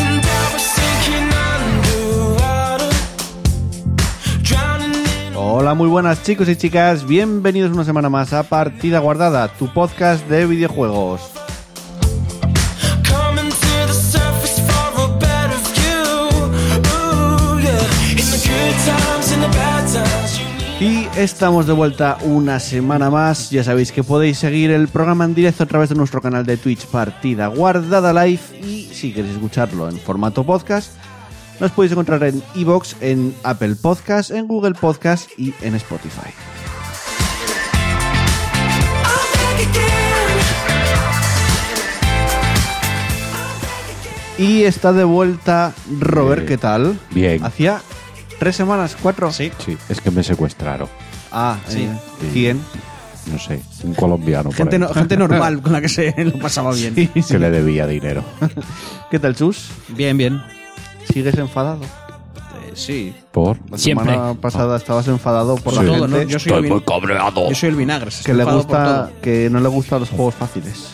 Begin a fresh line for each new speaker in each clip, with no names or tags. And I was sinking underwater, drowning in
Hola, muy buenas chicos y chicas, bienvenidos una semana más a Partida Guardada, tu podcast de videojuegos.
coming to the surface for a better view. Ooh, yeah. In the good times, in the bad times, you need
Y estamos de vuelta una semana más, ya sabéis que podéis seguir el programa en directo a través de nuestro canal de Twitch Partida Guardada Live y si queréis escucharlo en formato podcast, nos podéis encontrar en iVoox, en Apple Podcast, en Google Podcast y en Spotify.
I'm back again.
Y está de vuelta Robert,
Eh,
¿qué tal?
bien.
Hacía tres semanas, cuatro.
Sí, es que me secuestraron.
Ah, sí.
Sí.
¿Quién?
No sé, un colombiano por
Gente,
ahí,
no- gente normal con la que se lo pasaba bien.
que le debía dinero.
¿Qué tal, Chus?
Bien, bien.
¿Sigues enfadado?
sí.
Por
La
Siempre.
semana pasada estabas enfadado por
Sí.
la
Todo,
gente
¿no? Yo soy, el,
estoy muy
vin-
cabreado.
yo soy el vinagre.
que
estoy
le
enfadado por
gusta
todo.
que no le gustan los juegos fáciles.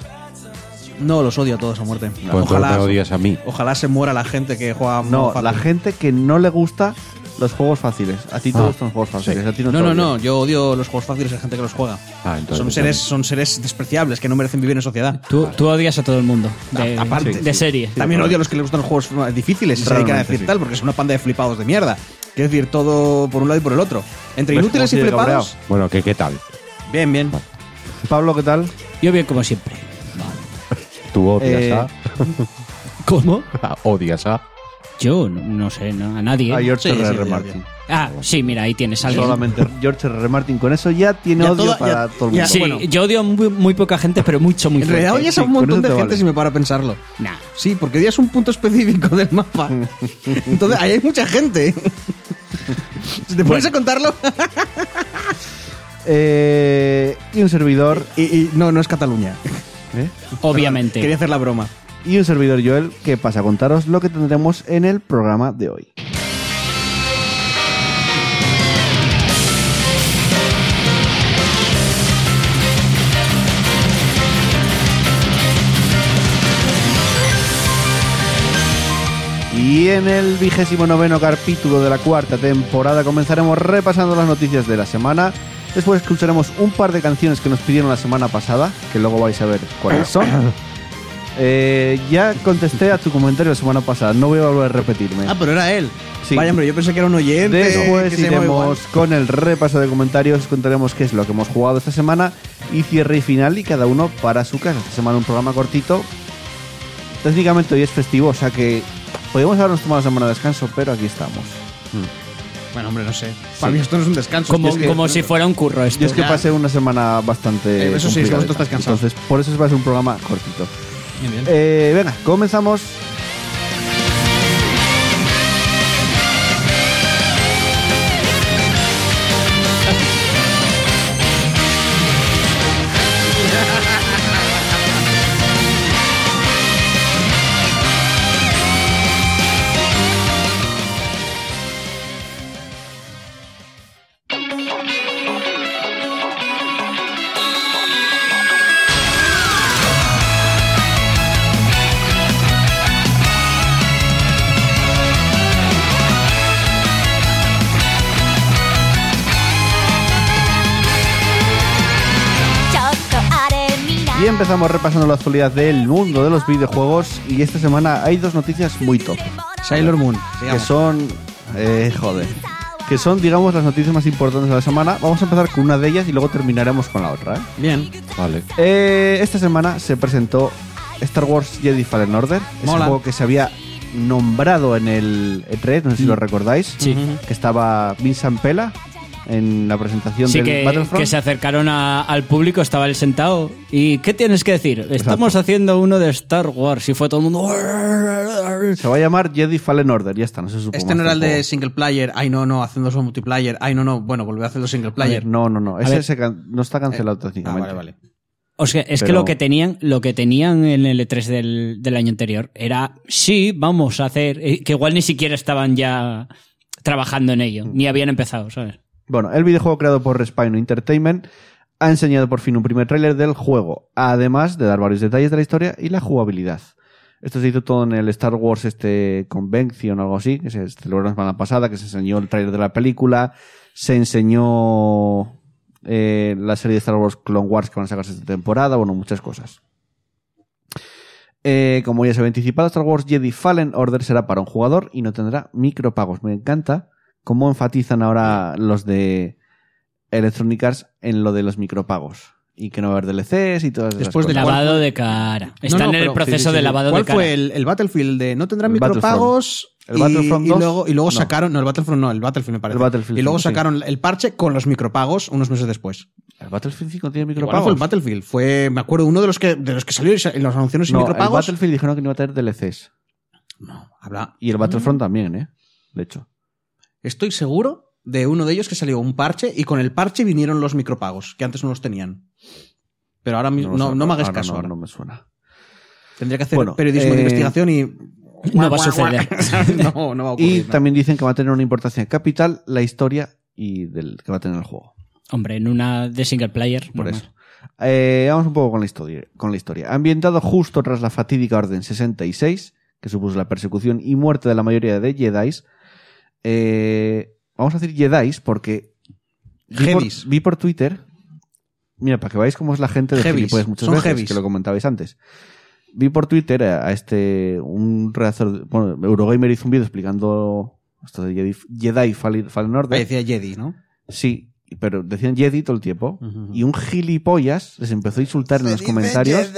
No, los odio a todos a muerte.
Pues no me odias a mí.
Ojalá se muera la gente que juega.
No,
modo fácil.
la gente que no le gusta los juegos fáciles. A ti te
Ah,
gustan los juegos fáciles.
sí.
A ti no,
No,
te
no,
odian.
no. Yo odio los juegos fáciles a la gente que los juega.
Ah, entonces
son
no.
seres, son seres despreciables que no merecen vivir en sociedad.
Tú, tú odias a todo el mundo. De,
A- aparte,
de
sí.
serie.
También odio a los que les gustan los juegos eh, difíciles y se dedican a
Realmente,
decir
sí.
tal, porque es una panda de flipados de mierda. Quiero decir, todo por un lado y por el otro. Entre
¿Ves
inútiles y
cómo sigue
flipados.
cabreado?
Bueno, ¿qué, ¿qué tal?
Bien, bien.
Pablo, ¿qué tal?
Yo bien como siempre.
¿Tú odias
Eh,
¿Cómo?
a? ¿Odias a?
Yo no, no sé, no, a nadie.
A George
Sí, sí,
R.R.
sí, sí,
Martin.
Ah, sí, mira, ahí tienes a alguien.
Ah, Solamente George R.R. Martin. Con eso ya tiene
Y a
odio
toda-
para
y a-
todo el
y a-
mundo.
Sí,
Bueno.
yo odio a muy, muy poca gente, pero mucho, muy
En realidad
fuerte.
oyes
sí,
a un
con
montón
eso
de
te
gente
vale.
si me paro a pensarlo.
Nah.
Sí, porque odias un punto específico del mapa. Entonces, ahí hay mucha gente. Si te pones a contarlo.
Eh, y un servidor.
Y, y- no, no es Cataluña.
¿eh?
Obviamente.
Quería hacer la broma.
Y un servidor Joel que pasa a contaros lo que tendremos en el programa de hoy. Y en el vigésimo noveno capítulo de la cuarta temporada comenzaremos repasando las noticias de la semana. Después escucharemos un par de canciones que nos pidieron la semana pasada, que luego vais a ver cuáles son. Eh, ya contesté a tu comentario la semana pasada, no voy a volver a repetirme.
Ah, pero era él.
Sí.
Vaya, hombre, yo pensé que era un oyente. que
Después
se llamaba
iremos con el repaso de comentarios, contaremos qué es lo que hemos jugado esta semana y cierre y final y cada uno para su casa. Esta semana un programa cortito. Técnicamente hoy es festivo, o sea que podemos habernos tomado la semana de descanso, pero aquí estamos.
igual. Bueno, hombre, no sé. Para mí esto no es un descanso.
como,
Es que-
como si fuera un curro esto.
Yo es que
Ya.
pasé una semana bastante.
Eh, eso sí,
complicada.
es que vosotros estáis cansados.
Entonces, por eso va a ser un programa cortito.
Bien, bien.
Eh, venga, comenzamos. Y empezamos repasando la actualidad del mundo de los videojuegos. Y esta semana hay dos noticias muy top.
Sailor Moon.
que
sigamos.
son eh, joder que son digamos las noticias más importantes de la semana vamos a empezar con una de ellas y luego terminaremos con la otra ¿eh?
Bien.
Vale.
Eh, esta semana se presentó Star Wars Jedi Fallen Order es un
Mola.
juego que se había nombrado en el E3 no sé si
Mm.
lo recordáis
Sí.
que estaba Vincent Pela en la presentación
Sí,
del
que,
Battlefront
que se acercaron a- al público, estaba él sentado. ¿Y qué tienes que decir? Estamos haciendo uno de Star Wars y fue todo el mundo.
Se va a llamar Jedi Fallen Order, ya está, no se supone.
Este no era el de single player. Ay, no, no, haciendo su multiplayer. Ay, no, no. Bueno, volvió a hacerlo single player.
No, no, no. Ese
ver.
se can- no está cancelado
Ah,
técnicamente.
vale, vale.
O sea, es que
Pero-
lo que tenían, lo que tenían en el E3 del, del año anterior era sí, vamos a hacer. eh, Que igual ni siquiera estaban ya trabajando en ello, ni habían empezado, ¿sabes?
Bueno, el videojuego creado por Respino Entertainment ha enseñado por fin un primer tráiler del juego, además de dar varios detalles de la historia y la jugabilidad. Esto se hizo todo en el Star Wars este Convention o algo así, que se celebró la semana pasada, que se enseñó el tráiler de la película, se enseñó eh, la serie de Star Wars Clone Wars que van a sacarse esta temporada, bueno, muchas cosas. Eh, como ya se había anticipado, Star Wars Jedi Fallen Order será para un jugador y no tendrá micropagos. Me encanta cómo enfatizan ahora los de Electronic Arts en lo de los micropagos. Y que no va a haber DLCs y todas esas
Después de
cosas.
la- ¿Cuál
Lavado de cara. Están
No, no,
en el
pero-
proceso
sí, sí, sí.
de lavado
¿Cuál
de cara.
fue el, el Battlefield de no tendrán
El
micropagos?
Battlefront. El
y-
Battlefront
y,
2,
luego, y luego
no.
sacaron. No, el Battlefront no, el Battlefield me parece.
El Battlefield,
y luego
sí.
sacaron el parche con los micropagos unos meses después.
¿El Battlefield 5 tiene
Igual no
micropagos?
fue el Battlefield. Fue, me acuerdo, uno de los que, de los que salió y sa- y los anunció sin
no, el
micropagos.
Battlefield dijeron que no iba a tener DLCs.
No, habla.
Y el Battlefront también, ¿eh? De hecho.
Estoy seguro de uno de ellos que salió un parche y con el parche vinieron los micropagos, que antes no los tenían. Pero ahora mismo
lo
no,
sé,
no me hagas
ahora
caso
no-
ahora.
no me suena.
Tendría que hacer
Bueno,
periodismo
eh,
de investigación y.
No va a suceder.
no, no va a ocurrir.
Y
no.
también dicen que va a tener una importancia capital la historia y del que va a tener el juego.
Hombre, en una de single player.
Por
normal.
eso. Eh, vamos un poco con la, historia, con la historia. Ambientado justo tras la fatídica Orden 66, que supuso la persecución y muerte de la mayoría de Jedi. vamos a decir Jedi porque vi por,
Jedis.
vi por Twitter. Mira, para que veáis cómo es la gente de
Heavies.
gilipollas muchas
Son
veces,
heavies.
que lo comentabais antes. Vi por Twitter a, a este. Un redactor. de- Bueno, Eurogamer hizo un vídeo explicando esto de Jedi, Jedi Fallen, Fallen Order.
Parecía Jedi, ¿no?
Sí, pero decían Jedi todo el tiempo.
Ujú.
Y un gilipollas les empezó a insultar en los comentarios.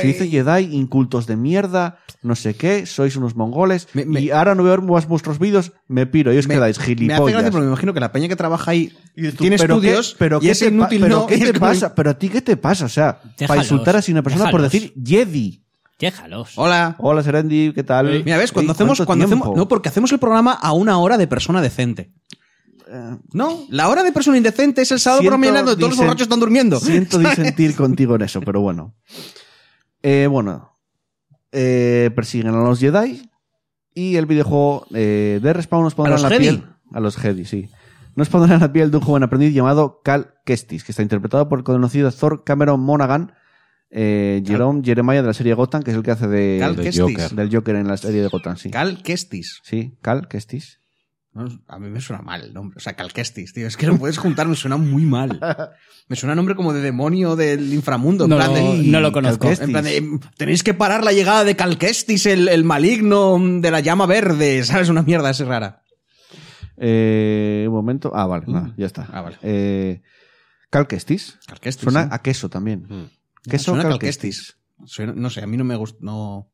Se dice Jedi, incultos de mierda, no sé qué, sois unos mongoles.
Me- me-
y ahora no veo más vuestros vídeos, me piro, y os quedáis
Me hace gracia
gilipollas.
porque me imagino que la peña que trabaja ahí
Y tú,
tiene
¿pero
estudios,
qué- pero
y
qué
es
te pa-
inútil,
pero
¿no?
qué
Y es
te
como-
pasa? ¿Pero a ti qué te pasa? O sea, para
Déjalos,
insultar así a una persona por
déjalos.
decir Jedi.
Déjalos.
Hola.
Hola, Serendi, ¿qué tal?
Mira, ves, cuando
Ey,
hacemos,
¿cuánto
cuando hacemos.
tiempo?
No, porque hacemos el programa a una hora de persona decente. No, la hora de persona indecente es el sábado por la
Eh, Siento
mañana donde todos los
disen-
borrachos están durmiendo.
Siento disentir contigo en eso, pero bueno. Eh, bueno, eh, persiguen a los Jedi y el videojuego eh, de Respawn nos pondrá
¿A los
en la
Jedi?
piel. A los Jedi, sí. Nos pondrá en la piel de un joven aprendiz llamado Cal Kestis, que está interpretado por el conocido actor Cameron Monaghan, eh, Jerome Jeremiah de la serie Gotham, que es el que hace de,
Cal
de
Kestis.
Joker.
del Joker en la serie de Gotham, sí.
Cal Kestis.
Sí, Cal Kestis.
No, A mí me suena mal el nombre. O sea, Cal Kestis, tío. Es que no puedes juntar, me suena muy mal. Me suena nombre como de demonio del inframundo. en
No
plan
lo-
de-
no lo conozco.
Cal Kestis. En plan de, em, tenéis que parar la llegada de Cal Kestis, el, el maligno de la llama verde. ¿Sabes? Una mierda así rara.
Eh, un momento. Ah, vale, nada, ya está.
Ah, vale.
Eh, Cal Kestis.
Cal Kestis.
Suena
¿eh?
a queso también. Queso
Mm. Suena a Cal
calquestis.
Kestis. Suena- no sé, a mí no me gusta. No.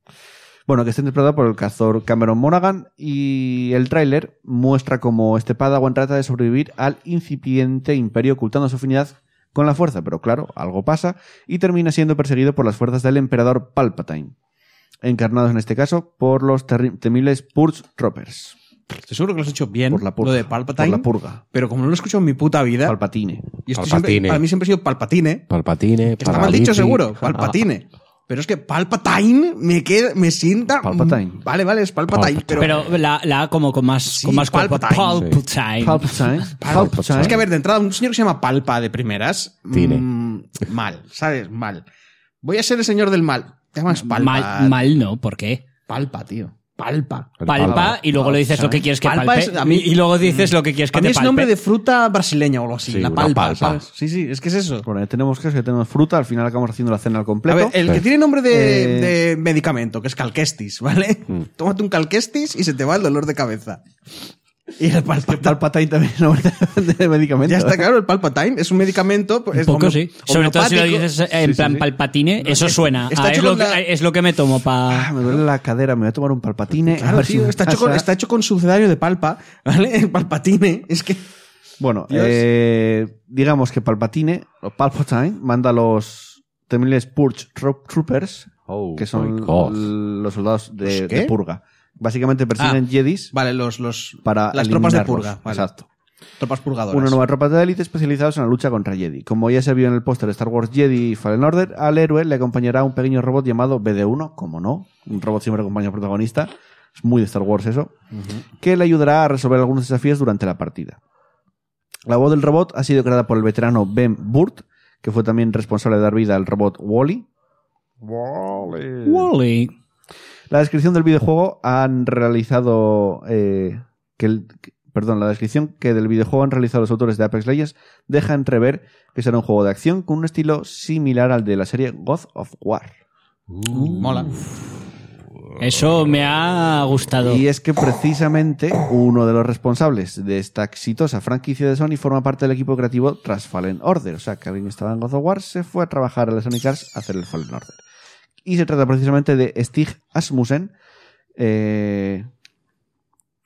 Bueno, que está interpretado por el cazador Cameron Monaghan y el tráiler muestra cómo este padawan trata de sobrevivir al incipiente imperio ocultando su afinidad con la fuerza, pero claro, algo pasa y termina siendo perseguido por las fuerzas del emperador Palpatine, encarnados en este caso por los terri- temibles Purge Troopers,
Estoy seguro que lo has hecho bien.
por la purga,
Lo de Palpatine.
por la purga,
Pero como no lo he escuchado en mi puta vida.
Palpatine.
y esto
Palpatine.
siempre- para mí siempre ha sido Palpatine.
Palpatine.
Que está mal
Paralici.
dicho, seguro.
Ah.
Palpatine. Pero es que Palpatine me, queda, me sienta.
Palpatine.
Vale, vale, es Palpatine.
Palpatine.
pero,
Pero la, la A como con más,
Sí,
con más cuerpo.
Palpatine.
Palpatine.
Palpatine.
Palpatine.
es que a ver, de entrada, un señor que se llama Palpa de primeras.
Tine.
mm, mal, ¿sabes? Mal. Voy a ser el señor del mal. Te llamas Palpa.
Mal, mal no, ¿por qué?
Palpa, tío. Palpa.
El
Palpa,
Palpa.
y luego le dices lo que quieres que
Palpa
palpe.
es- a mí-
y, y luego dices lo que quieres que
Para mí
te
es
palpe.
nombre de fruta brasileña o algo así.
Sí,
la
una
palpa,
palpa.
¿sabes? Sí, sí, es que es eso.
Bueno, ya tenemos queso, ya tenemos fruta, al final acabamos haciendo la cena al
A
completo.
ver, el que
Sí.
tiene nombre de,
Eh,
de medicamento, que es calquestis, ¿vale?
Mm.
Tómate un calquestis y se te va el dolor de cabeza. Y el palpa.
Palpatine también es nombre de medicamento.
Ya está claro, el Palpatine es un medicamento. pues,
Un
es
poco
homeo-
sí. Sobre todo si lo
homeopático.
dices en plan palpatine, eso suena.
está
Ah,
hecho
es, lo
con
que,
la-
es lo que me tomo
Ah,
para.
me duele la cadera, me voy a tomar un palpatine. a
Eh, Claro,
ver si
tío,
me
está, hecho con,
pasa.
está hecho con sucedario de palpa, ¿vale? El palpatine. Es que.
Bueno,
Dios.
eh, digamos que Palpatine, o Palpatine, manda a los temibles Purge Tro- Troopers,
Oh,
que
my
son
God.
los soldados de,
¿Los qué?
de purga. Básicamente persiguen
Ah,
Jedis
Vale, los, los,
para
las tropas de
eliminarlos.
purga. vale.
Exacto.
Tropas purgadoras.
Una nueva tropa de élite especializados en la lucha contra Jedi. Como ya se vio en el póster de Star Wars Jedi Fallen Order, al héroe le acompañará un pequeño robot llamado BD-1, como no, un robot siempre acompaña al protagonista, es muy de Star Wars eso, que le ayudará a resolver algunos desafíos durante la partida. La voz del robot ha sido creada por el veterano Ben Burt, que fue también responsable de dar vida al robot Wally.
Wally.
La descripción del videojuego han realizado. eh, que el- que- perdón, la descripción que del videojuego han realizado los autores de Apex Legends deja entrever que será un juego de acción con un estilo similar al de la serie God of War.
Mola.
Eso me ha gustado.
Y es que precisamente uno de los responsables de esta exitosa franquicia de Sony forma parte del equipo creativo tras Fallen Order. O sea, que alguien que estaba en God of War se fue a trabajar a la Sonic Arts a hacer el Fallen Order. Y se trata precisamente de Stig Asmussen. Eh,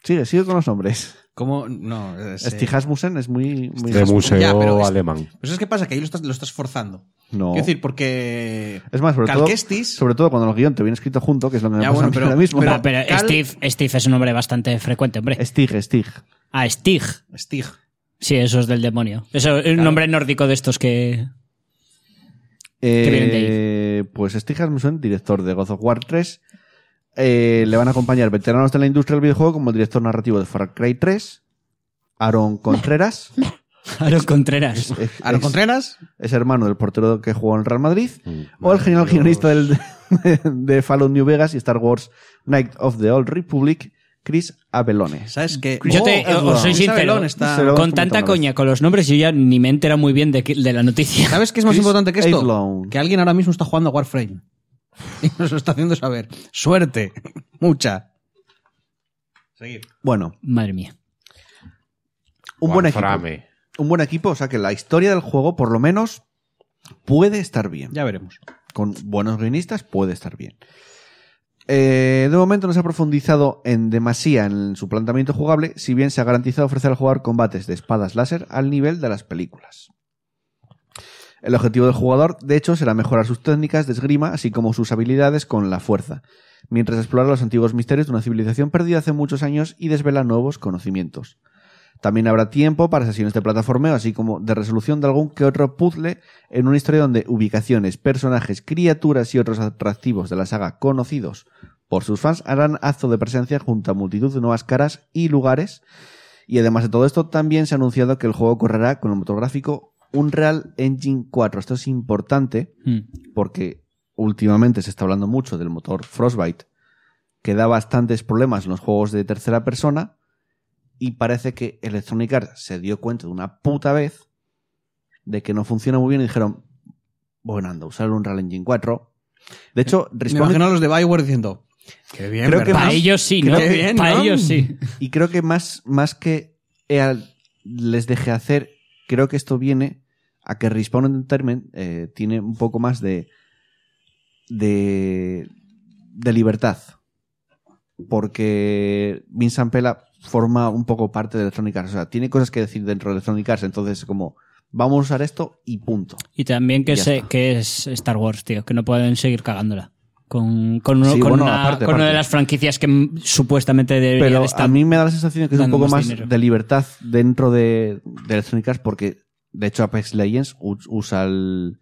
Sigue, sigue con los nombres.
¿Cómo? No. es, eh,
Stig Asmussen es muy... muy-
De museo
Ya, pero es-
alemán.
Pues es que pasa que ahí lo estás, lo estás forzando.
No.
Quiero decir, porque.
Es más, sobre todo,
Calquestis-
sobre todo cuando el guión te viene escrito junto, que es lo que me
Ya,
pasa
bueno,
a mí
pero-
ahora mismo.
Pero,
pero-
pero
Cal-
Steve, Steve es un nombre bastante frecuente, hombre.
Stig, Stig.
Ah, Stig.
Stig.
Sí, eso es del demonio. Eso es un nombre nórdico de estos que.
Eh,
vienen de
pues Stig Asmussen, director de God of War 3. Eh, le van a acompañar veteranos de la industria del videojuego como el director narrativo de Far Cry 3. Aaron Contreras.
Aaron Contreras.
es,
Aaron
es-
Contreras.
es hermano del portero que jugó en Real Madrid. o el genial guionista del, de Fallout New Vegas y Star Wars Night of the Old Republic, Chris Abelones.
¿Sabes qué?
Yo te,
Oh,
os soy
Luis
sincero.
Abelón está-
Se lo-
Con tanta coña con los nombres, yo ya ni me he enterado muy bien de, qué- de la noticia.
¿Sabes qué es más
Chris
importante que esto?
Avellone.
Que alguien ahora mismo está jugando a Warframe. Y nos lo está haciendo saber. Suerte. Mucha. Seguir.
Bueno,
Madre mía.
un buen equipo.
Frame.
Un buen equipo, o sea que la historia del juego, por lo menos, puede estar bien.
Ya veremos.
Con buenos guionistas puede estar bien. Eh, de momento no se ha profundizado en demasía en su planteamiento jugable, si bien se ha garantizado ofrecer al jugador combates de espadas láser al nivel de las películas. El objetivo del jugador, de hecho, será mejorar sus técnicas de esgrima, así como sus habilidades con la fuerza, mientras explora los antiguos misterios de una civilización perdida hace muchos años y desvela nuevos conocimientos. También habrá tiempo para sesiones de plataformeo, así como de resolución de algún que otro puzzle en una historia donde ubicaciones, personajes, criaturas y otros atractivos de la saga conocidos por sus fans harán acto de presencia junto a multitud de nuevas caras y lugares. Y además de todo esto, también se ha anunciado que el juego correrá con el motor gráfico Unreal Engine 4. Esto es importante
Mm.
porque últimamente se está hablando mucho del motor Frostbite, que da bastantes problemas en los juegos de tercera persona, y parece que Electronic Arts se dio cuenta de una puta vez de que no funciona muy bien y dijeron, bueno, anda, usar un Real Engine 4. De hecho,
Me
Respawn,
imagino a los de Bioware diciendo. Qué bien,
Creo que
¿verdad?
Para
más-
ellos sí, ¿no?
Qué bien,
Para
¿no?
ellos sí.
y creo que más, más que EA les deje hacer, creo que esto viene a que Respawn Entertainment eh, tiene un poco más de, de, de libertad. Porque Vincent Pela forma un poco parte de Electronic Arts. O sea, tiene cosas que decir dentro de Electronic Arts. Entonces, como, vamos a usar esto y punto.
Y también que,
Ya
se-
está.
que es Star Wars, tío, que no pueden seguir cagándola. Con, con, uno-
Sí,
con
bueno,
una,
aparte,
con una de
aparte.
las franquicias que mm, supuestamente debería
Pero
de estar.
a mí me da la sensación de que es un
dando
poco
más
más
dinero.
de libertad dentro de, de Electronic Arts porque, de hecho, Apex Legends u- usa el,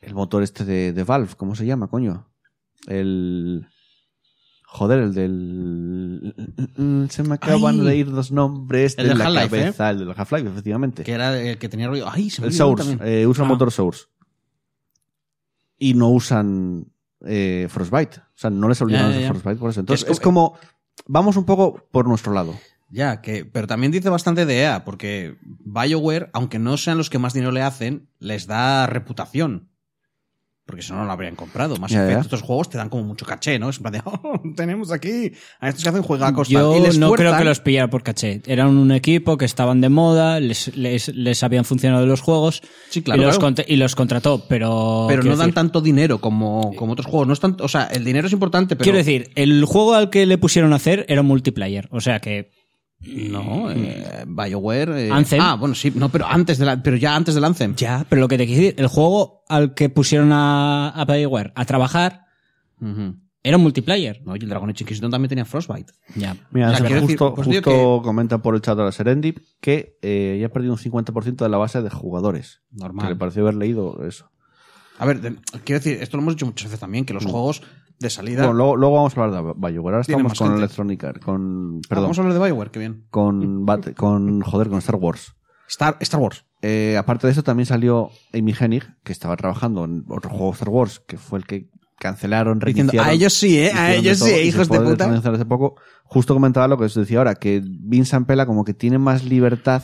el motor este de, de Valve. ¿Cómo se llama, coño? El... Joder, el del... Se me acaban
Ay.
de ir los nombres
El
de
del
la
Half-Life,
¿eh?
cabeza. El del Half-Life, efectivamente.
Que era el que tenía rollo. Ay, se me
El
olvidó
Source.
también.
eh, usa
Ah.
motor Source. Y no usan eh, Frostbite. O sea, no les obligaron
Ya, ya,
a
ya.
usar Frostbite por eso. Entonces,
Es
es como... Vamos un poco por nuestro lado.
Ya, que, pero también dice bastante de EA, porque BioWare, aunque no sean los que más dinero le hacen, les da reputación. Porque si no, no lo habrían comprado. Más
Ya,
efecto,
ya.
estos juegos te dan como mucho caché, ¿no? Es en plan de, "Oh, tenemos aquí a estos que hacen juegacos. tal".
Yo
Y les
no creo
fuerzan-
que los pillara por caché. Eran un equipo que estaban de moda, les, les, les habían funcionado los juegos
Sí, claro,
y, los
claro.
contra- y los contrató, pero...
Pero no
quiero
dan
decir-
tanto dinero como, como otros juegos. No es tanto, o sea, el dinero es importante, pero.
Quiero decir, el juego al que le pusieron a hacer era un multiplayer, o sea que...
No, eh, BioWare. eh,
Anthem.
Ah, bueno, sí, no, pero antes de la- pero ya antes del Anthem.
Ya, pero lo que te quiero decir, el juego al que pusieron a, a BioWare a trabajar
Ujú.
Era un multiplayer.
No, y el Dragon Age Inquisition también tenía Frostbite.
Ya.
Mira,
O sea,
Ángel,
quiero decir,
justo,
pues digo
justo comentan por el chat de la Serendip que eh, ya ha perdido un 50% de la base de jugadores.
Normal.
Que le pareció haber leído eso.
A ver, de- quiero decir, esto lo hemos dicho muchas veces también, que los juegos de salida.
Mm.
Ah,
Bueno, luego, luego vamos a hablar de Bioware. Ahora
Tiene
estamos
más
con
gente.
Electronic Arts, con...
Ah,
Perdón.
Vamos a hablar de Bioware, qué bien.
con, Bat- con... Joder, con Star Wars.
Star, Star Wars.
Eh, aparte de eso, también salió Amy Hennig, que estaba trabajando en otro juego de Star Wars, que fue el que cancelaron, reiniciaron.
Diciendo, a ellos sí, ¿eh?
hicieron de
A ellos
todo,
sí,
y se
hijos de
puede
puta.
denunciar hace poco. Justo comentaba lo que os decía ahora, que Vincent Pela como que tiene más libertad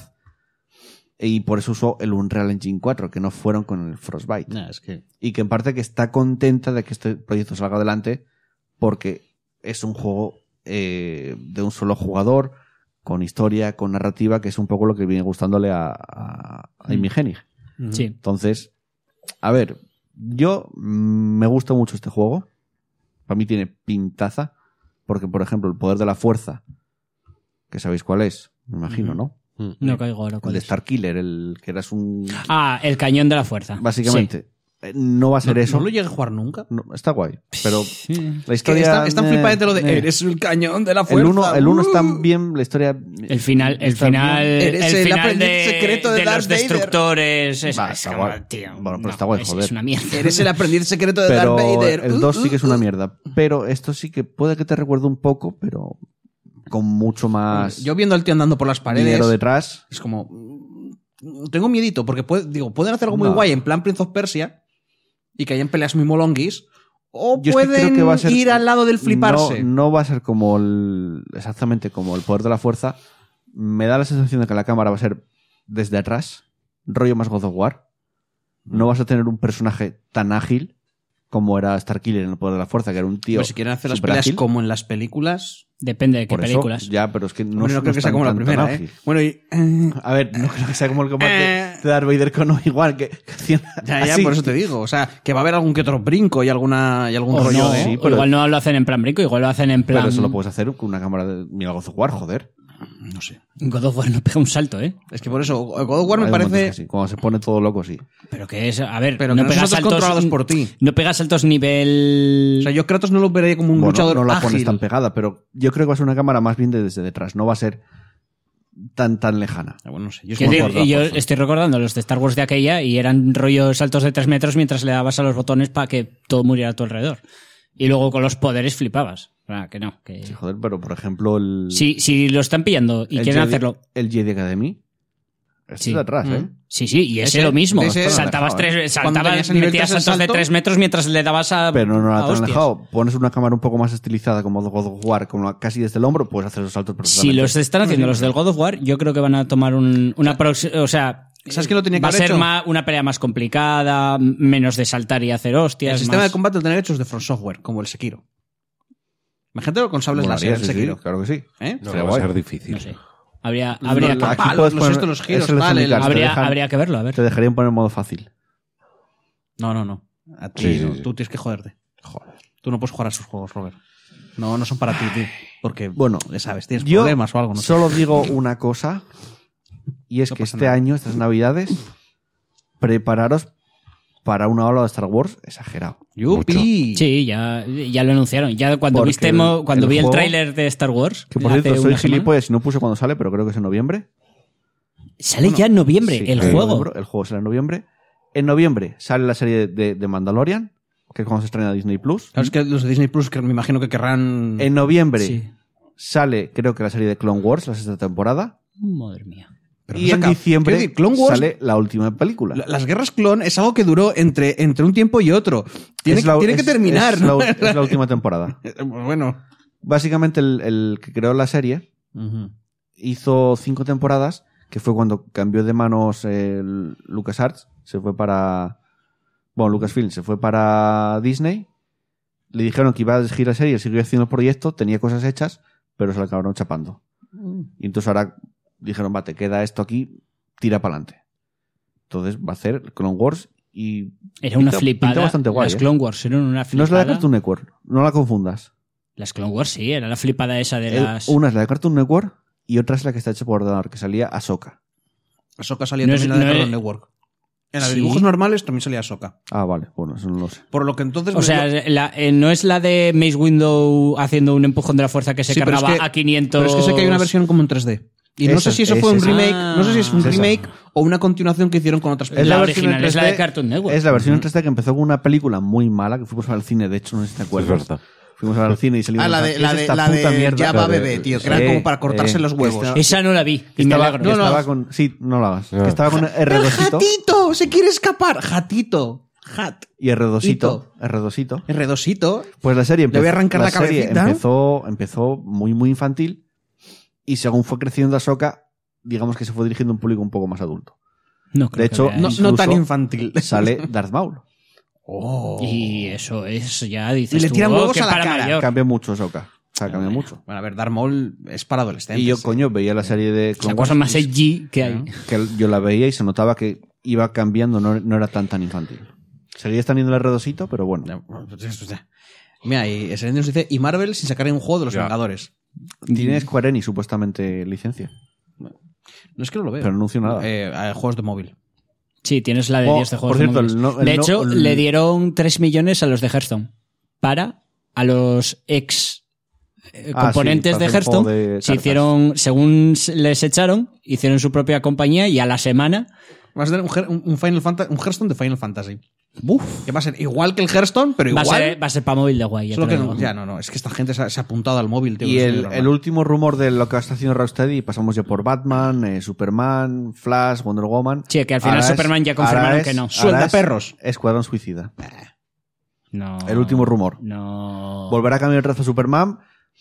y por eso usó el Unreal Engine 4, que no fueron con el Frostbite.
Nah, es que.
Y que en parte que está contenta de que este proyecto salga adelante porque es un juego eh, de un solo jugador, con historia, con narrativa, que es un poco lo que viene gustándole a, a, a Amy Hennig.
Sí.
Entonces, a ver, yo mm, me gusta mucho este juego. Para mí tiene pintaza. Porque, por ejemplo, el poder de la fuerza, que sabéis cuál es, me imagino, ¿no?
No caigo ahora
El
cuál
de
es.
Starkiller, el que eras un.
Ah, el cañón de la fuerza.
Básicamente. Eh, No va a ser
No,
eso.
no lo llegué a jugar nunca.
No, está guay. Pero
Sí.
la
Es que
historia.
están, están
eh,
flipadas de lo de.
eh.
Eres el cañón de la fuerza.
El uno, el uno está
uh".
bien, la historia. eh,
El final, el
está
final,
bien.
el,
Eres el
final
aprendiz
de,
secreto de
de
Darth
los
Vader.
destructores. Es,
Va,
es
está
como,
guay.
tío,
Bueno, pero
no,
está guay,
es,
joder.
es una mierda.
Eres el aprendiz secreto de
Pero
Darth Vader.
el
Uh,
2 sí
uh,
que es una mierda. Pero esto sí que puede que te recuerde un poco, pero con mucho más
uh, Yo viendo al tío andando por las paredes.
dinero detrás.
Es como. mm, Tengo miedito, porque puede- digo, pueden hacer algo muy
No.
guay en plan Prince of Persia y que hayan peleas muy molonguis. O
Yo es que
pueden
creo que va a ser-
ir al lado del fliparse.
No, no va a ser como el, exactamente como el poder de la fuerza. Me da la sensación de que la cámara va a ser desde atrás, rollo más God of War.
Mm.
No vas a tener un personaje tan ágil como era Starkiller en el poder de la fuerza, que era un tío.
Pero Pues si quieren hacer las
súper
peleas
ágil.
como en las películas.
Depende de qué
Por eso,
películas.
ya, pero es que no,
hombre, no
no
creo que sea
están
como la
tan- tan
primera, ¿eh?
ágil.
Bueno, y.
A ver, no creo que sea como el
Eh.
combate de Darth Vader con Obi-Wan, que, que hacían
Ya, ya,
así.
por eso te digo. O sea, que va a haber algún que otro brinco y alguna y algún
O
Oh,
rollo ¿eh?
no,
de.
sí,
o
pero-
igual no lo hacen en plan brico, igual lo hacen en plan.
Pero eso lo puedes hacer con una cámara de Mira God of War, joder.
No sé.
God of War no pega un salto, ¿eh?
Es que por eso, God of War me
Hay momentos que
parece.
sí, Cuando se pone todo loco, sí.
Pero que es. A ver,
Pero que
no
no
pega
son saltos
saltos.
controlados por ti.
No pega saltos nivel.
O sea, yo Kratos no lo vería como un
Bueno,
luchador
no la pones
ágil.
tan pegada, pero yo creo que va a ser una cámara más bien de desde detrás. No va a ser tan tan lejana.
Ah, bueno, no sé. Yo es
Que
como
digo,
God of
yo
War.
estoy recordando los de Star Wars de aquella y eran rollos saltos de 3 metros mientras le dabas a los botones para que todo muriera a tu alrededor. Y luego con los poderes flipabas. Ah, que no. Que...
Sí, joder, pero por ejemplo el...
Si, si lo están pillando y
el
quieren
Jedi-
hacerlo.
El Jedi Academy. Este
Sí. Mm.
es de atrás, ¿eh?
Sí, sí, y ese,
Ese-
lo mismo.
de ese- ¿eh?
saltabas
Cuando
tres,
tenías
saltabas,
el nivel
metías
tres el
saltos
salto-
de 3 metros mientras le dabas a.
Pero no
a
la tan
hostias.
alejado. Pones una cámara un poco más estilizada como God of War, como casi desde el hombro, puedes hacer esos saltos
Si
perfectamente.
los están haciendo los del God of War, yo creo que van a tomar un, una prox- O sea.
¿Sabes qué lo tenía que
va a
haber
ser
hecho?
ma- una pelea más complicada, m- menos de saltar y hacer hostias.
El sistema
más-
de combate lo tenían hechos de From Software, como el Sekiro. Imagínate con sables
Molaría,
láser, el
sí, sí,
Sekiro.
claro que sí.
¿Eh?
No,
Sería
va
guay.
a ser difícil.
No sé. Habría, habría,
No,
que,
la-
Aquí
palos,
puedes
los estos, los giros,
es el
tal,
Sonic
el-
Arts, te
habría,
dejan-
habría que verlo, a ver.
Te dejarían poner en modo fácil.
No, no, no. A ti,
Sí, sí, sí.
Tú tienes que joderte. Tú no puedes jugar a sus juegos, Robert. No, no son para ti, tío. Porque,
Bueno,
ya sabes, tienes
yo
problemas o algo. No sé.
Solo digo una cosa, y es
No
que
pasa
este
nada.
año, estas navidades, prepararos para una ola de Star Wars exagerado.
¡Yupi!
Sí, ya, ya lo anunciaron. Ya cuando
Porque
viste
el-
mo- cuando
el
vi el
juego-
tráiler de Star Wars.
Que por
hace
cierto, soy
una semana-
gilipollas y no puse cuando sale, pero creo que es en noviembre.
Sale ya en noviembre
Sí, eh,
el
en
juego.
noviembre, el juego sale en noviembre. En noviembre sale la serie de, de Mandalorian, que es cuando se estrena Disney Plus.
Sabes que los de Disney Plus, que me imagino que querrán.
En noviembre
Sí.
sale, creo que la serie de Clone Wars, la sexta temporada.
Madre mía.
Pero no
y
se
en
acaba.
diciembre
Quiero decir, Clone Wars-
sale la última película.
la- Las guerras clon es algo que duró entre, entre un tiempo y otro. Tiene,
Es la-
tiene que
es-
terminar,
es
¿no?
la- es la última temporada.
bueno.
Básicamente el, el que creó la serie hizo cinco temporadas, que fue cuando cambió de manos el LucasArts, se fue para... Bueno, Lucasfilm se fue para Disney, le dijeron que iba a dirigir la serie, siguió haciendo el proyecto, tenía cosas hechas, pero se la acabaron chapando. Y entonces ahora dijeron, va, te queda esto aquí, tira para adelante. Entonces va a hacer Clone Wars y...
Era una
Pinta-
flipada.
pinta bastante guay,
Las
¿eh?
Clone Wars eran una
No es la
flipada.
de Cartoon Network, no la confundas.
Las Clone Wars sí, era la flipada esa de
El-
las.
Una es la de Cartoon Network y otra es la que está hecha por ordenador, que salía Ahsoka.
Ahsoka salía
No es-
también en la de
no es-
Cartoon Network. En la de
Sí.
dibujos normales también salía Soca.
Ah, vale, bueno, eso no lo sé.
Por lo que entonces.
O
me
sea,
dio-
la- eh, no es la de Mace Window haciendo un empujón de la fuerza que se
Sí, pero es
cargaba
que-
a 500.
Pero es que sé que hay una versión como en 3D. Y no
Esa,
sé si eso
es
fue un
esa.
remake, no sé si es un
Es esa.
remake o una continuación que hicieron con otras
Es la
películas.
original,
en
es la de Cartoon Network.
Es la versión en 3D que empezó con una película muy mala que fuimos al cine, de hecho, no sé si te acuerdas.
Es verdad.
Fuimos al cine y salimos
Ah, la
a-
de-
¿qué
la
es
de-
esta
la
puta
de
mierda?
Ya va bebé, tío, que era
Sí, eh,
como para cortarse los
que
huevos.
esta-
Esa no la vi.
que
Y me
estaba,
alegro.
que
No, no.
estaba con sí, no la vas.
Ah.
Que estaba con
¡El
R2
gatito! ¡Se quiere escapar! ¡Jatito! ¡Jat!
y R2,
Hito.
R2.
Redosito.
Pues la serie
Le voy a arrancar la
serie
cabecita.
empezó, empezó muy, muy infantil y según fue creciendo Ahsoka, digamos que se fue dirigiendo a un público un poco más adulto.
No creo
De
que
hecho,
vea
No,
eso.
no tan
Incluso
infantil.
Sale Darth Maul.
Oh.
Y eso es, ya dices.
Y le
tú,
tiran
oh,
huevos
que
a la
para
cara.
mayor.
Cambia mucho Ahsoka. O sea, cambia mucho.
Bueno, a ver, Darth Maul es para adolescentes.
Y yo, coño, veía la serie de
La
Clone
cosa
Wars
más edgy que hay.
Claro.
que yo la veía y se notaba que iba cambiando, no, no era tan tan infantil. Seguía estando en el redosito, pero bueno.
pues, Mira, y Serendipia nos dice, y Marvel sin sacar un juego de los
Ya.
Vengadores.
Tiene Square Enix supuestamente licencia.
No es que no lo veo.
Pero no anunció nada.
Eh, eh, juegos de móvil.
Sí, tienes la de
Oh,
10 de juegos
por cierto,
de móviles.
el no- el
de
no-
hecho,
el-
le dieron 3 millones a los de Hearthstone para a los ex eh,
Ah, sí,
componentes
para
de
hacer un
Hearthstone.
juego de
se
cartas.
hicieron, según se- les echaron, hicieron su propia compañía y a la semana.
Vas a tener un, Her- un- un Final Fantasy, un Hearthstone de Final Fantasy.
¡buf!
Que va a ser igual que el Hearthstone, pero
va, a
igual.
ser, va a ser para móvil de guay. ya
Solo
te
que
lo
no,
digo.
ya, no, no. Es que esta gente se ha, se ha apuntado al móvil, tío.
Y
no es muy
el,
normal.
el último rumor de lo que está haciendo Rocksteady, y pasamos ya por Batman, eh, Superman, Flash, Wonder Woman.
Sí, que al final
Ahora es-
Superman ya
ahora
confirmaron
es-
que no.
ahora
Suelta
es
perros.
Escuadrón Suicida.
No.
El último rumor.
No.
Volverá a cambiar el trazo Superman,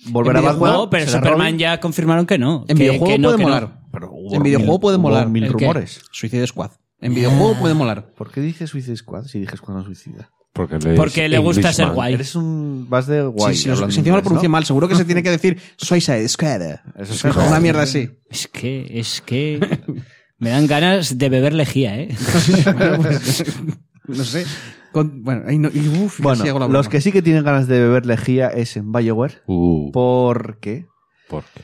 volverá a
En
Batman.
videojuego,
no, Oh. pero
será
Superman
Robin,
ya confirmaron que no.
En
que-
videojuego
que no,
puede
que no.
molar.
pero hubo
en videojuego
mil-
puede
hubo
molar.
mil
¿El qué?
rumores.
Suicide Squad. En videojuego
Ah.
puede molar.
¿Por qué dices Suicide Squad si dije Escuadrón Suicida?
Porque le,
Porque le gusta ser guay.
Eres un... vas de guay.
sí, sí, los-
hablando
si encima lo
inglés,
pronuncia
¿no?
mal, seguro que se tiene que decir Suicide Squad.
Eso es
Una mierda así.
Es que, es que. Me dan ganas de beber lejía, ¿eh?
no sé. Con- bueno, ahí no- y uf,
Bueno,
casi hago la broma.
los que sí que tienen ganas de beber lejía es en Bioware.
Uh,
Porque
porque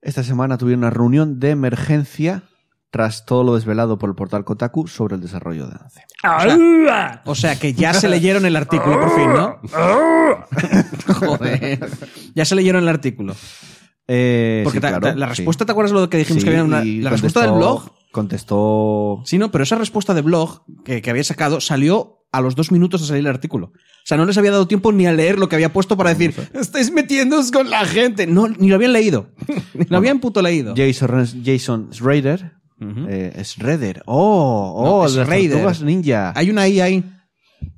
esta semana tuvieron una reunión de emergencia tras todo lo desvelado por el portal Kotaku sobre el desarrollo de Dance.
O sea, que ya se leyeron el artículo, por fin, ¿no? Joder. Ya se leyeron el artículo.
Eh,
Porque ta- ta- la respuesta, ¿te acuerdas lo que dijimos que había una. La respuesta del blog.
Contestó.
Sí, no, pero esa respuesta de blog que, que había sacado salió a los dos minutos de salir el artículo. O sea, no les había dado tiempo ni a leer lo que había puesto para decir, estáis metiéndoos con la gente. No, ni lo habían leído. Ni lo habían puto leído.
Jason, Ren- Jason Schrader.
Ujú.
eh, Schrader. Oh,
No,
oh, de las
Schrader.
tortugas ninja.
Hay una I ahí.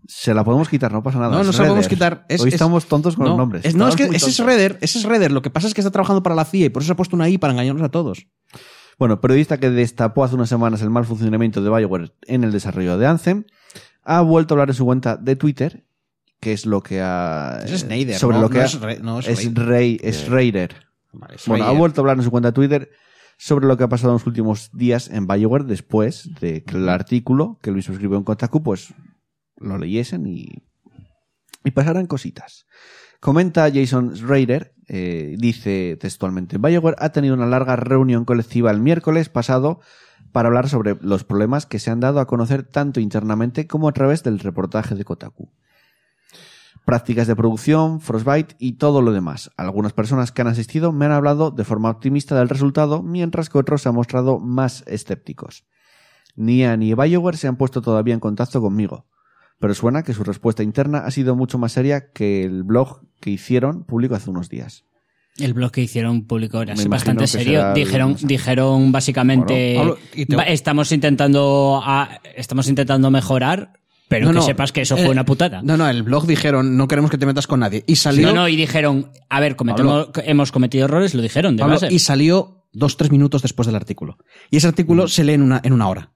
Se la podemos quitar, no pasa nada.
No, no se la
Shredder.
podemos quitar. Es-
Hoy
es-
estamos tontos con los nombres.
Es- no, es
Estamos
que
muy
ese es
tontos.
Redder, ese es Redder. Lo que pasa es que está trabajando para la CIA y por eso se ha puesto una I para engañarnos a todos.
Bueno, periodista que destapó hace unas semanas el mal funcionamiento de BioWare en el desarrollo de Anthem, ha vuelto a hablar en su cuenta de Twitter, que es lo que ha...
Es Snyder,
Sobre
no-
lo que
no
ha-
es Re- no es Eh.
es
Raid.
Rey, es Raider.
Vale, es
Bueno, ha
Raider.
vuelto a hablar en su cuenta de Twitter sobre lo que ha pasado en los últimos días en BioWare después de que el artículo que Luis escribió en Kotaku, pues lo leyesen y, y pasaran cositas. Comenta Jason Schrader, eh, dice textualmente, BioWare ha tenido una larga reunión colectiva el miércoles pasado para hablar sobre los problemas que se han dado a conocer tanto internamente como a través del reportaje de Kotaku prácticas de producción, Frostbite y todo lo demás. Algunas personas que han asistido me han hablado de forma optimista del resultado, mientras que otros se han mostrado más escépticos. Nia ni BioWare se han puesto todavía en contacto conmigo, pero suena que su respuesta interna ha sido mucho más seria que el blog que hicieron público hace unos días.
El blog que hicieron público era
Me imagino que
bastante
será
serio.
el-
Dijeron, dijeron básicamente
Bueno, Pablo, y te-
"Va- estamos intentando a- estamos intentando mejorar, pero
No,
que
no,
sepas que eso
eh,
fue una putada. No,
No, no, el blog dijeron, no queremos que te metas con nadie. Y salió,
no, y dijeron, a ver, cometemos, hemos cometido errores, lo dijeron de
Pablo,
base.
y salió dos, tres minutos después del artículo. Y ese
Mm.
artículo se lee en una, en una hora.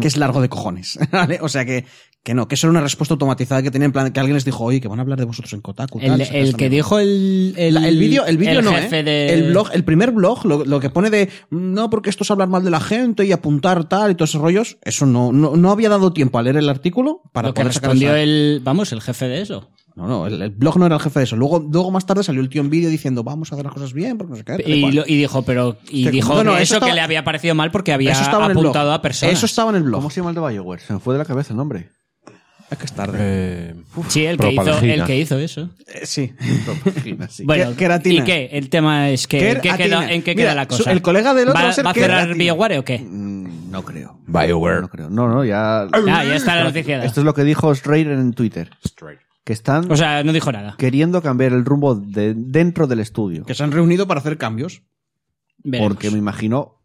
Que es largo de cojones. ¿vale? O sea que, que no, que eso era una respuesta automatizada que tenían en plan que alguien les dijo, oye, que van a hablar de vosotros en Kotaku. tal,
El,
saca
el
esta
que
mierda".
dijo el el,
La- el vídeo, el vídeo
el
no,
jefe
¿eh?
de-
El blog, el primer blog, lo, lo que pone de no, porque esto es hablar mal de la gente y apuntar tal y todos esos rollos, eso no, no, no había dado tiempo a leer el artículo para
lo que
poder sacar
respondió
esa-
el vamos el jefe de eso
No, no, el, el blog no era el jefe de eso. Luego, luego más tarde salió el tío en vídeo diciendo, vamos a hacer las cosas bien, porque no sé qué. tal
Y,
cual".
lo- y dijo, pero. Y
Que-
dijo
bueno,
que
eso
eso,
estaba-
que le había parecido mal porque había
eso estaba en el blog.
apuntado a personas.
Eso estaba en el blog.
¿Cómo se llama el de Bioware? Se me fue de la cabeza el nombre.
Es que es tarde.
Eh,
Sí, el que, hizo,
Propalgina.
el que hizo eso.
Eh, sí.
Bueno,
queratina.
¿y qué? El tema es que ¿en qué
Queratina.
queda, en qué
Mira,
queda la
su-
cosa.
el colega del otro
¿Va,
va a ser
va a cerrar
queratina.
BioWare o qué?
Mm, no creo.
Bioware.
No creo. No, no, ya.
Ah, ya está la noticia.
Esto es lo que dijo Schreier en Twitter. Que están
O sea, no dijo nada.
queriendo cambiar el rumbo de- dentro del estudio.
Que se han reunido para hacer cambios.
Veremos.
Porque me imagino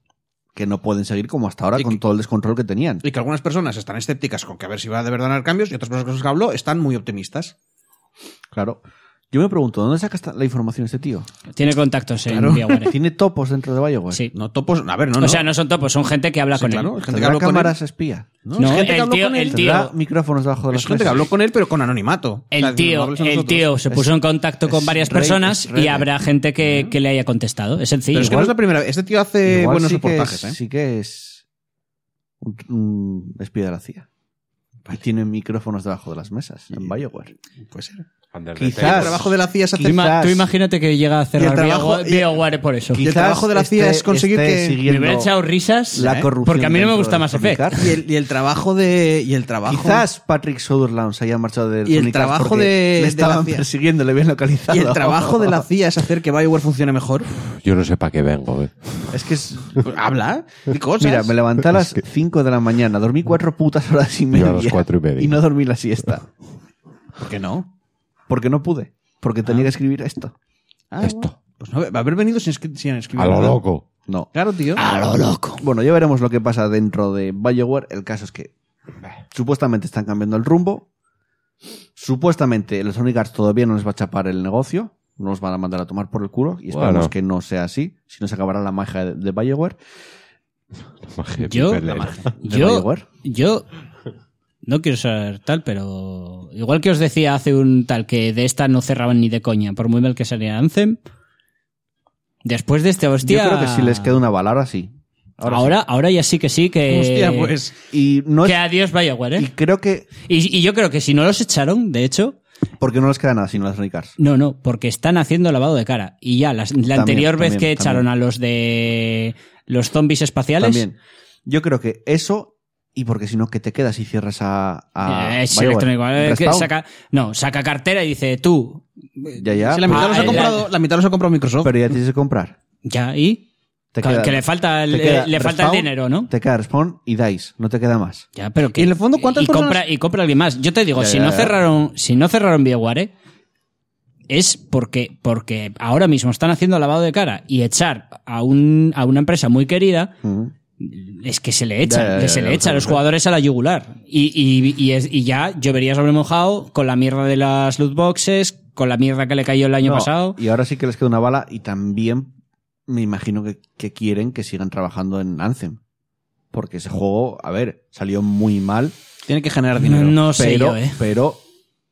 que no pueden seguir como hasta ahora
Y
con
que-
todo el descontrol que tenían.
Y que algunas personas están escépticas con que a ver si va de verdad a haber cambios y otras personas que habló están muy optimistas.
Claro. Yo me pregunto, ¿dónde saca esta- la información este tío?
Tiene contactos en
Claro.
BioWare.
¿Tiene topos dentro de Bioware?
Sí.
No topos, a ver, no, no.
O sea, no son topos, son gente que habla
Sí,
con
claro,
él.
es gente que
¿Tendrá
habló con
cámaras espía?
No,
No,
es gente que
el
habló
tío-
con él.
el tío-
¿Tendrá micrófonos debajo de las
Es gente que
mesas?
habló con él, pero con anonimato. O sea,
El tío,
hablarles a
el
nosotros.
tío se puso en contacto con
es
varias
rey,
personas
es rey.
y habrá gente que, que le haya contestado. Es sencillo.
Pero es que no es la primera vez. Este tío hace
Igual
buenos
sí que es-
reportajes, ¿eh?
Sí que es un, un espía de la CIA. Y tiene micrófonos debajo de las mesas en Bioware.
Puede ser.
Quizás.
El trabajo de la CIA es
Tú,
hacer.
ima-
quizás-
tú imagínate que llega a
Y el
cerrar
trabajo-
BioWare,
y-
BioWare por eso.
el trabajo de la CIA es conseguir que-
Me
siguiendo
hubiera echado risas
la
¿eh?
corrupción
porque a mí no me
dentro
gusta
de
Mass
Electronic
Effect.
Arts.
Y el, y el trabajo de. Y el trabajo.
Quizás Patrick Sutherland se haya marchado de
Y el
Electronic Arts
trabajo
porque
de- de
le
la
estaban
CIA.
persiguiendo, le habían localizado.
Y el trabajo de la CIA es hacer que Bioware funcione mejor.
Yo no sé para qué vengo. eh.
Es que es-
Pues habla y cosas.
Mira, me levanté a las 5 de la mañana, dormí cuatro putas horas y media.
Yo a las cuatro y media.
no dormí la siesta.
¿Por qué no?
Porque no pude. Porque tenía que escribir esto.
Ah,
Esto.
bueno. Pues no, va a haber venido sin, escri- sin escribir.
A lo
nada.
loco.
No.
Claro, tío.
loco. Bueno, ya veremos lo que pasa dentro de Bioware. El caso es que supuestamente están cambiando el rumbo. Supuestamente los Sonic Arts todavía no les va a chapar el negocio. No los van a mandar a tomar por el culo. Y esperamos
Bueno.
que no sea así. Si no se acabará la magia de, de Bioware.
Yo-
Pelea.
¿De
Yo,
Bioware?
yo no quiero ser tal, pero igual que os decía hace un tal que de esta no cerraban ni de coña, por muy mal que saliera Anthem. Después de este hostia,
Yo creo que si les queda una bala, ahora sí.
ahora,
sí.
ahora, ya sí que sí que
Hostia, pues.
Y, no es-
que adiós Bioware. ¿eh?
y creo que.
Y, y yo creo que si no los echaron, de hecho,
Porque no les queda nada sino los Sonic Arts.
no, no, porque están haciendo lavado de cara. Y ya las- la, anterior vez
también,
que echaron
también.
a los de los zombies espaciales,
También. Yo creo que eso. Y porque si no, que te quedas y cierras a. a
Eh, es
Bioware?
electrónico. eh, que
Respawn.
saca, no, saca cartera y dice, tú,
Ya, ya.
si la mitad,
Ah,
los ha
el-
comprado, la mitad los ha comprado Microsoft.
Pero ya tienes que comprar.
ya, y.
Te
Que-
queda-
que le falta, el-
te queda
eh, le falta el
Respawn,
dinero, ¿no?
Te queda Respawn y Dice. No te queda más.
Ya, pero que.
Y en el fondo, ¿cuántas
y
personas-
Compra, y compra alguien más. Yo te digo,
Ya,
si,
ya,
no
ya.
Cerraron, si no cerraron BioWare, es porque, porque ahora mismo están haciendo lavado de cara y echar a, un, a una empresa muy querida. Es que se le echa,
Ya, ya,
que
ya,
se
ya,
le
lo
echa a
sé,
los
lo sé.
jugadores a la yugular. Y, y, y, es- y ya llovería sobre mojado con la mierda de las loot boxes, con la mierda que le cayó el año
No,
pasado.
Y ahora sí que les queda una bala y también me imagino que, que quieren que sigan trabajando en Anthem. Porque ese juego, a ver, salió muy mal.
Tiene que generar
No,
dinero.
sé
pero,
yo, ¿eh?
pero,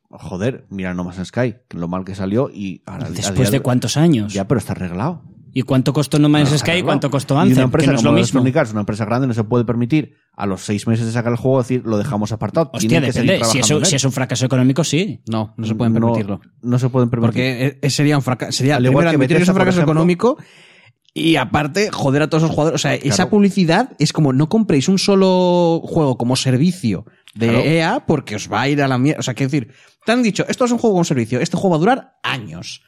joder, mira No Man's Sky, lo mal que salió y ahora a día
Después de
hoy-
cuántos años.
Ya, pero está arreglado.
¿Y cuánto costó No Man's Sky y
Arreglado.
cuánto costó
Y una
Anthem? Que
empresa
no es lo
como
mismo.
Electronic Arts, una empresa grande, no se puede permitir a los seis meses de sacar el juego decir lo dejamos apartado.
Hostia,
Tienen que seguir
depende. Si,
trabajando en
eso,
él.
si es un fracaso económico, sí.
No, no se pueden permitirlo.
No, no se pueden permitir.
Porque eh, eh, sería un fracaso. Sería
Al
el
igual
primero
que
admitir que es
Bethesda,
un
por
fracaso
ejemplo.
económico. Y aparte, joder a todos los jugadores. O sea, esa
Claro.
publicidad es como no compréis un solo juego como servicio de
Claro.
EA porque os va a ir a la mierda. O sea, quiero decir, te han dicho, esto es un juego como servicio, este juego va a durar años.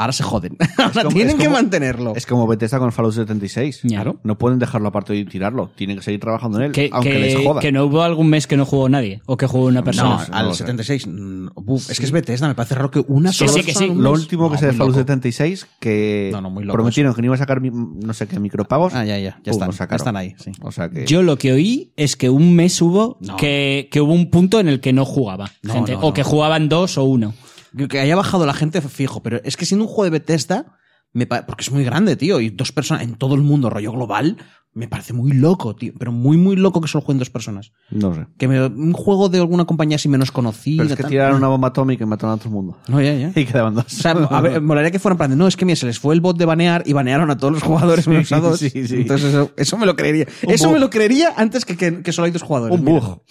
Ahora se joden. Ahora
como-
tienen
es
que
como-
mantenerlo.
Es como Bethesda con Fallout 76.
Ya.
Claro.
No pueden dejarlo aparte y tirarlo. Tienen que seguir trabajando en él,
Que,
aunque
que-
les joda.
que no hubo algún mes que no jugó nadie o que jugó una
No,
persona.
al
no,
76. mm, buf, Es que es Bethesda, me parece raro que una
Sí,
sola
sí, que
persona
sí.
en un
Lo
mes-
último que
No,
se de
muy
Fallout
loco.
76, que
No, no, muy loco
prometieron que no iba a sacar mi- no sé qué micropagos.
Ah, ya, ya. Ya
Pum,
están,
Uh, lo
ya
sacaron.
están ahí. sí.
O sea que.
Yo lo que oí es que un mes hubo
No.
que, que hubo un punto en el que no jugaba
No,
gente,
no,
o
no.
que jugaban dos o uno.
Que- Que haya bajado la gente fijo, pero es que siendo un juego de Bethesda, me pa- porque es muy grande, tío, y dos personas en todo el mundo, rollo global, me parece muy loco, tío, pero muy, muy loco que solo jueguen dos personas.
No sé.
Que me- un juego de alguna compañía así menos conocida.
Pero es que
tal.
tiraron una bomba atómica y mataron a todo el mundo.
No, ya, ya.
Y quedaban dos.
O sea, a ver, molaría que fueran en plan de, no, es que mira, se les fue el bot de banear y banearon a todos los jugadores menos a dos.
sí, sí.
Entonces eso, eso me lo creería.
Un
eso
bug.
me lo creería antes que, que, que solo hay dos jugadores.
un
mira.
bug.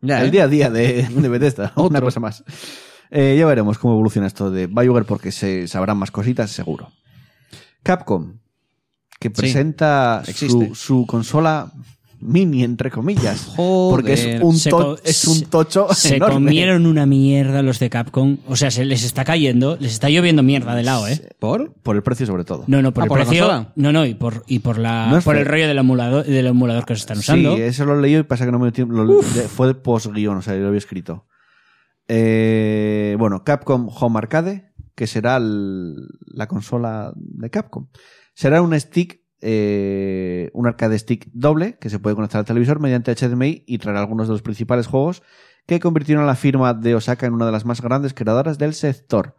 Ya,
El
¿eh?
día a día de, de Bethesda. Una cosa más. Eh, ya veremos cómo evoluciona esto de BioWare porque se sabrán más cositas, seguro. Capcom, que presenta
existe.
su, su consola mini, entre comillas.
Joder.
porque es un,
Se
to-
co-
es un tocho
Se
enorme.
comieron una mierda los de Capcom. O sea, se les está cayendo, les está lloviendo mierda de lado, ¿eh?
¿Por?
Por el precio, sobre todo.
No, no, por
Ah,
el
¿por la
precio.
consola?
No, no, y por, y por la
No es
por el
fe-
rollo del emulador, del emulador que se están usando.
Sí, eso lo leí y pasa que no me dio tiempo. lo- de- fue de post-guión, o sea, yo lo había escrito. Eh, bueno, Capcom Home Arcade, que será el- la consola de Capcom. Será un stick, eh, un arcade stick doble, que se puede conectar al televisor mediante HDMI y traerá algunos de los principales juegos que convirtieron a la firma de Osaka en una de las más grandes creadoras del sector.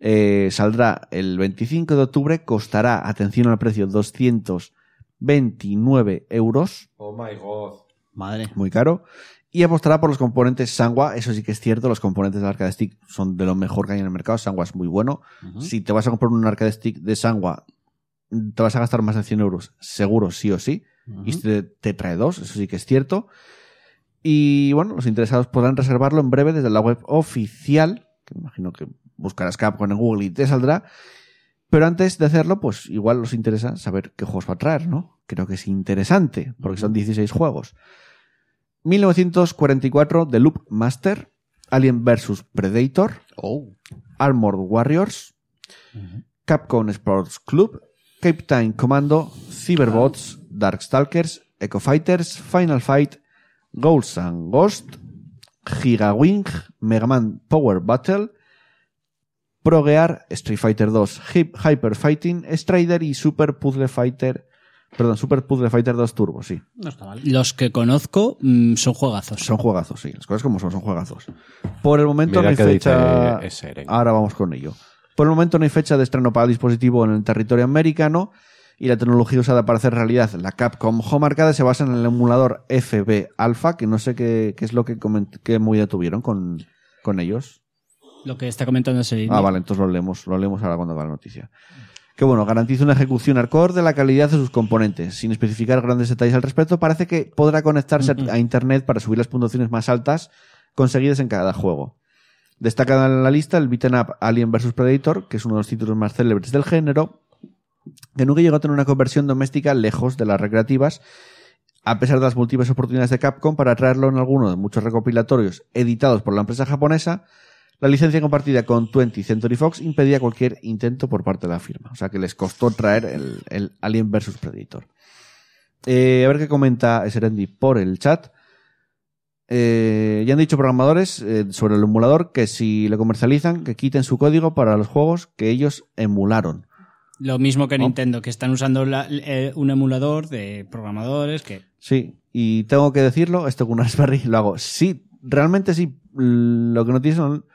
Eh, saldrá el 25 de octubre, costará, atención al precio, 229 euros
Oh my god.
Madre.
muy caro. Y apostará por los componentes Sangwa. Eso sí que es cierto, los componentes del arcade stick son de lo mejor que hay en el mercado. Sangwa es muy bueno. Si te vas a comprar un arcade stick de Sangwa, te vas a gastar más de 100 euros, seguro, sí o sí. Y este te trae dos, eso sí que es cierto. Y bueno, los interesados podrán reservarlo en breve desde la web oficial, que me imagino que buscarás Capcom en Google y te saldrá. Pero antes de hacerlo, pues igual os interesa saber qué juegos va a traer, ¿no? Creo que es interesante, porque son 16 juegos. 1944 The Loop Master, Alien vs Predator, Armored Warriors, Capcom Sports Club, Cape Time Commando, Cyberbots, Darkstalkers, Echo Fighters, Final Fight, Ghouls and Ghost, Gigawing, Mega Man Power Battle, Progear, Street Fighter 2, Hy- Hyper Fighting, Strider y Super Puzzle Fighter, perdón, Super Puzzle Fighter 2 Turbo, sí.
No está mal.
Ah, Los que conozco mm, son juegazos.
Son juegazos, sí. Las cosas como son, son juegazos. Por el momento
Mira
no hay
que dice
fecha.
Seren.
Ahora vamos con ello. Por el momento no hay fecha de estreno para el dispositivo en el territorio americano y la tecnología usada para hacer realidad la Capcom Home Arcade se basa en el emulador FB Alpha, que no sé qué, qué es lo que, coment- qué movida tuvieron con, con ellos.
Lo que está comentando es el-
Ah, vale, entonces lo leemos, lo leemos ahora cuando va la noticia. Que bueno, garantiza una ejecución hardcore de la calidad de sus componentes. Sin especificar grandes detalles al respecto, parece que podrá conectarse a- a internet para subir las puntuaciones más altas conseguidas en cada juego. Destaca en la lista el beaten up Alien vs Predator, que es uno de los títulos más célebres del género, que nunca llegó a tener una conversión doméstica lejos de las recreativas, a pesar de las múltiples oportunidades de Capcom para traerlo en alguno de muchos recopilatorios editados por la empresa japonesa, la licencia compartida con 20 Century Fox impedía cualquier intento por parte de la firma. O sea que les costó traer el, el Alien vs Predator. Eh, a ver qué comenta Serendi por el chat. Eh, ya han dicho programadores eh, sobre el emulador que si lo comercializan, que quiten su código para los juegos que ellos emularon.
Lo mismo que
¿No?
Nintendo, que están usando la- eh, un emulador de programadores que...
Sí, y tengo que decirlo, esto con un Raspberry lo hago. Sí, realmente sí. Lo que no tiene son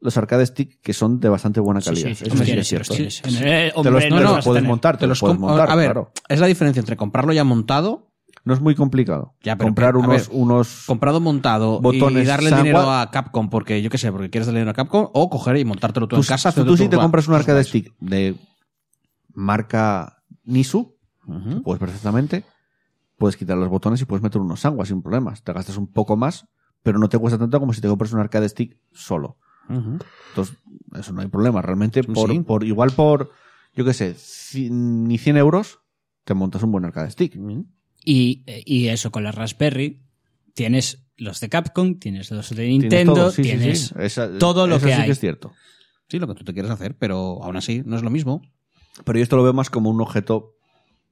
los arcade stick que son de bastante buena calidad.
Sí, sí,
Eso
hombre,
sí que
tienes,
es cierto.
los tienes. Eh,
Te
hombre,
los,
no
te
los
los
vas a
puedes
tener.
montar, te
Te
los
los
puedes
com-
montar,
a ver,
claro.
es la diferencia entre comprarlo ya montado,
No es muy complicado.
Ya, pero
Comprar
que- a
unos,
ver,
unos
comprado montado
Botones
y darle
Sanwa.
dinero a Capcom porque yo qué sé, porque quieres darle dinero a Capcom o coger y montártelo tú,
tú,
en
tú,
casa. hacerte
tú
tu
si te
ruba-
compras un
tus
arcade
rubas.
stick de marca Nisu,
Ujú.
puedes perfectamente, puedes quitar los botones y puedes meter unos sanguas sin problemas. Te gastas un poco más, pero no te cuesta tanto como si te compras un arcade stick solo.
Ujú.
Entonces, eso no hay problema. Realmente, por,
Sí.
por igual por, yo qué sé, ci- ni 100 euros, te montas un buen arcade stick.
Mm.
Y, y eso, con la Raspberry tienes los de Capcom, tienes los de
Tienes
Nintendo,
todo,
tienes...
sí, sí, sí. Esa-
todo lo
eso
que
sí
hay.
que es cierto.
Sí, lo que tú te quieres hacer, pero aún así no es lo mismo.
Pero yo esto lo veo más como un objeto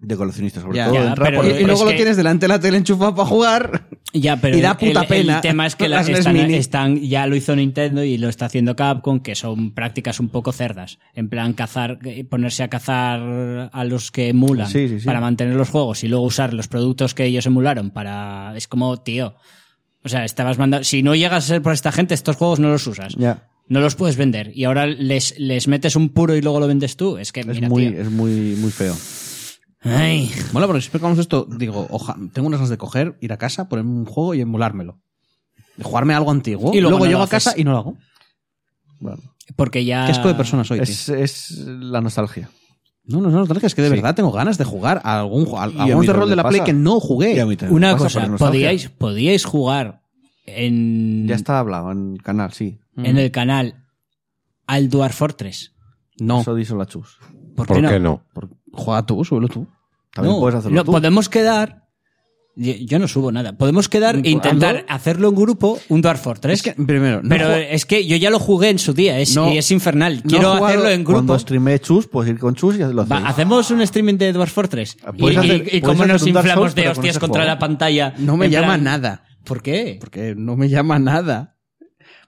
de coleccionista, sobre
Ya,
todo.
ya,
de entrar
Y,
pero-
por
y
el-
es
luego lo
que-
tienes delante de la tele enchufado para jugar.
Ya, pero
Y da
el-
puta
el,
pena
el tema es que la-
las NES
están,
Mini.
están- ya lo hizo Nintendo y lo está haciendo Capcom, que son prácticas un poco cerdas. En plan, cazar, eh, ponerse a cazar a los que emulan
Sí, sí, sí.
para mantener los juegos y luego usar los productos que ellos emularon para. Es como, tío. O sea, estabas mandando. Si no llegas a ser por esta gente, estos juegos no los usas.
Ya.
No los puedes vender. Y ahora les, les metes un puro y luego lo vendes tú. Es que,
Es
Eh, mira,
muy,
tío.
es muy, muy feo.
Ay.
Mola, porque siempre que vamos esto, digo, oja, tengo unas ganas de coger, ir a casa, ponerme un juego y emulármelo. De jugarme algo antiguo.
Y
Y
luego
luego,
no lo
llego a
haces. Ah,
casa y no lo hago.
Bueno,
Porque ya.
Qué asco de persona soy, tío.
es, es la nostalgia.
No, no, no, no, es que de
Sí.
verdad tengo ganas de jugar a algún ju- a, a
mí
juegos de
también
rol
me
de la
pasa.
Play que no jugué.
Y a mí también
Una
me pasa por
cosa,
nostalgia.
podíais, podíais jugar en.
Ya está hablado en el canal, sí.
Mm.
en el canal al Dwarf Fortress.
No.
Eso dice la chus.
¿Por,
¿Por
qué no?
qué no?
Juega tú, súbelo tú.
También
No,
puedes hacerlo
no,
tú.
podemos quedar. Yo, yo no subo nada. Podemos quedar e intentar hacerlo en grupo, un Dwarf Fortress.
Es que, primero, no
Pero
ju-
eh, es que yo ya lo jugué en su día es,
No.
y es infernal.
No
Quiero
he jugado
hacerlo en grupo.
Cuando streamee chus, puedes ir con chus y hacerlo
Va, hacemos un streaming de Dwarf Fortress.
Ah,
Y,
Puedes
y-
hacer-
y
puedes
cómo
hacer
nos
un Dark
inflamos
Souls,
de
pero con
hostias
ese
contra
juego.
la pantalla.
no me
en
llama
plan-
nada.
¿Por qué?
Porque no me llama nada.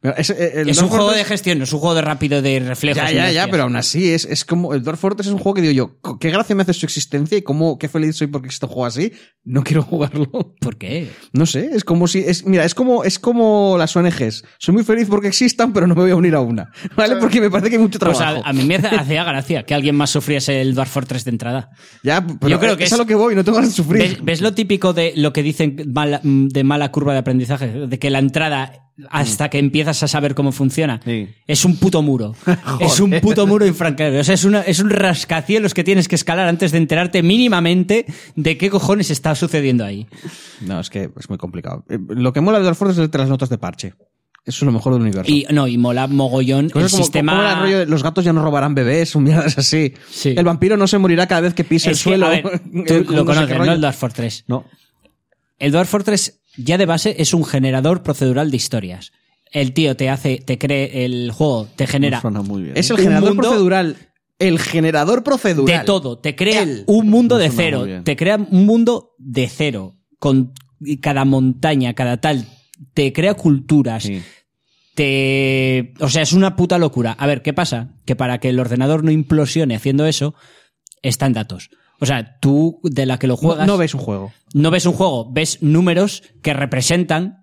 Mira, Es, eh, el
es
Dwarf
un juego de
Fortress-
gestión, no es un juego de rápido de reflejos.
Ya,
y
ya, ya,
hostias.
pero aún así es, es como. El Dwarf Fortress es un juego que digo yo, co- qué gracia me hace su existencia y cómo, qué feliz soy porque este juego así. No quiero jugarlo.
¿Por qué?
No sé, es como si. Es, mira, es como, es como las ONGs. Soy muy feliz porque existan, pero no me voy a unir a una. ¿Vale? Porque me parece que hay mucho
Pues
trabajo.
a, a mí me hace- hacía gracia que alguien más sufriese el Dwarf Fortress de entrada.
ya, pero
yo creo que
es,
es-
a lo que voy, no tengo ganas de sufrir.
¿Ves, ves lo típico de lo que dicen mala- de mala curva de aprendizaje? De que la entrada, hasta que empiezas a saber cómo funciona,
Sí.
es un puto muro. es un puto muro infranqueable. O sea, es, una- es un rascacielos que tienes que escalar antes de enterarte mínimamente de qué cojones está sucediendo ahí.
No, es que es muy complicado. Eh, Lo que mola de Dwarf Fortress es de las notas de parche. Eso es lo mejor del universo.
Y no, y mola mogollón
Cosas
el
como-
sistema.
como el rollo de los gatos ya no robarán bebés, un mierdas así.
Sí.
El vampiro no se morirá cada vez que pise el
Es que,
suelo.
a ver, tú
Eh,
lo
no sé qué
conoces,
rollo.
¿no? El Dwarf Fortress.
No.
El Dwarf Fortress ya de base es un generador procedural de historias. El tío te hace, te cree el juego, te genera
Suena muy bien.
Es el
Un
generador
mundo-
procedural. El generador procedural.
de todo. Te crea
Él.
un mundo de
Eso suena
cero.
muy bien.
Te crea un mundo de cero. Con y cada montaña, cada tal. Te crea culturas.
Sí.
Te. O sea, es una puta locura. A ver, ¿qué pasa? Que para que el ordenador no implosione haciendo eso, están datos. O sea, tú de la que lo
No,
juegas.
no ves un juego.
no ves un juego, ves números que representan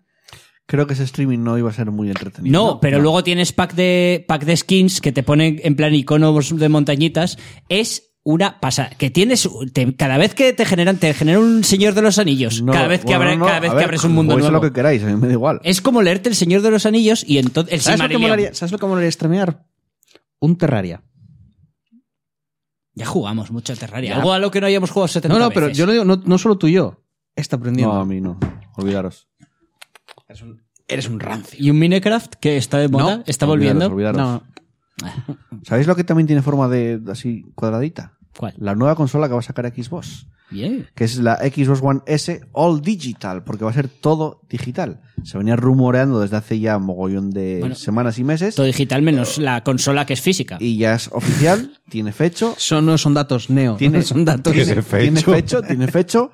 Creo que ese streaming no iba a ser muy entretenido.
No, pero luego tienes pack de, pack de skins que te ponen en plan iconos de montañitas. Es una pasada. Que tienes. te- cada vez que te generan, te genera un señor de los anillos.
No,
cada vez que,
bueno,
abre-
no,
cada
a
vez que
ver,
abres un mundo
podéis hacer
nuevo.
lo que queráis, a mí me da igual.
Es como leerte el señor de los anillos y entonces. El
¿Sabes lo, que
Silmarillion.
molaría, ¿Sabes lo que molaría streamear? Un Terraria.
Ya jugamos mucho al Terraria.
Ya.
Algo a lo que no hayamos jugado 70
No, no, pero
veces.
yo lo digo, no, no solo tú y yo. Está aprendiendo.
No, a mí no. Olvidaros.
Eres un rancio.
¿Y un Minecraft que está de moda?
No,
¿Está
olvidaros,
volviendo?
olvidaros.
No,
¿Sabéis lo que también tiene forma de de así cuadradita?
¿Cuál?
La nueva consola que va a sacar Xbox.
Bien.
que es la Xbox One S All Digital, porque va a ser todo digital. Se venía rumoreando desde hace ya mogollón de
Bueno,
semanas y meses
Todo digital menos la consola que es física.
y ya es oficial, tiene fecho,
son, no son datos, Neo.
Tiene-
son datos.
tiene-
tiene
fecho.
tiene fecho, tiene fecho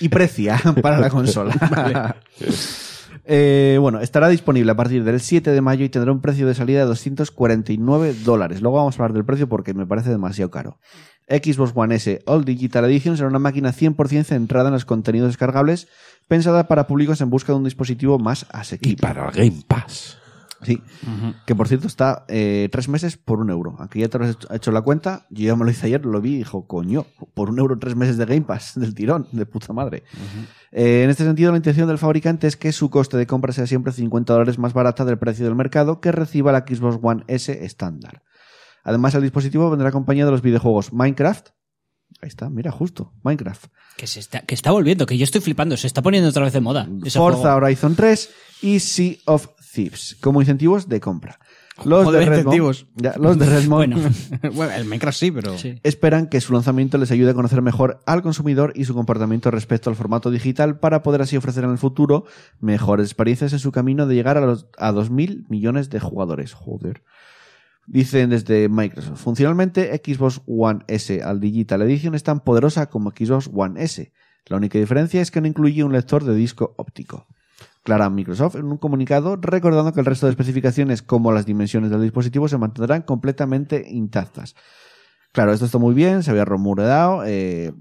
y precia para la consola. Eh, bueno, estará disponible a partir del 7 de mayo y tendrá un precio de salida de 249 dólares. Luego vamos a hablar del precio porque me parece demasiado caro. Xbox One S All Digital Edition será una máquina 100% centrada en los contenidos descargables, pensada para públicos en busca de un dispositivo más asequible.
Y para el Game Pass.
Sí. Que por cierto está eh, tres meses por un euro. Aquí ya te has hecho, hecho la cuenta. Yo ya me lo hice ayer, lo vi y dijo, coño, por un euro tres meses de Game Pass del tirón, de puta madre. Eh, en este sentido, la intención del fabricante es que su coste de compra sea siempre 50 dólares más barata del precio del mercado que reciba la Xbox One S estándar. Además, el dispositivo vendrá acompañado de los videojuegos Minecraft. Ahí está, mira, justo, Minecraft.
Que, se está, que está volviendo, que yo estoy flipando. Se está poniendo otra vez de moda. ese
Forza
juego.
Horizon 3 y Sea of Thieves como incentivos de compra. Los
Joder,
de, Redmond,
incentivos.
ya, los de Redmond
Bueno.
bueno, el Minecraft sí, pero.
Sí.
esperan que su lanzamiento les ayude a conocer mejor al consumidor y su comportamiento respecto al formato digital para poder así ofrecer en el futuro mejores experiencias en su camino de llegar a los a 2.000 millones de jugadores. Joder. Dicen desde Microsoft, funcionalmente Xbox One S al Digital Edition es tan poderosa como Xbox One S. La única diferencia es que no incluye un lector de disco óptico. Clara Microsoft en un comunicado recordando que el resto de especificaciones como las dimensiones del dispositivo se mantendrán completamente intactas. Claro, esto está muy bien, se había rumoreado eh,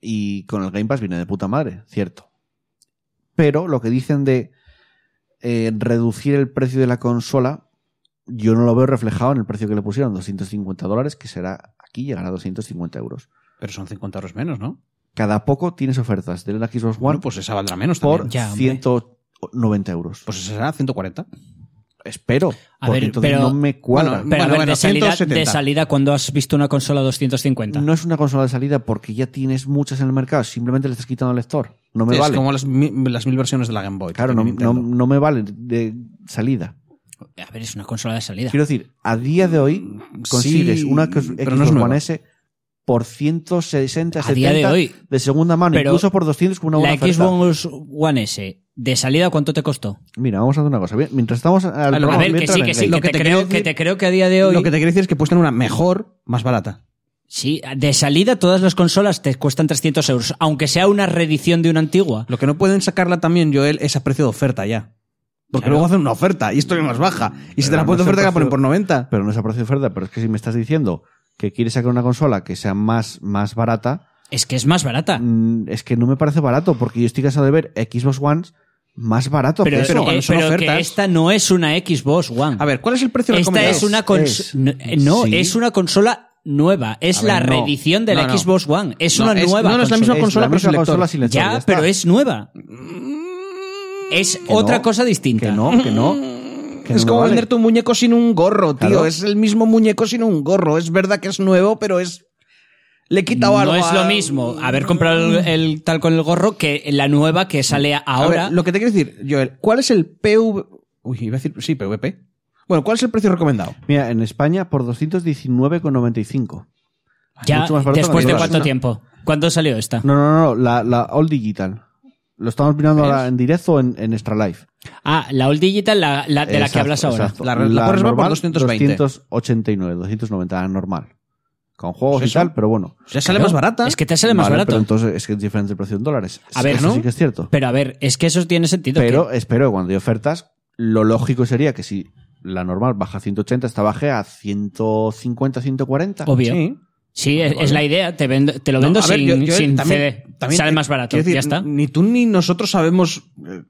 y con el Game Pass viene de puta madre, cierto. Pero lo que dicen de eh, reducir el precio de la consola, yo no lo veo reflejado en el precio que le pusieron, 250 dólares, que será aquí, llegará a 250 euros.
Pero son 50 euros menos, ¿no?
Cada poco tienes ofertas del Xbox One
pues,
Bueno, pues esa valdrá menos
por
también.
Ya, hombre.
190 euros.
Pues esa será 140. Espero.
Pues, A
Porque
ver,
entonces
pero-
no me cuadra.
bueno,
Pero a ver, de, salida,
170.
de salida, cuando has visto una consola 250?
no es una consola de salida porque ya tienes muchas en el mercado. Simplemente le estás quitando el lector. No me
es
vale.
como las, mi- las mil versiones de la Game Boy. que
Claro, no,
tiene Nintendo.
no- no me vale de salida.
A ver, es una consola de salida.
Quiero decir, a día de hoy consigues
Sí,
una Xbox
pero no es nueva.
One S por 160,
A día
70
de hoy.
de segunda mano,
Pero
incluso por 200 con una buena
la
oferta.
Xbox One S, ¿de salida cuánto te costó?
Mira, vamos a hacer una cosa. bien, Mientras estamos al
lo-
programa,
a ver, que
mientras
sí,
en
que
el
sí,
Lo
que
que
te,
te
creo,
quiero
que
decir-
te creo que a día de hoy...
Lo que te quiero decir es que puedes tener una mejor, más barata.
Sí, de salida todas las consolas te cuestan 300 euros, aunque sea una reedición de una antigua.
Lo que no pueden sacarla también, Joel, es a precio de oferta ya. Porque
Claro.
luego hacen una oferta y esto es más baja. Y si te la
no
ponen de
es el
oferta, que la ponen
precio-
por 90.
Pero no es a precio de oferta, pero es que si me estás diciendo que quieres sacar una consola que sea más, más barata,
Es que es más barata.
mm, es que no me parece barato, porque yo estoy cansado de ver Xbox One más barato
Pero,
que eso.
eh,
cuando son
pero que
ofertas-
esta no es una Xbox One.
A ver, ¿cuál es el precio
esta
recomendado?
es una
Es,
consola... No,
sí.
es una consola nueva. Es
A ver,
la
no.
reedición de la
No, no.
Xbox One. Es
No,
una
es-
nueva.
no, no es la
consola.
misma consola, pero sin lector.
sin lector,
Ya,
está. Mm,
pero es nueva. Es
Que no,
otra cosa distinta.
Que no, que no.
Mm.
que no
es
me
como
vale.
venderte un muñeco sin un gorro, tío.
Claro.
Es el mismo muñeco sin un gorro. Es verdad que es nuevo, pero es. Le he quitado algo.
No es
a-
lo mismo haber comprado el, el tal con el gorro que la nueva que sale
A
ahora.
ver, lo que te quiero decir, Joel, ¿cuál es el PV. Uy, iba a decir. Sí, PVP. Bueno, ¿cuál es el precio recomendado?
Mira, en España por 219,95.
ya,
mucho más barato
después
que
de
la
cuánto
Xbox.
tiempo. ¿Cuándo salió esta?
No, no, no, la, la All Digital. Lo estamos mirando ahora en directo o en, en Extra Live.
Ah, la All Digital, la, la de la que
Exacto,
hablas ahora.
exacto.
La- la puedes ver por 220.
289, 290, la normal. Con juegos
Pues
y
eso.
tal, pero bueno.
Ya sale
Claro,
más barata.
Es que te sale más
Vale,
barato.
Pero
Pero,
entonces es que es diferente el precio en dólares.
A
Es-
ver,
eso
¿no?
sí que es cierto.
a ver, es que eso tiene sentido.
Pero
que-
espero que cuando hay ofertas, lo lógico sería que si la normal baja a 180, esta baje a 150, 140.
obvio. Sí,
Sí.
es, es la idea. Te, vendo- te lo
No,
vendo
a ver,
sin,
yo- yo
sin
también-
CD.
también
sale
te-
más barato.
quiero decir,
ya está.
Ni tú ni nosotros sabemos. eh,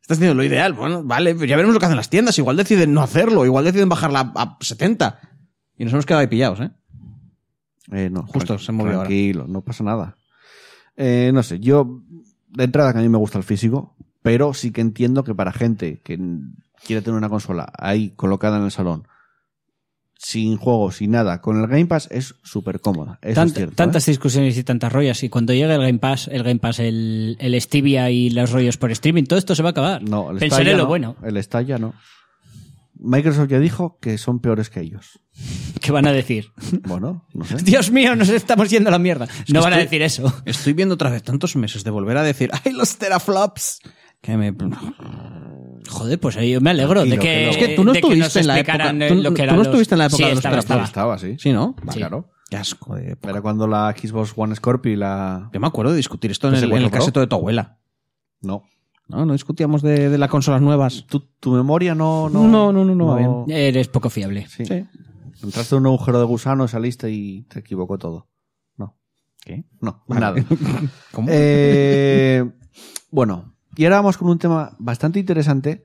Estás diciendo lo ideal. Bueno, vale, pero ya veremos lo que hacen las tiendas. Igual deciden no hacerlo. Igual deciden bajarla a 70. Y nos hemos quedado ahí pillados, ¿eh?
Eh, no,
Justo,
tranqui-
se movió ahora.
Tranquilo, no pasa nada. Eh, no sé, yo de entrada que a mí me gusta el físico, pero sí que entiendo que para gente que n- quiere tener una consola ahí colocada en el salón, sin juegos, sin nada, con el Game Pass es súper cómoda. Eso
Tant-
es cierto. ¿eh?
tantas discusiones y tantas rollas. Y cuando llegue el Game Pass, el Game Pass, el, el Stevia y los rollos por streaming, todo esto se va a acabar.
No, el
Pensaré
Stadia
lo
no,
bueno.
El Stadia no. Microsoft ya dijo que son peores que ellos.
¿Qué van a decir?
Bueno, no sé.
Dios mío, nos estamos yendo a la mierda. No van a
estoy-
decir eso.
Estoy viendo otra vez tantos meses de volver a decir, ¡ay, los teraflops! Que me.
Joder, pues ahí yo me alegro de
Tranquilo,
que,
que no.
Es que tú no
de
estuviste
nos
en la
explicaran,
época-
eh,
tú no-
lo que
tú
eran
no
los-
estuviste en la época
Sí,
de los
estaba,
teraflops.
estaba.
Estaba, sí.
Sí, ¿no?
Va,
Vale.
Claro.
Qué asco de época.
Era cuando la Xbox One Scorpio y la...
Yo me acuerdo de discutir esto en
Pues
el,
PS4
en el
Pro.
caseto de tu abuela.
No.
¿No? No discutíamos de, de las consolas nuevas.
¿Tu, tu memoria no... No,
No, no, no, no va bien.
Eres poco fiable.
Sí.
Sí.
Entraste en un agujero de gusano, saliste y te equivocó todo. No.
¿Qué?
No,
Vale.
nada.
¿Cómo?
Eh, bueno, y ahora vamos con un tema bastante interesante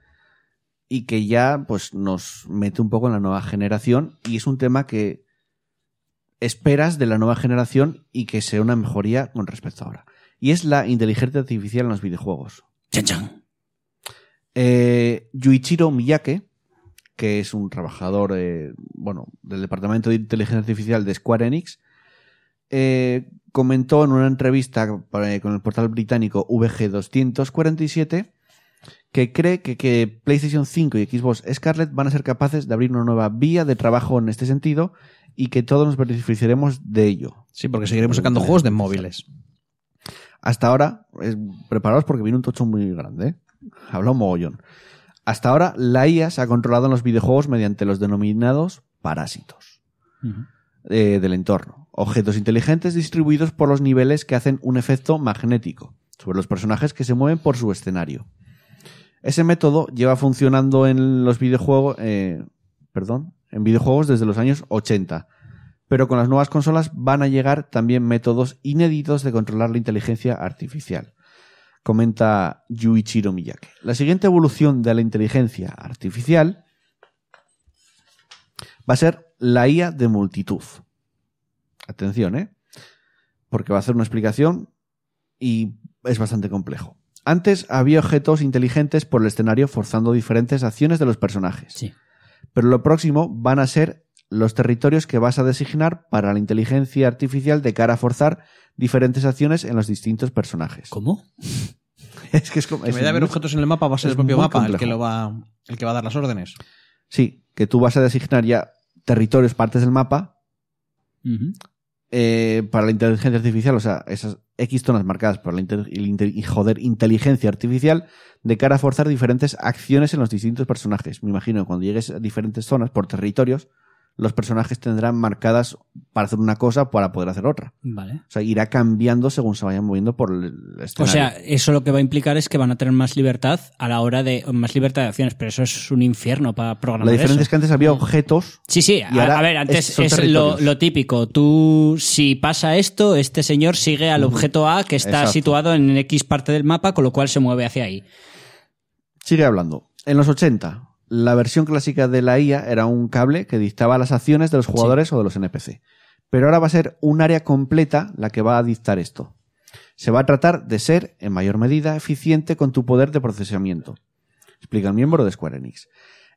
y que ya pues nos mete un poco en la nueva generación y es un tema que esperas de la nueva generación y que sea una mejoría con respecto a ahora. Y es la inteligencia artificial en los videojuegos.
Chan, chan.
Eh, Yuichiro Miyake, que es un trabajador eh, bueno, del Departamento de Inteligencia Artificial de Square Enix, eh, comentó en una entrevista para- eh, con el portal británico VG247 que cree que, que PlayStation 5 y Xbox Scarlett van a ser capaces de abrir una nueva vía de trabajo en este sentido y que todos nos beneficiaremos de ello.
Sí, porque seguiremos sacando juegos de móviles.
Hasta ahora, eh, preparaos porque viene un tocho muy grande. ¿eh? Habla un mogollón. Hasta ahora, la IA se ha controlado en los videojuegos mediante los denominados parásitos eh, del entorno. Objetos inteligentes distribuidos por los niveles que hacen un efecto magnético sobre los personajes que se mueven por su escenario. Ese método lleva funcionando en los videojuegos, eh, perdón, en videojuegos desde los años 80. Pero con las nuevas consolas van a llegar también métodos inéditos de controlar la inteligencia artificial. Comenta Yuichiro Miyake. La siguiente evolución de la inteligencia artificial va a ser la IA de multitud. Atención, ¿eh? Porque va a hacer una explicación y es bastante complejo. Antes había objetos inteligentes por el escenario forzando diferentes acciones de los personajes.
Sí.
Pero lo próximo van a ser los territorios que vas a designar para la inteligencia artificial de cara a forzar diferentes acciones en los distintos personajes.
¿Cómo?
Es que es como-
En
es
vez de haber
muy-
objetos en el mapa, va a ser
es
el propio
muy
mapa el
complejo.
que, lo va, el que va a dar las órdenes.
Sí, que tú vas a designar ya territorios, partes del mapa
Ujú.
eh, para la inteligencia artificial, o sea, esas X zonas marcadas por la inter- el inter- y, joder, inteligencia artificial de cara a forzar diferentes acciones en los distintos personajes. Me imagino que cuando llegues a diferentes zonas por territorios, los personajes tendrán marcadas para hacer una cosa para poder hacer otra.
Vale.
O sea, irá cambiando según se vayan moviendo por el
O
escenario.
sea, eso lo que va a implicar es que van a tener más libertad a la hora de. más libertad de acciones, pero eso es un infierno para programar.
la diferencia
eso.
es que antes había objetos
Sí, sí.
Y ahora
A, a ver,
es-
antes
son
es lo,
territorios.
lo típico. Tú, si pasa esto, este señor sigue al objeto A que está
Exacto.
situado en X parte del mapa, con lo cual se mueve hacia ahí.
Sigue hablando. En los 80, la versión clásica de la IA era un cable que dictaba las acciones de los jugadores o de los NPC. Pero ahora va a ser un área completa la que va a dictar esto. Se va a tratar de ser, en mayor medida, eficiente con tu poder de procesamiento, explica el miembro de Square Enix.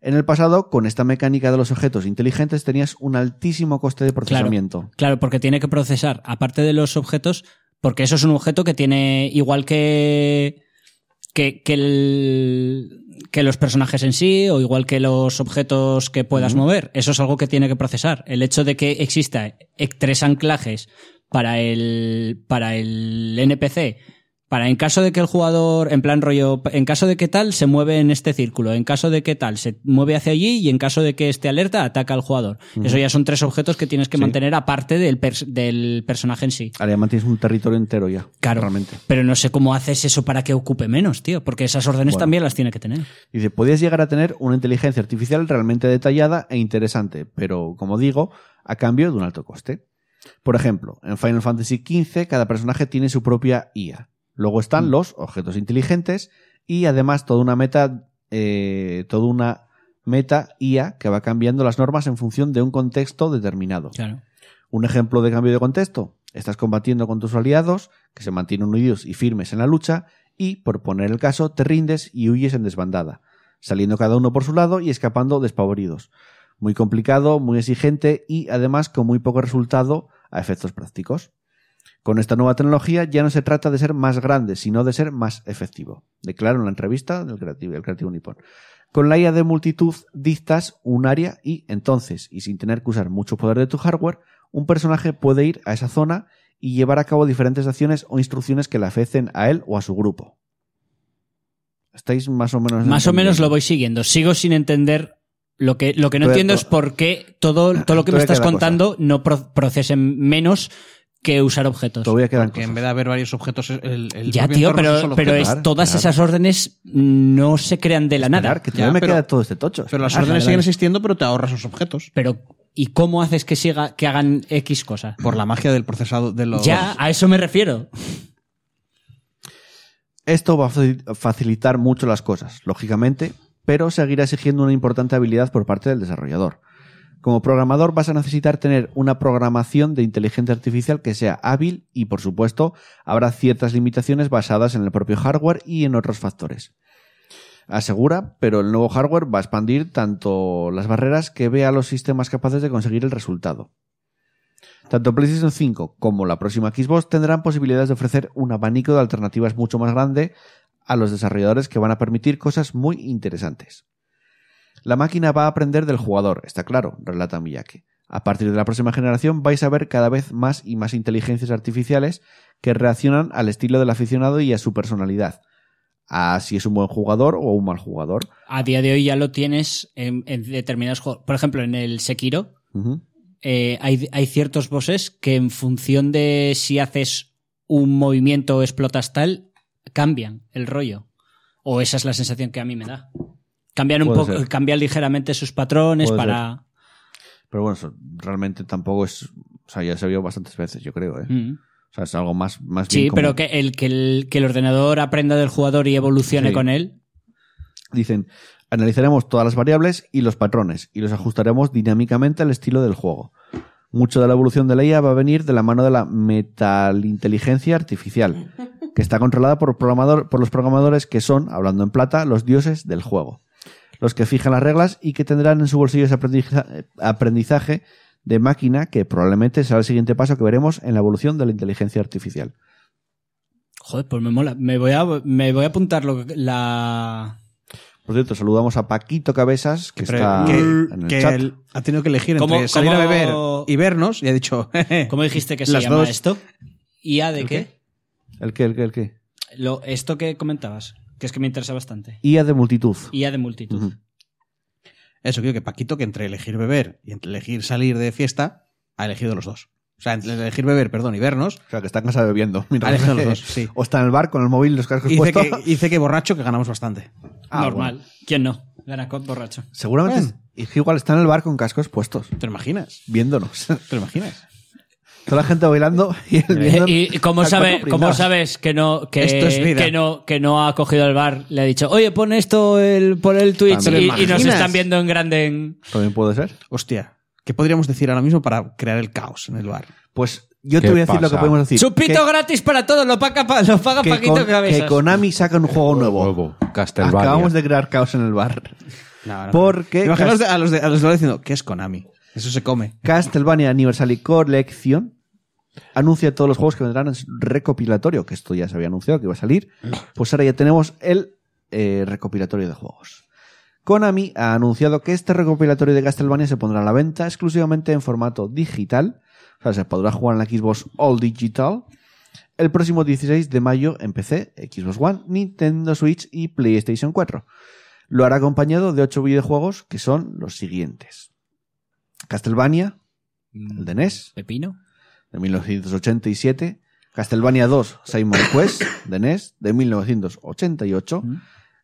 En el pasado, con esta mecánica de los objetos inteligentes, tenías un altísimo coste de procesamiento.
Claro, porque tiene que procesar, aparte de los objetos, porque eso es un objeto que tiene igual que. Que, que, el- que los personajes en sí o igual que los objetos que puedas mover. Eso es algo que tiene que procesar. El hecho de que exista eh, tres anclajes para el, para el NPC, para en caso de que el jugador, en plan rollo, en caso de que tal, se mueve en este círculo, en caso de que tal, se mueve hacia allí y en caso de que esté alerta, ataca al jugador. Eso ya son tres objetos que tienes que mantener aparte del, pers- del personaje en sí.
Ahora ya mantienes un territorio entero ya.
Claro.
Realmente.
Pero no sé cómo haces eso para que ocupe menos, tío, porque esas órdenes
Bueno.
también las tiene que tener.
Dice, podías llegar a tener una inteligencia artificial realmente detallada e interesante, pero, como digo, a cambio de un alto coste. Por ejemplo, en Final Fantasy XV cada personaje tiene su propia IA. Luego están los objetos inteligentes y además toda una meta, eh, toda una meta IA que va cambiando las normas en función de un contexto determinado.
Claro.
Un ejemplo de cambio de contexto. Estás combatiendo con tus aliados, que se mantienen unidos y firmes en la lucha, y, por poner el caso, te rindes y huyes en desbandada, saliendo cada uno por su lado y escapando despavoridos. Muy complicado, muy exigente y, además, con muy poco resultado a efectos prácticos. Con esta nueva tecnología ya no se trata de ser más grande, sino de ser más efectivo, declaró en la entrevista del Creativo, el Creativo Nippon. Con la IA de multitud dictas un área y entonces, y sin tener que usar mucho poder de tu hardware, un personaje puede ir a esa zona y llevar a cabo diferentes acciones o instrucciones que le afecten a él o a su grupo. ¿Estáis más o menos...
Más o menos lo
entendiendo?
voy siguiendo. Sigo sin entender. Lo que, lo que no
Todavía
entiendo
to-
es por qué todo, todo lo que
Todavía
me estás
queda
contando no pro- procesen menos que usar objetos.
Todavía quedan
Que
cosas.
en vez de haber varios objetos, el, el
ya,
propio entorno
tío,
son
pero,
solo
pero
objetos.
es,
Claro,
todas
claro.
esas órdenes no se crean de la
Esperar,
nada.
que todavía
Ya,
me
pero-
queda todo este tocho.
Pero las
Ah,
órdenes
vale,
siguen
vale.
existiendo, pero te ahorras los objetos.
Pero, ¿y cómo haces que siga, que hagan X cosa?
Por la magia del procesado de los.
Ya, a eso me refiero.
Esto va a faci- facilitar mucho las cosas, lógicamente, pero seguirá exigiendo una importante habilidad por parte del desarrollador. Como programador vas a necesitar tener una programación de inteligencia artificial que sea hábil y, por supuesto, habrá ciertas limitaciones basadas en el propio hardware y en otros factores. Asegura, pero el nuevo hardware va a expandir tanto las barreras que vea los sistemas capaces de conseguir el resultado. Tanto PlayStation 5 como la próxima Xbox tendrán posibilidades de ofrecer un abanico de alternativas mucho más grande a los desarrolladores que van a permitir cosas muy interesantes. La máquina va a aprender del jugador, está claro, relata Miyake. A partir de la próxima generación vais a ver cada vez más y más inteligencias artificiales que reaccionan al estilo del aficionado y a su personalidad, a si es un buen jugador o un mal jugador.
A día de hoy ya lo tienes en, en determinados juegos. Por ejemplo, en el Sekiro
Ujú.
eh, hay, hay ciertos bosses que en función de si haces un movimiento o explotas tal, cambian el rollo. O esa es la sensación que a mí me da. Cambian un
Puede
poco,
ser.
cambian ligeramente sus patrones
Puede
para.
Pero bueno, eso realmente tampoco es... O sea, ya se vio bastantes veces, yo creo, ¿eh?
Mm.
O sea, es algo más, más
Sí,
bien como-
pero que el, que el que el ordenador aprenda del jugador y evolucione
Sí.
con él.
Dicen, analizaremos todas las variables y los patrones y los ajustaremos dinámicamente al estilo del juego. Mucho de la evolución de la IA va a venir de la mano de la metalinteligencia artificial, que está controlada por, programador, por los programadores que son, hablando en plata, los dioses del juego. Los que fijan las reglas y que tendrán en su bolsillo ese aprendiza- aprendizaje de máquina que probablemente será el siguiente paso que veremos en la evolución de la inteligencia artificial.
Joder, pues me mola. Me voy a, me voy a apuntar lo que- la.
Por cierto, saludamos a Paquito Cabezas, que
Pero
está
que-
en el
que
chat.
él ha tenido que elegir
¿Cómo-
entre salir a
cómo-
beber y vernos y ha dicho
¿Cómo dijiste que se
Las
llama
dos.
esto? ¿IA de qué?
¿El qué, el qué, el qué?
Lo, esto que comentabas, que es que me interesa bastante.
IA de multitud.
IA de multitud.
Ujú.
eso quiero que Paquito que entre elegir beber y entre elegir salir de fiesta ha elegido los dos o sea entre elegir beber perdón y vernos
O sea, que está en casa bebiendo. mientras-
Alex de Ah, los dos, sí.
O está en el bar con el móvil, los cascos
dice
puestos.
que, dice que borracho que ganamos bastante
Ah,
Normal.
bueno.
¿Quién no? Gana con borracho.
Seguramente
Bueno.
es- igual está en el bar con cascos puestos,
te lo imaginas
viéndonos.
te lo imaginas
Toda la gente bailando y él
Eh,
viendo
¿Y, y cómo,
al
sabe-
cuatro
cómo
blindados.
sabes que no, que,
Esto es vida.
que no que no ha cogido el bar? Le ha dicho, oye, pon esto el, por el Twitch
También.
y,
¿Te lo
y nos
imaginas?
están viendo en grande en...
También puede ser.
hostia ¿qué podríamos decir ahora mismo para crear el caos en el bar?
Pues yo te
¿Qué
voy a decir lo que
pasa?
podemos decir.
Chupito
que,
gratis para todo, lo paga, pa- lo paga
que
Paquito
con-
Cabezas.
que Konami saca un juego nuevo.
Nuevo, Castlevania.
Acabamos de crear caos en el bar.
No, no.
Porque-
Imaginaos de- a los de, a los de diciendo ¿qué es Konami? eso se come
Castlevania Anniversary Collection anuncia todos los juegos que vendrán en su recopilatorio, que esto ya se había anunciado que iba a salir. Pues ahora ya tenemos el eh, recopilatorio de juegos. Konami ha anunciado que este recopilatorio de Castlevania se pondrá a la venta exclusivamente en formato digital. O sea, se podrá jugar en la Xbox All Digital. El próximo 16 de mayo en PC, Xbox One, Nintendo Switch y PlayStation 4. Lo hará acompañado de 8 videojuegos que son los siguientes. Castlevania,
Mm.
el de NES,
¿Pepino?
de 1987. Castlevania 2, Simon Quest, de NES, de 1988.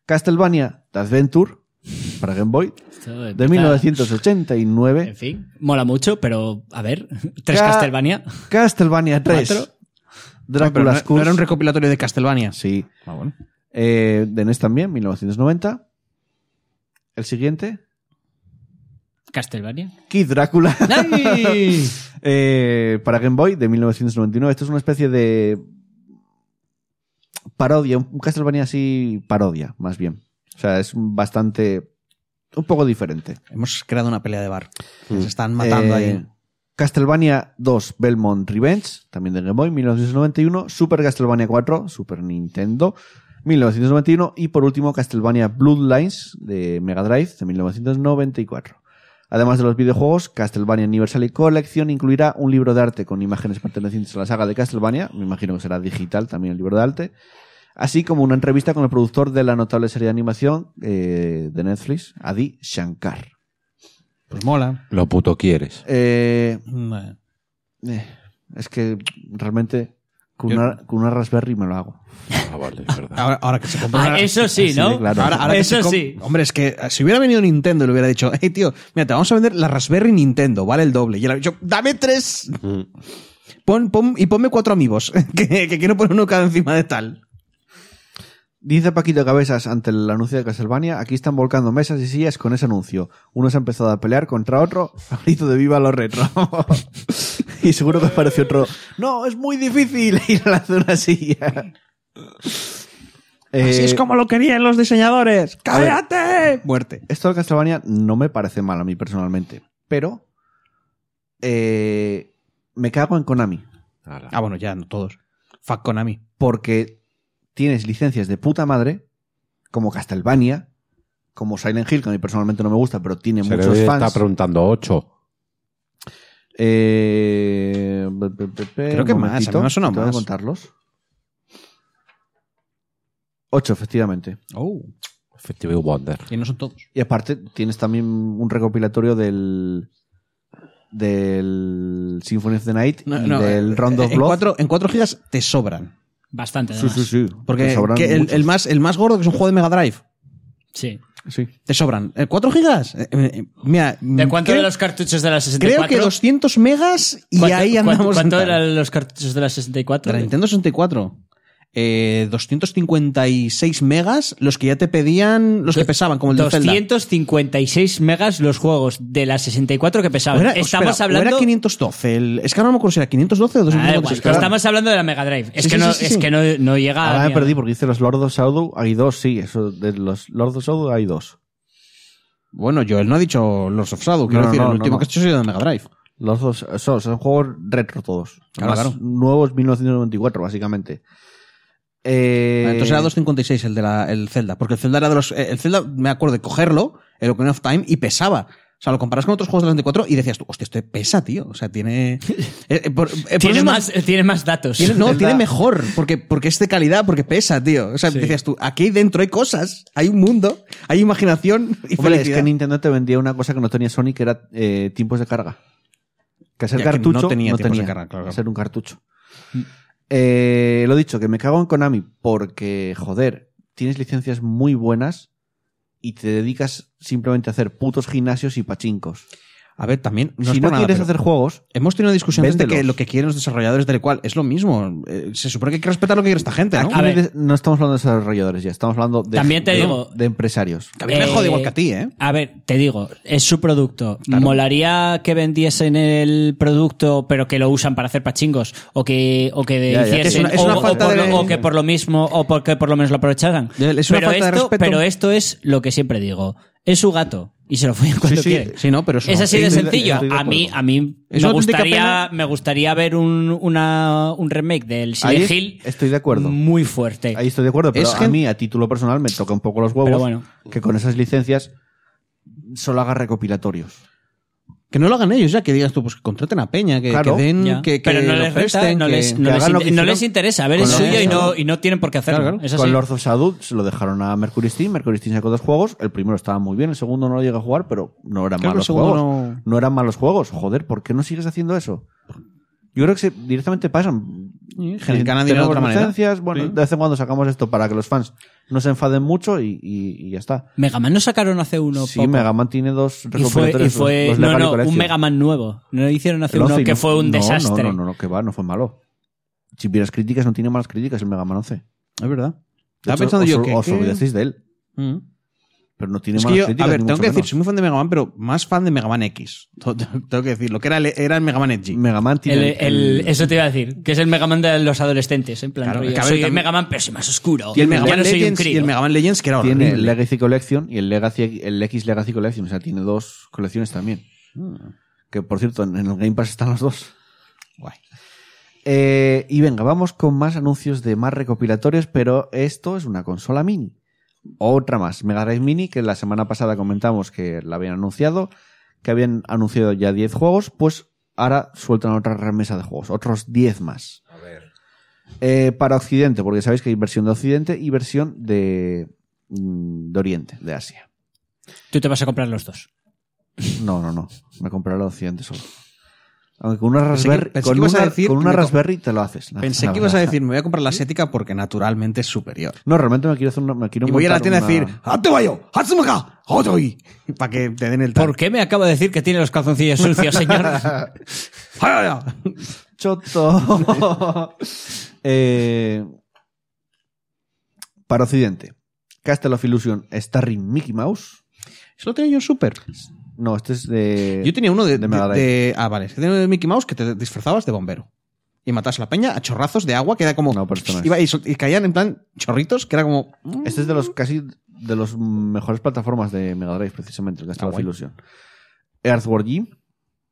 Castlevania The Adventure, para Game Boy, de 1989.
En fin, mola mucho, pero a ver, tres
Ca-
Castlevania.
Castlevania 3,
Cuatro.
Pero
Dracula's
no, no
Curse.
era un recopilatorio de Castlevania
Sí.
Ah, bueno.
Eh, de NES también, 1990. El siguiente,
Castlevania.
Kid Drácula.
¡Ay!
Eh, para Game Boy de 1999. Esto es una especie de parodia, un Castlevania así parodia, más bien. O sea, es un bastante, un poco diferente.
Hemos creado una pelea de bar. Se están matando
Eh,
ahí.
Castlevania 2 Belmont Revenge, también de Game Boy, 1991. Super Castlevania 4, Super Nintendo, 1991. Y por último, Castlevania Bloodlines de Mega Drive, de 1994. Además de los videojuegos, Castlevania Anniversary Collection incluirá un libro de arte con imágenes pertenecientes a la saga de Castlevania. Me imagino que será digital también el libro de arte. Así como una entrevista con el productor de la notable serie de animación eh, de Netflix, Adi Shankar.
Pues mola.
Lo puto quieres.
Eh,
Bueno.
eh, es que realmente con
Yo-
una, con una Raspberry me lo hago.
Ah, vale, es verdad.
Ahora, ahora que se compra.
Ah,
una-
eso sí,
Así de
¿no?
claro.
ahora- ahora que
eso
se com-
sí.
Hombre, es que eh, si hubiera venido Nintendo y le hubiera dicho, hey tío, mira, te vamos a vender la Raspberry Nintendo, vale el doble. Y él ha dicho, dame tres. Pon, pon- y ponme cuatro amigos, que, que quiero poner uno cada encima de tal.
Dice Paquito Cabezas ante el anuncio de Castlevania, aquí están volcando mesas y sillas con ese anuncio. Uno se ha empezado a pelear contra otro, a grito de viva los retro. y seguro que aparece otro, no, es muy difícil ir a la zona silla.
Así
Eh,
es como lo querían los diseñadores.
a ver.
¡Cállate! Muerte.
Esto de Castlevania no me parece mal a mí personalmente, pero eh, me cago en Konami.
Ala.
Ah, bueno, ya, no todos. Fuck Konami.
porque tienes licencias de puta madre, como Castlevania, como Silent Hill, que a mí personalmente no me gusta, pero tiene
Se
muchos
le está
fans.
preguntando ocho.
Eh, pe- pe- pe- pe-
Creo que
un
más, a mí
momentito,
me ha sonado
tengo que
más.
contarlos. Ocho, efectivamente.
Oh.
Festival Wonder.
Y no son todos.
Y aparte tienes también un recopilatorio del del Symphony of the Night
No,
y
no,
del
eh,
Round of
en
Blood.
cuatro, en 4 gigas te sobran.
Bastante,
Sí,
además.
sí, sí. Te
Porque
sobran
que el,
muchos.
el más, el más gordo, que es un juego de Mega Drive,
Sí.
Sí.
te sobran. Eh, ¿4 gigas? Eh, eh, mira,
¿De cuánto
creo,
de los cartuchos de la
Creo
64?
que 200 megas y
¿Cuánto-
ahí
cuánto-
andamos. en
¿Cuánto
tal.
eran los cartuchos de la
De
64?
la Nintendo 64. eh, 256 megas los que ya te pedían, los que pesaban, como el de Zelda.
256 megas los juegos de las 64 que
O
pesaban.
era- espera,
estamos
o
hablando.
era 512. el- es que ahora no me acuerdo si era 512 o
Ah, da igual,
256.
pero estamos hablando de la Mega Drive. Es
Sí,
que,
sí,
no,
sí, sí,
es
sí.
que no, no
Ah,
llega.
Ahora
a-
me perdí porque dice los Lords of Shadow. Hay dos, sí. Eso, de los Lords of Shadow hay dos.
Bueno, yo él no ha dicho Lords of Shadow. Quiero
No, no,
decir,
no,
el último
no.
que he hecho ha sido de Mega Drive.
Lords of Shadow son juegos retro todos.
Claro,
Más
claro.
Nuevos 1994, básicamente. Eh,
Entonces era 256 el de la, el Zelda, porque el Zelda era de los eh, el Zelda me acuerdo de cogerlo, el Ocarina of Time y pesaba. O sea, lo comparas con otros juegos de la 24 y decías tú, hostia, esto pesa, tío. O sea, tiene eh, eh, por- eh, por eso
Tiene
es
más, tiene más datos.
tiene- no,
Zelda-
tiene mejor, porque, porque es de calidad, porque pesa, tío. O sea, decías tú, aquí dentro hay cosas, hay un mundo, hay imaginación y
Hombre, es
felicidad.
que Nintendo te vendía una cosa que no tenía Sony, que era eh, tiempos de carga. Que ser
Ya, que
cartucho
no tenía
no
tiempos de
tenía.
carga, claro. Mm.
Ser un cartucho. Eh, lo dicho, que me cago en Konami porque, joder, tienes licencias muy buenas y te dedicas simplemente a hacer putos gimnasios y pachincos.
A ver, también, no es
si
por
no
nada,
quieres
pero
hacer juegos,
Hemos tenido discusiones de que
véndelos.
lo que quieren los desarrolladores del cual es lo mismo. Eh, se supone que hay que respetar lo que quiere esta gente, ¿no?
aquí
A ver.
de- no estamos hablando de desarrolladores ya, estamos hablando de,
También te
de-
digo-
de empresarios.
Que a mí me
Eh,
jode igual que a ti, ¿eh?
A ver, te digo, es su producto. Molaría que vendiesen el producto, pero que lo usan para hacer pachingos, o que, o que
Ya, ya,
hiciesen,
es una- es
o-
una
o,
falta
por
de-
lo- o que por lo mismo, o porque por lo menos lo aprovecharan.
Ya, es una
pero,
falta de
esto,
respeto.
pero esto es lo que siempre digo, es su gato y se lo follan cuando
sí,
quieren.
Sí, no, pero eso
Es
no.
así de
estoy-
sencillo.
estoy de
A mí,
acuerdo.
a mí
Es
me
una auténtica
gustaría,
pena.
me gustaría ver un, una, un remake del
Ahí
Silent Hill.
estoy de acuerdo.
Muy fuerte.
Ahí estoy de acuerdo, pero
Es
a
gen-
mí, a título personal, me toca un poco los
Pero
huevos
bueno.
que con esas licencias solo haga recopilatorios.
Que no lo hagan ellos ya, que digas tú, pues que contraten a Peña, que,
Claro.
que den,
Ya.
que, que
pero no
lo
les, renta,
presten,
no,
que-
les, no
que
les
hagan lo
in-
que
no
hicieron
les interesa. A ver,
con
es
Lords of
suyo y no,
Shadow.
y no tienen por qué hacerlo.
Claro, claro.
Es así.
Con Lords of Shadow se lo dejaron a Mercury Steam. Mercury Steam sacó dos juegos. El primero estaba muy bien, el segundo no lo llegué a jugar, pero no eran
Creo que el
malos
segundo
juegos.
no-
eran malos juegos. Joder, ¿por qué no sigues haciendo eso? Yo creo que se- directamente pasan.
Sí, generan dinero de
Tenemos
otra manera.
licencias, Bueno,
Sí.
de vez en cuando sacamos esto para que los fans no se enfaden mucho y, y- y ya está.
Mega Man no sacaron hace uno.
sí,
poco.
Mega Man tiene dos
Y fue, y
recopilatorios.
fue-
los- los
no,
Legacy
no, un
Collection.
Mega Man nuevo. No hicieron hace
El
uno
11 y
que
no-
fue un
no,
desastre.
No, no, no, que va, no fue malo. Si vieras críticas, no tiene malas críticas el Mega Man 11.
Es verdad.
De
Estaba
hecho,
pensando
os,
yo que.
os
que-
olvidasteis de él,
Mm.
pero no tiene
Es que
malas
yo,
críticas.
a ver,
ni
tengo
mucho
que decir,
menos.
soy muy fan de Mega Man, pero más fan de Mega Man X. tengo que decirlo, que era, el- era el Mega Man Edgy.
Mega Man tiene
El- el- eso te iba a decir, que es el Mega Man de los adolescentes. En plan,
Claro,
rollo,
que a ver,
soy el
también-
Mega Man, pero soy más oscuro.
y el Mega
ya
Man
no soy un
Legends y
crío.
el Mega Man Legends que era
tiene
horrible.
el Legacy Collection y el, Legacy, el X Legacy Collection. O sea, tiene dos colecciones también.
Mm.
Que por cierto, en en el Game Pass están los dos.
Guay.
Eh, y venga, vamos con más anuncios de más recopilatorios, pero esto es una consola mini. Otra más, Mega Drive Mini, que la semana pasada comentamos que la habían anunciado, que habían anunciado ya 10 juegos, pues ahora sueltan otra remesa de juegos, otros 10 más. A ver. Eh, para Occidente, porque sabéis que hay versión de Occidente y versión de, mm, de Oriente, de Asia.
Tú te vas a comprar los dos.
No, no, no, me compraré la de Occidente solo. Aunque con una
Pensé que-
Raspberry,
pensé
con
que ibas a
una-
decir-
con una
me co-
Raspberry te lo haces. la-
Pensé
la
que ibas a
verdad.
decir, me voy a comprar la asiática porque naturalmente es superior.
No, realmente me quiero hacer una, me quiero
Y voy a la
montar
tienda a
una-
decir, ¡Hazte yo! ¡Hatsumaka! ¡Otoi! Para que te den el tal.
¿Por qué me acaba de decir que tiene los calzoncillos sucios, señor?
¡Ay, ay, ay!
Choto. Eh, para Occidente, Castle of Illusion Starring Mickey Mouse.
Eso lo tenía yo en Super.
No, este es de.
Yo tenía uno de,
de Mega
de- de- ah, vale. Tenía uno de Mickey Mouse que te disfrazabas de bombero. Y matabas a la peña a chorrazos de agua que era como.
No, pero esto no es.
iba y, sol- y caían en plan chorritos que era como. mm.
Este es de los casi de los mejores plataformas de Mega Drive, precisamente, el Castle
Ah,
of
guay.
Illusion. Earthworm Jim,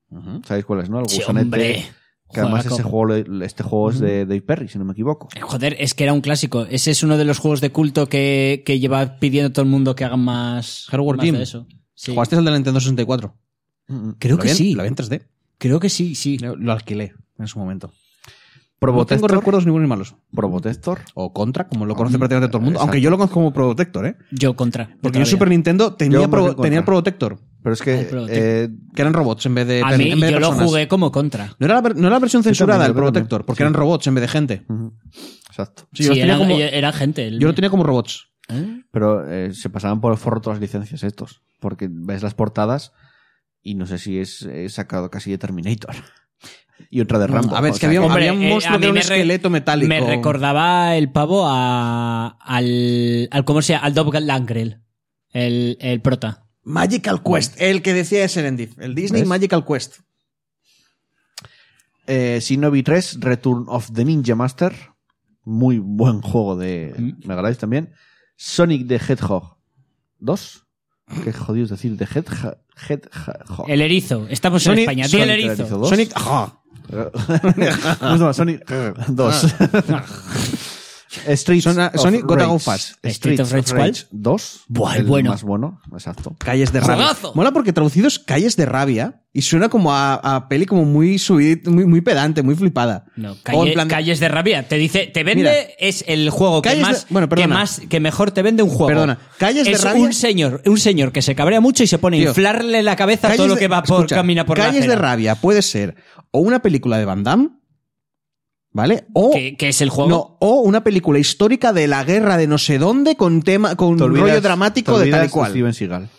Ujú.
¿sabéis cuál es, no? El
Sí,
gusanete,
hombre.
Que además
Juegaco.
ese juego, le- este juego es de Dave Perry, si no me equivoco.
Joder, es que era un clásico. Ese es uno de los juegos de culto que, que lleva pidiendo todo el mundo que hagan más,
Hardware
más
Gym.
de eso. Sí.
¿Jugaste el de la Nintendo 64?
Creo
Lo
que
vi en-
sí.
Lo vi en 3D.
Creo que sí, sí.
Lo, lo alquilé en su momento. No tengo
Probotector.
recuerdos ni buenos ni malos.
Probotector.
O contra, como lo conoce prácticamente todo el mundo.
exacto.
Aunque yo lo conozco como Protector, ¿eh?
Yo contra.
Porque yo
de la
en Super
vida.
Nintendo tenía,
más
Pro-
bien Contra.
tenía el Protector,
Pero es
Ay,
que
Probotector.
eh,
que eran robots en vez de,
A mí
en vez de
yo lo
personas.
jugué como contra.
No era, la, ver- no era la versión censurada
también,
del
yo también.
Protector, porque
Sí.
eran robots en vez de gente.
Ujú, Exacto.
Sí,
Sí,
yo, los tenía
era,
como-
era gente. el-
yo lo tenía como robots.
¿Eh?
Pero eh, se pasaban por el forro todas las licencias estos. Porque ves las portadas y no sé si es eh, sacado casi de Terminator. y otra de Rambo.
Mm, A ver, es
O
que
sea,
había,
Hombre,
había un
eh,
monstruo
a
que
mí
era un
me re-
esqueleto metálico.
Me recordaba el pavo a, al, al. ¿Cómo se llama? Al Dob Langrel. El, el prota.
Magical Quest, el que decía Serendip. El Disney
¿Ves?
Magical Quest.
Eh, Shinobi 3, Return of the Ninja Master. Muy buen juego de
Mm.
Mega Drive también. Sonic the Hedgehog 2. Qué jodido es decir, de Hedgehog. Hedgehog.
El erizo. Estamos en
Sony-
España. Di el
Sonic
erizo.
Erizo 2.
Sonic. ajá.
¿Cómo se llama? Sonic 2. Streets
Ah. Sona-
of
Sonic Gotta
Rage.
Go Fast.
Streets of Rage, ¿cuál?
2.
Buah, el
el
bueno.
más bueno, exacto.
Calles de rabia.
¡Juegazo!
Mola porque traducido es calles de rabia y suena como a, a peli como muy subid, muy, muy pedante, muy flipada.
No,
O
calle-
en plan de-
Calles de Rabia. Te dice, te vende,
Mira.
es el juego que
Calles de-
más,
bueno,
que
perdona.
más, que mejor te vende un juego.
Perdona, Calles de
es
Rabia-
un señor, un señor que se cabrea mucho y se pone a
Tío,
inflarle la cabeza a
Calles
todo lo
de-
que va por,
escucha,
camina por
Calles
la acera.
de rabia puede ser o una película de Van Damme, ¿vale? O
Que, que es el juego.
no, o una película histórica de la guerra de no sé dónde con tema con
Te olvidas-
rollo
te
dramático de tal y
olvidas
cual.
Steven Seagal.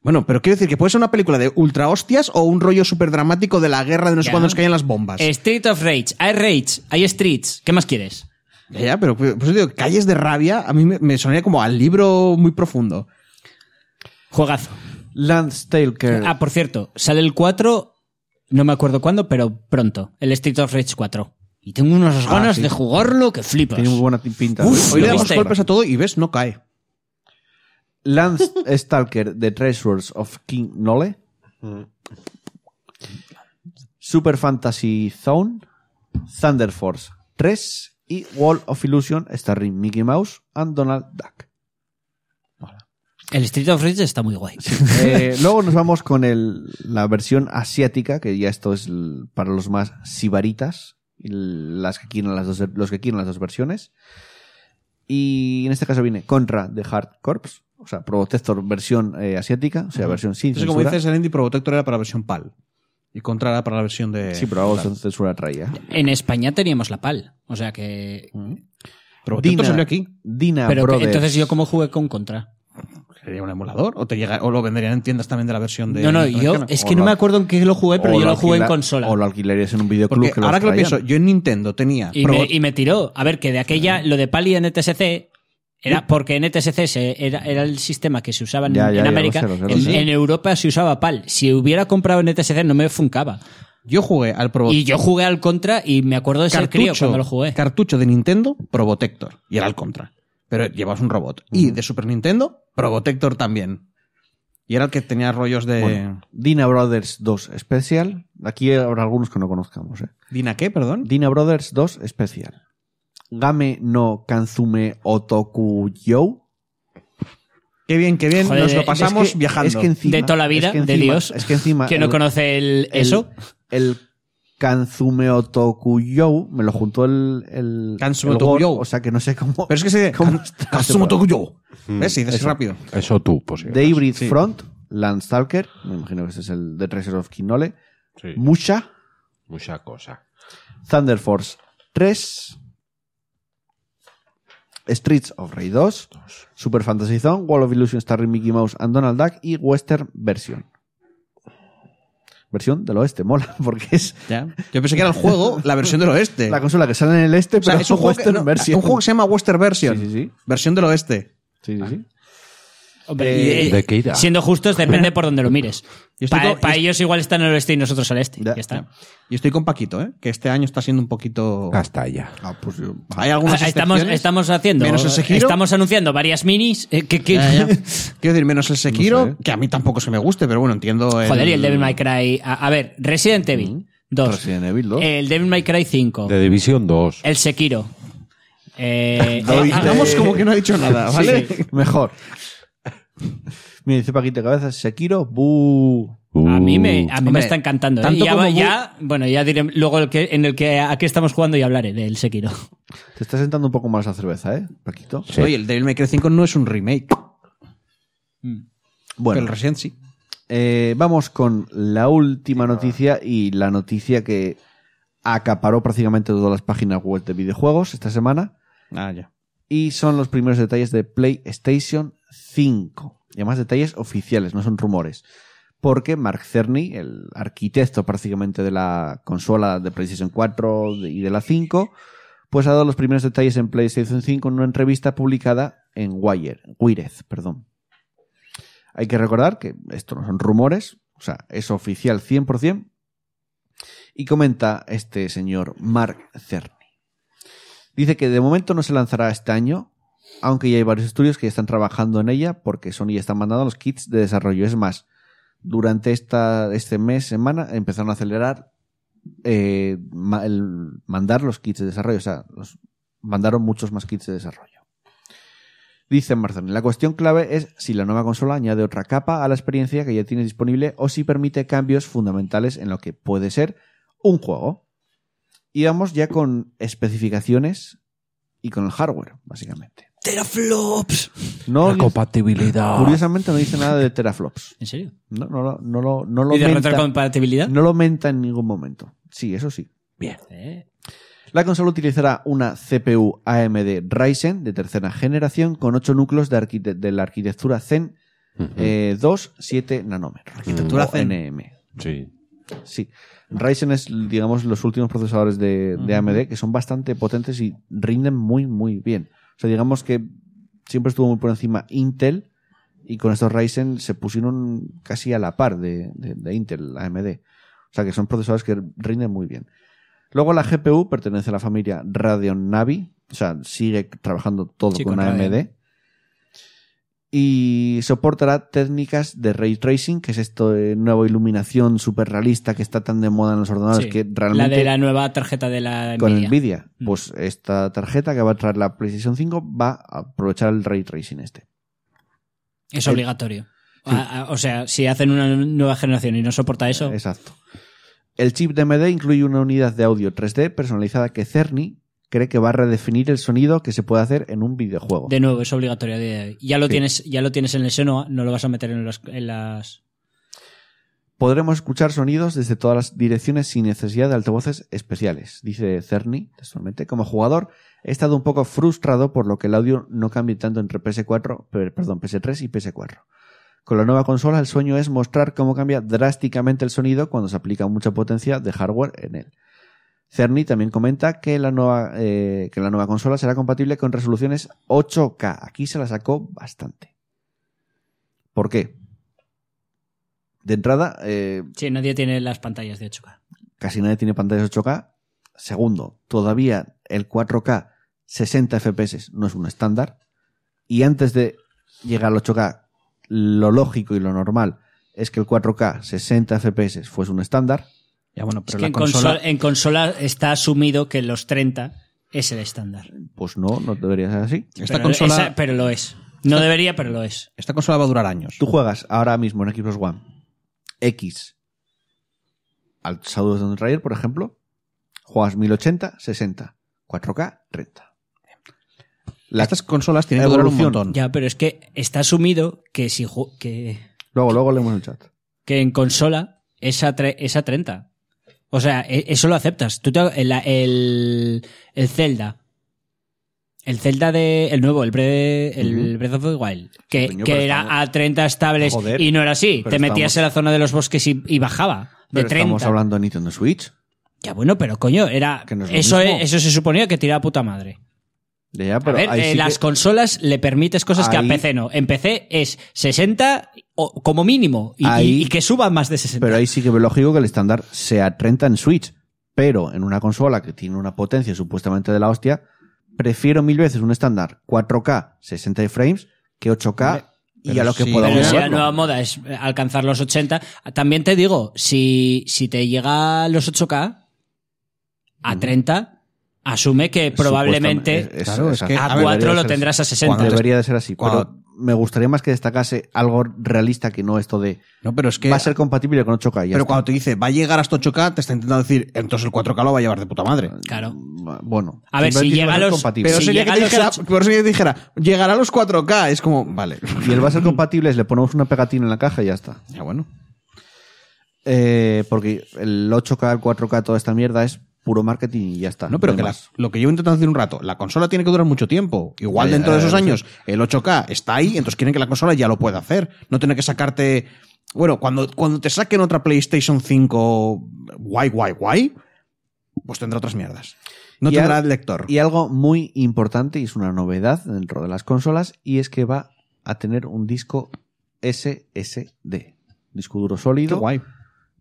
Bueno, pero quiero decir que puede ser una película de ultra hostias o un rollo súper dramático de la guerra de no sé
Ya.
cuándo nos caían las bombas.
Street of Rage, hay Rage, hay Streets. ¿Qué más quieres?
Ya, ya, pero por eso digo, calles de rabia a mí me, me sonaría como al libro muy profundo.
Juegazo.
Lance Taylor.
Ah, por cierto, sale el 4, no me acuerdo cuándo, pero pronto. El Street of Rage 4. Y tengo unas
Ah,
ganas
sí.
de jugarlo que flipas.
pues.
Tiene muy buena pinta.
Uf,
Hoy le
¿Lo
damos
viste?
golpes a todo y ves, no cae.
Lance Stalker, The Treasures of King Nole. Super Fantasy Zone, Thunder Force 3 y Wall of Illusion, starring Mickey Mouse and Donald Duck.
El Street of Rage está muy guay.
Eh, luego nos vamos con el- la versión asiática, que ya esto es el- para los más sibaritas, el- las que quieren las dos, los que quieren las dos versiones. Y en este caso viene Contra de Hard Corps, o sea, Protector versión eh, asiática, o sea, versión sin
Entonces, como
censura.
dices, el Indie Protector era para la versión PAL. Y Contra era para la versión de...
Sí, pero algo censura traía.
En España teníamos la PAL. O sea que.
Protector salió aquí.
Dina
pero que-
Brothers.
entonces yo como jugué con contra.
¿Sería un emulador? ¿O, te llega, o lo venderían en tiendas también de la versión de...
no, no, yo es que no me acuerdo en qué lo jugué, pero
O
yo lo jugué en
alquila-
consola.
O lo alquilarías en un videoclub
Porque
que
ahora
los
que lo
traían.
pienso, yo en Nintendo tenía...
Y,
Pro-
me, y me tiró. A ver, que de aquella, lo de Pali en NTSC. Era porque en NTSC se- era, era el sistema que se usaba en,
Ya, ya,
en
ya, lo
América.
sé, lo sé, lo
en,
sé.
en Europa se usaba PAL. Si hubiera comprado NTSC no me funcaba.
Yo jugué
Pues
al Pro...
Y yo jugué al contra y me acuerdo de ser crío cuando lo jugué.
cartucho de Nintendo, Probotector. Y era el Contra. Pero llevabas un robot. Y de Super Nintendo, Probotector también. Y era el que tenía rollos de...
Bueno, Dina Brothers 2 Special. Aquí habrá algunos que no conozcamos, ¿eh?
¿Dina qué, perdón?
Dina Brothers 2 especial. Game no Kanzume Otoku Yo.
Qué bien, qué bien.
Joder,
Nos
es
lo
que-
pasamos
es que-
viajando.
es que encima-
de toda la vida,
es que
de
encima-
Dios.
Es que encima.
¿Quién no
el-
conoce el,
el-
eso?
El Kanzume Otoku Yo me lo juntó el. el
Kanzume
el
Otoku
Word,
Yo.
O sea que no sé cómo.
Pero es que se...
¿Cómo está?
Katsumo Tokuyo. ¿Ves? Y dices
Eso.
rápido.
Eso tú, pues. sí.
The Hybrid
Sí.
Front, Landstalker. Me imagino que ese es el de Treasure of Kinole.
Sí.
Musha,
Mucha cosa.
Thunder Force 3. Streets of Rage 2. Super Fantasy Zone, Wall of Illusion starring Mickey Mouse and Donald Duck y Western Version. Versión del oeste, mola, porque es
Yo pensé que era el juego, la versión del oeste.
la consola que sale en el este,
O sea,
pero
es un juego, que,
Western
no,
Version.
un juego que se llama Western Version.
Sí, sí, sí.
Versión del oeste.
Sí, sí, sí.
Hombre,
Eh,
y-
¿de qué irá?
Siendo justos, depende por donde lo mires.
Yo estoy
Para
con- yo-
ellos igual están al oeste y nosotros al este.
Ya.
Ya está.
Y estoy con Paquito, ¿eh? Que este año está siendo un poquito...
Ah,
Castalla.
pues
Hay algunas
Ah, Estamos,
excepciones.
estamos haciendo.
Menos el Sekiro.
Estamos anunciando varias minis. eh, que, que-
Ya, ya. Quiero decir, menos el Sekiro,
No sé.
que a mí tampoco se me guste, pero bueno, entiendo... El...
Joder, y el Devil May Cry. A, a ver, Resident Evil
Ah.
2.
Resident Evil
Eh,
2.
El Devil May Cry 5.
De División 2.
El Sekiro. Eh,
Doy
eh,
fe.
Hagamos Ah, como que no ha dicho nada, ¿vale?
Sí, Ah, mejor. Me dice Paquito Cabezas, Sekiro, buh.
a mí me,
Uh.
a mí me
Hombre,
está encantando. eh.
tanto
Ya,
como
va-
muy-
ya- bueno, ya diré luego el que, en el que a qué estamos jugando y hablaré del Sekiro.
Te está sentando un poco más la cerveza, ¿eh, Paquito?
Sí.
Oye, el Devil May Cry 5 no es un remake, pero
Bueno,
el Resident sí.
Eh, vamos con la última noticia y la noticia que acaparó prácticamente todas las páginas web de videojuegos esta semana.
Ah, ya.
Y son los primeros detalles de PlayStation 5. Y además detalles oficiales, no son rumores. porque Mark Cerny, el arquitecto prácticamente de la consola de PlayStation 4 y de la 5, pues ha dado los primeros detalles en PlayStation 5 en una entrevista publicada en Wired, Wired, perdón. Hay que recordar que esto no son rumores, o sea, es oficial 100%. Y comenta este señor Mark Cerny. Dice que de momento no se lanzará este año, aunque ya hay varios estudios que ya están trabajando en ella porque Sony ya está mandando los kits de desarrollo. Es más, durante esta, este mes, semana, empezaron a acelerar eh, ma- el mandar los kits de desarrollo. O sea, los- mandaron muchos más kits de desarrollo. Dice Marzoni, la cuestión clave es si la nueva consola añade otra capa a la experiencia que ya tienes disponible o si permite cambios fundamentales en lo que puede ser un juego. Y vamos ya con especificaciones y con el hardware, básicamente.
Teraflops.
No,
la compatibilidad.
curiosamente no dice nada de teraflops.
¿En serio?
No, no, lo- no, lo- no lo
¿Y de
menta-
retrocompatibilidad?
no lo menta en ningún momento. Sí, eso sí.
Bien. Eh,
La consola utilizará una CPU AMD Ryzen de tercera generación con 8 núcleos de, arquite- de la arquitectura Zen
Ujú.
eh, 2, 7 nanómetros.
Arquitectura
O
Zen.
NM.
Sí.
Sí. Ryzen es, digamos, los últimos procesadores de, de AMD que son bastante potentes y rinden muy, muy bien. O sea, digamos que siempre estuvo muy por encima Intel y con estos Ryzen se pusieron casi a la par de, de- de Intel, AMD. O sea, que son procesadores que rinden muy bien. Luego la GPU pertenece a la familia Radeon Navi. O sea, sigue trabajando todo
Sí,
con,
con
AMD.
Radeon.
Y soportará técnicas de ray tracing, que es esto de nueva iluminación super realista que está tan de moda en los ordenadores
sí.
que realmente
La de la nueva tarjeta de la
con
Nvidia.
Nvidia.
Mm.
Pues esta tarjeta que va a traer la PlayStation 5 va a aprovechar el ray tracing este.
Es obligatorio. A- a- o sea, si hacen una nueva generación y no soporta eso,
Exacto. El chip de AMD incluye una unidad de audio 3D personalizada que Cerny cree que va a redefinir el sonido que se puede hacer en un videojuego.
de nuevo, es obligatorio. a día de hoy. Ya lo,
Sí.
tienes, ya lo tienes en el seno, no lo vas a meter en, los- en las...
Podremos escuchar sonidos desde todas las direcciones sin necesidad de altavoces especiales, dice Cerny textualmente. Como jugador, he estado un poco frustrado por lo que el audio no cambie tanto entre PS4, per- perdón, PS3 y PS4. Con la nueva consola, el sueño es mostrar cómo cambia drásticamente el sonido cuando se aplica mucha potencia de hardware en él. Cerny también comenta que la nueva, eh, que la nueva consola será compatible con resoluciones 8K. Aquí se la sacó bastante. ¿Por qué? De entrada, eh,
Sí, nadie tiene las pantallas de 8K.
casi nadie tiene pantallas 8K. Segundo, todavía el 4K 60 FPS no es un estándar. Y antes de llegar al 8K, lo lógico y lo normal es que el 4K 60 FPS fuese un estándar.
Ya bueno, pero
Es que
la
en,
consola...
consola, eh, en consola está asumido que los 30 es el estándar.
Pues no, no debería ser así.
Esta
pero,
consola...
esa- pero lo es. No debería, pero lo es.
Esta consola va a durar años.
Tú juegas ahora mismo en Xbox One X al Shadow of the Raider, por ejemplo, juegas 1080, 60, 4K, 30. La-
Estas consolas tienen que durar un
evolución.
montón.
Ya, pero es que está asumido que si ju- que,
Luego, luego leemos el chat.
que en consola es a, tre- es a 30. O sea, e- eso lo aceptas. Tú te- el, el, el Zelda. El Zelda de. El nuevo, el, Bre- el Breath of the Wild. Que,
Coño,
que
pero
era
estamos-
a 30 estables
Joder,
y no era así.
pero
Te metías
estamos-
en la zona de los bosques y, y bajaba. De
Pero
30.
estamos hablando de Nintendo Switch.
Ya bueno, pero coño, era.
Que no es lo
eso,
mismo.
es- eso se suponía que tiraba puta madre.
Ya, ya,
A
pero
ver,
ahí
eh,
sí que-
las consolas le permites cosas que
Ahí-
a PC no. En PC es 60 o- como mínimo y, y-
Ahí-
y que suba más de 60.
pero ahí sí que veo lógico que el estándar sea 30 en Switch. Pero en una consola que tiene una potencia supuestamente de la hostia, prefiero mil veces un estándar 4K 60 frames que 8K y
pero
a lo que
sí,
podamos
Pero si la
llevarlo.
nueva moda es eh, alcanzar los 80, también te digo, si, si te llega a los 8K a 30, asume que probablemente
Supuestamente, es-
Claro, es
es-
que-
es-
a
a
ver,
4 lo
debería
tendrás a
ser así.
60.
Debería de ser así,
Cuando-
pero me gustaría más que destacase algo realista que no esto de
No, pero es que...
va a ser compatible con 8K. y ya
pero
está.
cuando te dice va a llegar hasta 8K, te está intentando decir, entonces el 4K lo va a llevar de puta madre.
Claro.
Bueno,
A ver, si
simplemente
llega
va
a
ser
los-
compatible.
Pero
Si
sería que
llega
te
a los
dijera,
ocho-
pero sería que dijera, llegará a los 4K. Es como, vale.
Y el va a ser compatible, es le ponemos una pegatina en la caja y ya está.
Ya bueno.
Eh, porque el 8K, el 4K, toda esta mierda es puro marketing y ya está.
No, pero
hay
que la-
más.
lo que yo intento decir un rato, la consola tiene que durar mucho tiempo. Igual
Ya,
dentro de
ya,
esos
ya,
años el 8K está ahí, entonces quieren que la consola ya lo pueda hacer. No tener que sacarte Bueno, cuando, cuando te saquen otra PlayStation 5 guay, guay, guay, pues tendrá otras mierdas. No
Y
tendrá
ahora-
lector.
Y algo muy importante, y es una novedad dentro de las consolas, y es que va a tener un disco SSD. Disco duro
Qué
sólido.
guay.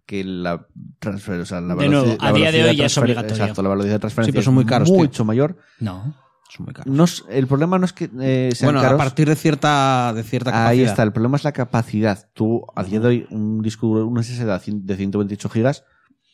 Que la, transfer- o sea, la
De nuevo,
veloci- la
a día de
velocidad
hoy ya es
transfer-
obligatorio.
Exacto, la velocidad de transferencia
pero son muy caros,
es
tío.
mucho mayor.
No.
Es muy caro.
No es- el problema no es que eh, sean
Bueno, a
caros.
partir de cierta, de cierta capacidad.
Ahí está, el problema es la capacidad. Tú, a día de hoy, un disco duro, un SSD a cien- de 128 gigas,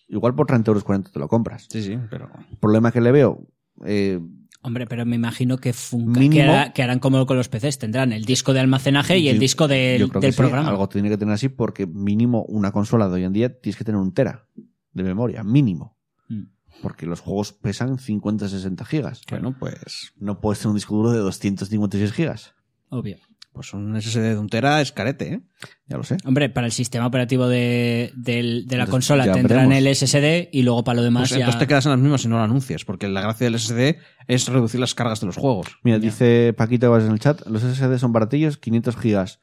igual por 30 euros 40 te lo compras.
Sí, sí, pero.
El problema que le veo, eh,
Hombre, pero me imagino que, funca-
Mínimo.
que, hará- que harán como con los PCs. Tendrán el disco de almacenaje y el
Yo-
disco del,
yo creo que
del
sí,
programa.
algo tiene que tener así porque mínimo una consola de hoy en día tienes que tener un tera de memoria, mínimo.
Mm.
Porque los juegos pesan 50-60 gigas.
Bueno, pues.
No puedes tener un disco duro de 256 gigas.
Obvio.
Pues un SSD de un tera es carete, ¿eh?
Ya lo sé.
Hombre, para el sistema operativo de, del- de la
Entonces,
consola
ya
tendrán
veremos.
el SSD y luego para lo demás
Pues
ya.
entonces te quedas en las mismas si no lo anuncias, porque la gracia del SSD es reducir las cargas de los juegos.
Mira, dice Paquito Vas en el chat, los SSD son baratillos, 500 gigas.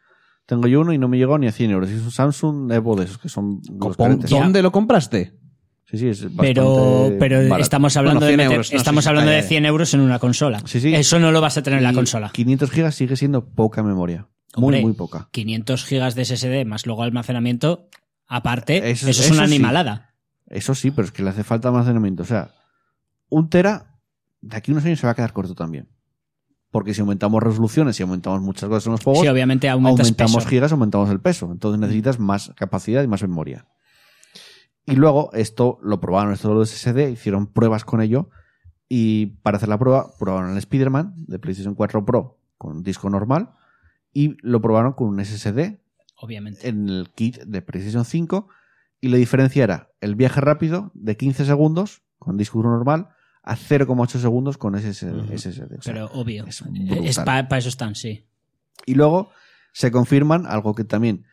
Tengo yo uno y no me llegó ni a 100 euros. Es un Samsung Evo de esos que son los
Pon-
caretes.
¿Dónde lo compraste?
Sí, sí, es bastante
Pero, pero
barato.
estamos hablando,
Bueno,
de,
100
meter-
euros, no,
estamos
sí, sí,
hablando
calla,
de
ya.
100 euros en una consola.
Sí, sí.
Eso no lo vas a tener en la
Y
consola.
500 gigas sigue siendo poca memoria. Muy,
Hombre,
muy poca.
500 gigas de SSD más luego almacenamiento, aparte,
Eso-
eso, es
eso
una
sí.
animalada.
Eso sí, pero es que le hace falta almacenamiento. O sea, un tera de aquí a unos años se va a quedar corto también. Porque si aumentamos resoluciones, si aumentamos muchas cosas en los
Sí,
juegos,
obviamente aumentas
aumentamos
peso. Mm.
gigas, aumentamos el peso. Entonces necesitas más capacidad y más memoria. Y luego esto lo probaron, esto lo de SSD, hicieron pruebas con ello. Y para hacer la prueba, probaron el Spider-Man de PlayStation 4 Pro con un disco normal. Y lo probaron con un SSD
Obviamente.
en el kit de PlayStation 5 y la diferencia era el viaje rápido de 15 segundos con disco duro normal a 0,8 segundos con SSD. SSD, o sea,
pero obvio. Eh,
es brutal.
para eso están, sí.
Y luego se confirman algo que también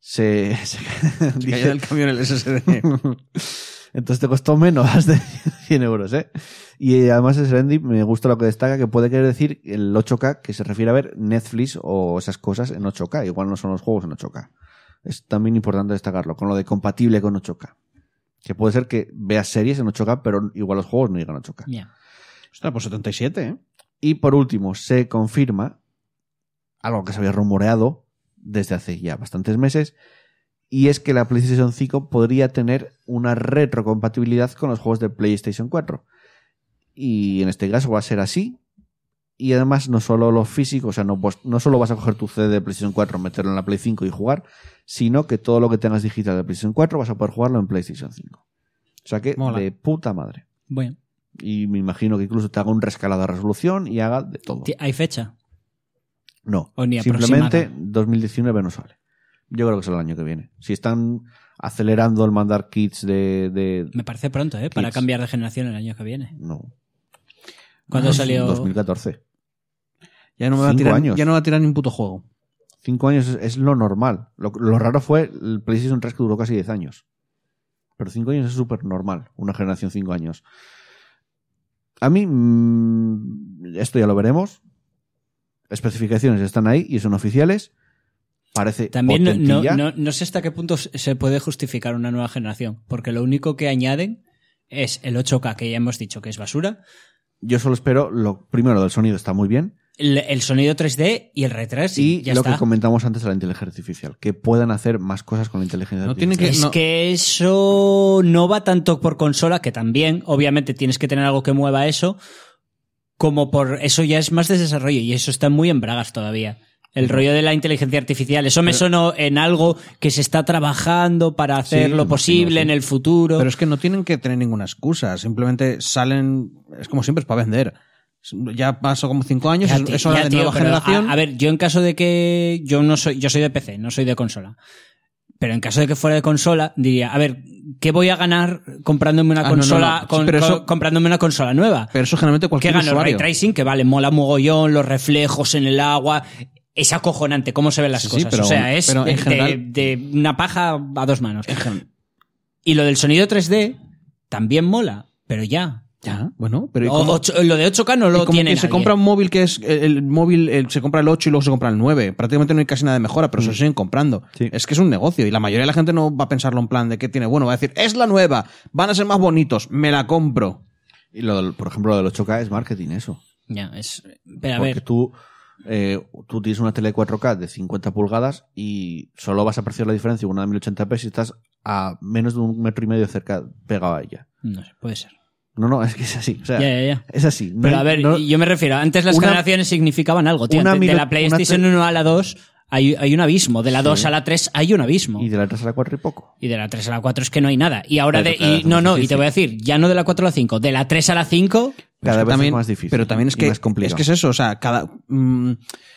se... se-
Se
dice-
cayó del camión el SSD.
Entonces te costó menos de 100 euros, ¿eh? Y eh, además el Serendi me gusta lo que destaca, que puede querer decir el 8K, que se refiere a ver Netflix o esas cosas en 8K. Igual no son los juegos en 8K. Es también importante destacarlo, con lo de compatible con 8K. Que puede ser que veas series en 8K, pero igual los juegos no llegan a 8K.
Ya.
Ostras, pues 77, ¿eh?
Y por último, se confirma algo que se había rumoreado desde hace ya bastantes meses, y es que la PlayStation 5 podría tener una retrocompatibilidad con los juegos de PlayStation 4. Y en este caso va a ser así. Y además no solo lo físico, o sea, no, pues, no solo vas a coger tu CD de PlayStation 4, meterlo en la Play 5 y jugar, sino que todo lo que tengas digital de PlayStation 4 vas a poder jugarlo en PlayStation 5. O sea que
Mola.
de puta madre.
Bueno,
Y me imagino que incluso te haga un rescalado de resolución y haga de todo.
ti- ¿hay fecha?
No,
O ni
simplemente
aproximada.
2019 no sale. Yo creo que es el año que viene. Si están acelerando el mandar kits de... de-
Me parece pronto, ¿eh? Para
Kids.
cambiar de generación el año que viene.
no.
¿Cuándo
Ah, Dos-
salió?
2014.
Ya no me va a
Cinco
tirar,
años.
ya no va a tirar ni un puto juego.
Cinco años es, es lo normal. Lo, lo raro fue el PlayStation 3 que duró casi 10 años. Pero cinco años es súper normal. Una generación cinco años. A mí... mm, esto ya lo veremos. Especificaciones están ahí y son oficiales. Parece...
También no- no,
potentilla.
no- no sé hasta qué punto se puede justificar una nueva generación, porque lo único que añaden es el 8K, que ya hemos dicho que es basura,
Yo solo espero... Lo primero, del sonido está muy bien.
el, el sonido 3D y el retraso
y
ya
lo
está.
que comentamos antes de la inteligencia artificial, que puedan hacer más cosas con la inteligencia
No tiene
artificial.
que- no.
es que eso no va tanto por consola, que también, obviamente, tienes que tener algo que mueva eso, como por eso ya es más de desarrollo y eso está muy en bragas todavía. El rollo de la inteligencia artificial, eso me sonó en algo que se está trabajando para hacer
imagino,
lo posible
sí.
en el futuro.
Pero es que no tienen que tener ninguna excusa. Simplemente salen. Es como siempre, es para vender. Ya pasó como cinco años,
Ya,
es,
tío,
es hora
ya,
de
tío,
nueva
pero
generación.
A, a ver, yo en caso de que yo no soy, yo soy de PC, no soy de consola. Pero en caso de que fuera de consola, diría, a ver, ¿qué voy a ganar comprándome una
Ah, no, no,
consola,
no.
con-
Pero eso-
con- comprándome una consola nueva?
pero eso generalmente
¿Qué
cualquier
gano? El
usuario.
Ray tracing, que vale, mola mogollón, los reflejos en el agua. Es acojonante cómo se ven las
Sí, sí,
cosas.
pero-
o sea, es
pero en
de,
general-
de- de una paja a dos manos. Y lo del sonido 3D también mola, pero ya.
Ya, bueno, pero ¿y
O-
cómo-
ocho- lo de 8K no
y
lo
como
tiene
que se
nadie.
compra un móvil que es el, el móvil, el- se compra el 8 y luego se compra el 9. Prácticamente no hay casi nada de mejora, pero se lo siguen comprando.
Mm. Sí.
Es que es un negocio y la mayoría de la gente no va a pensarlo en plan de qué tiene bueno. Va a decir, es la nueva, van a ser más bonitos, me la compro.
Y lo del- por ejemplo, lo del 8K es marketing, eso.
Ya, es... Pero a
Porque
ver,
tú, eh, tú tienes una tele 4K de 50 pulgadas y solo vas a apreciar la diferencia con una de 1080p si estás a menos de un metro y medio cerca pegado a ella.
no sé, puede ser.
No, no, es que es así. O sea,
Ya, ya, ya.
Es así. No
Pero
hay-
a ver,
no-
yo me refiero, antes las
Una-
generaciones significaban algo, tío.
una
Antes de
mil-
la PlayStation
una
1 a la 2 hay, hay un abismo, de la 2 a la 3 hay un abismo.
Y de la 3 a la 4 y poco.
Y de la 3 a la 4 es que no hay nada. Y ahora
Pero
de.
claro,
y-
es
no,
más
no, y te
difícil.
voy a decir, ya no de la 4 a la 5, de la 3 a la 5.
Cada
Es que
vez
también-
es más difícil.
Pero también es
y
que,
más complicado.
es que es eso, o sea, cada, mm,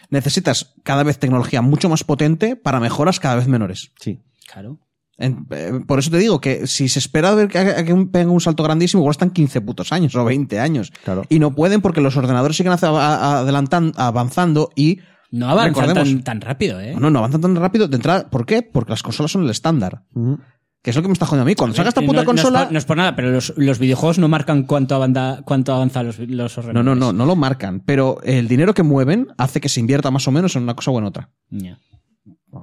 necesitas cada vez tecnología mucho más potente para mejoras cada vez menores.
Sí.
Claro.
En- eh, por eso te digo que si se espera a ver que, a que un- pegue un salto grandísimo, igual están 15 putos años o 20 años.
Claro.
Y no pueden porque los ordenadores siguen hacia- a- adelantan- avanzando y.
No avanzan tan,
Recordemos-
tan rápido, ¿eh?
No, no avanzan tan rápido. De entrada, ¿Por qué? Porque las consolas son el estándar.
Ujú.
Que es lo que me está jodiendo a mí. Cuando salga esta
Eh,
puta
no- No es,
consola.
por, no es por nada, pero los, los videojuegos no marcan cuánto, avanza cuánto avanzan los, los
No,
ordenadores.
no, no, no lo marcan. Pero el dinero que mueven hace que se invierta más o menos en una cosa o en otra.
Ya.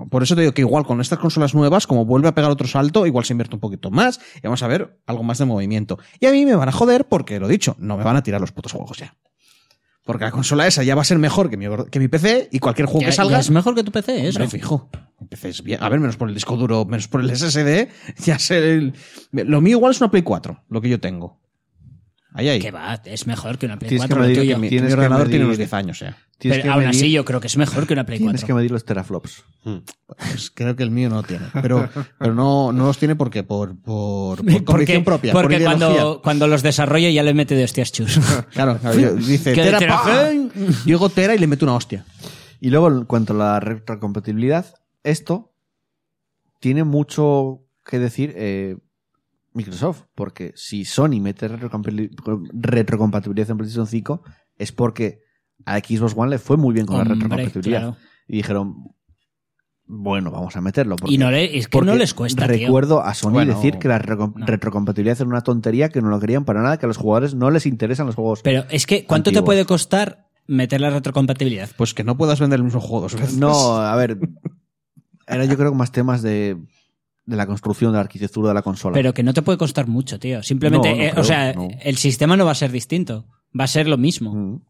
Por eso te digo que igual con estas consolas nuevas, como vuelve a pegar otro salto, igual se invierte un poquito más y vamos a ver algo más de movimiento. Y a mí me van a joder porque, lo dicho, no me van a tirar los putos juegos ya. Porque la consola esa ya va a ser mejor que mi, que mi PC y cualquier juego
Ya-
que
ya
salga.
es mejor que tu PC, eso.
Hombre, fijo. Empecéis bien. A ver, menos por el disco duro, menos por el SSD. Ya sé. el- Lo mío igual es una Play 4, lo que yo tengo. Ahí, ahí.
Que va, es mejor que una Play
Tienes que
4.
medir
lo tuyo.
que
Mi,
Tienes
mi ordenador
medir-
tiene unos 10 años, ya.
Tienes que
pero aún
medir-
así yo creo que es mejor que una Play
Tienes
4.
que medir los teraflops.
Pues creo que el mío no tiene. Pero, pero no, no los tiene porque por, por, por convicción propia.
porque
por ideología.
cuando, cuando los desarrolle ya le mete de hostias chus.
Claro, claro, yo- dice
Que de
Tera,
Tera-
¡pam! Yo digo Tera y le meto una hostia.
Y luego, en cuanto a la retrocompatibilidad, esto tiene mucho que decir eh, Microsoft, porque si Sony mete retrocompatibili- retrocompatibilidad en PlayStation 5, es porque a Xbox One le fue muy bien con la
Hombre,
retrocompatibilidad.
claro.
Y dijeron, bueno, vamos a meterlo. Porque,
Y no le, es que
porque
no les cuesta, tío.
Recuerdo a Sony
Bueno,
decir que la retrocom-
no.
retrocompatibilidad era una tontería, que no lo querían para nada, que a los jugadores no les interesan los juegos.
Pero es que, ¿cuánto te
Antiguos.
puede costar meter la retrocompatibilidad?
Pues que no puedas vender el mismo juego dos veces.
No, a ver. Era yo creo que más temas de, de la construcción de la arquitectura de la consola.
Pero que no te puede costar mucho, tío. Simplemente,
No, no
eh,
creo,
o sea,
no.
el sistema no va a ser distinto. Va a ser lo mismo.
Mm.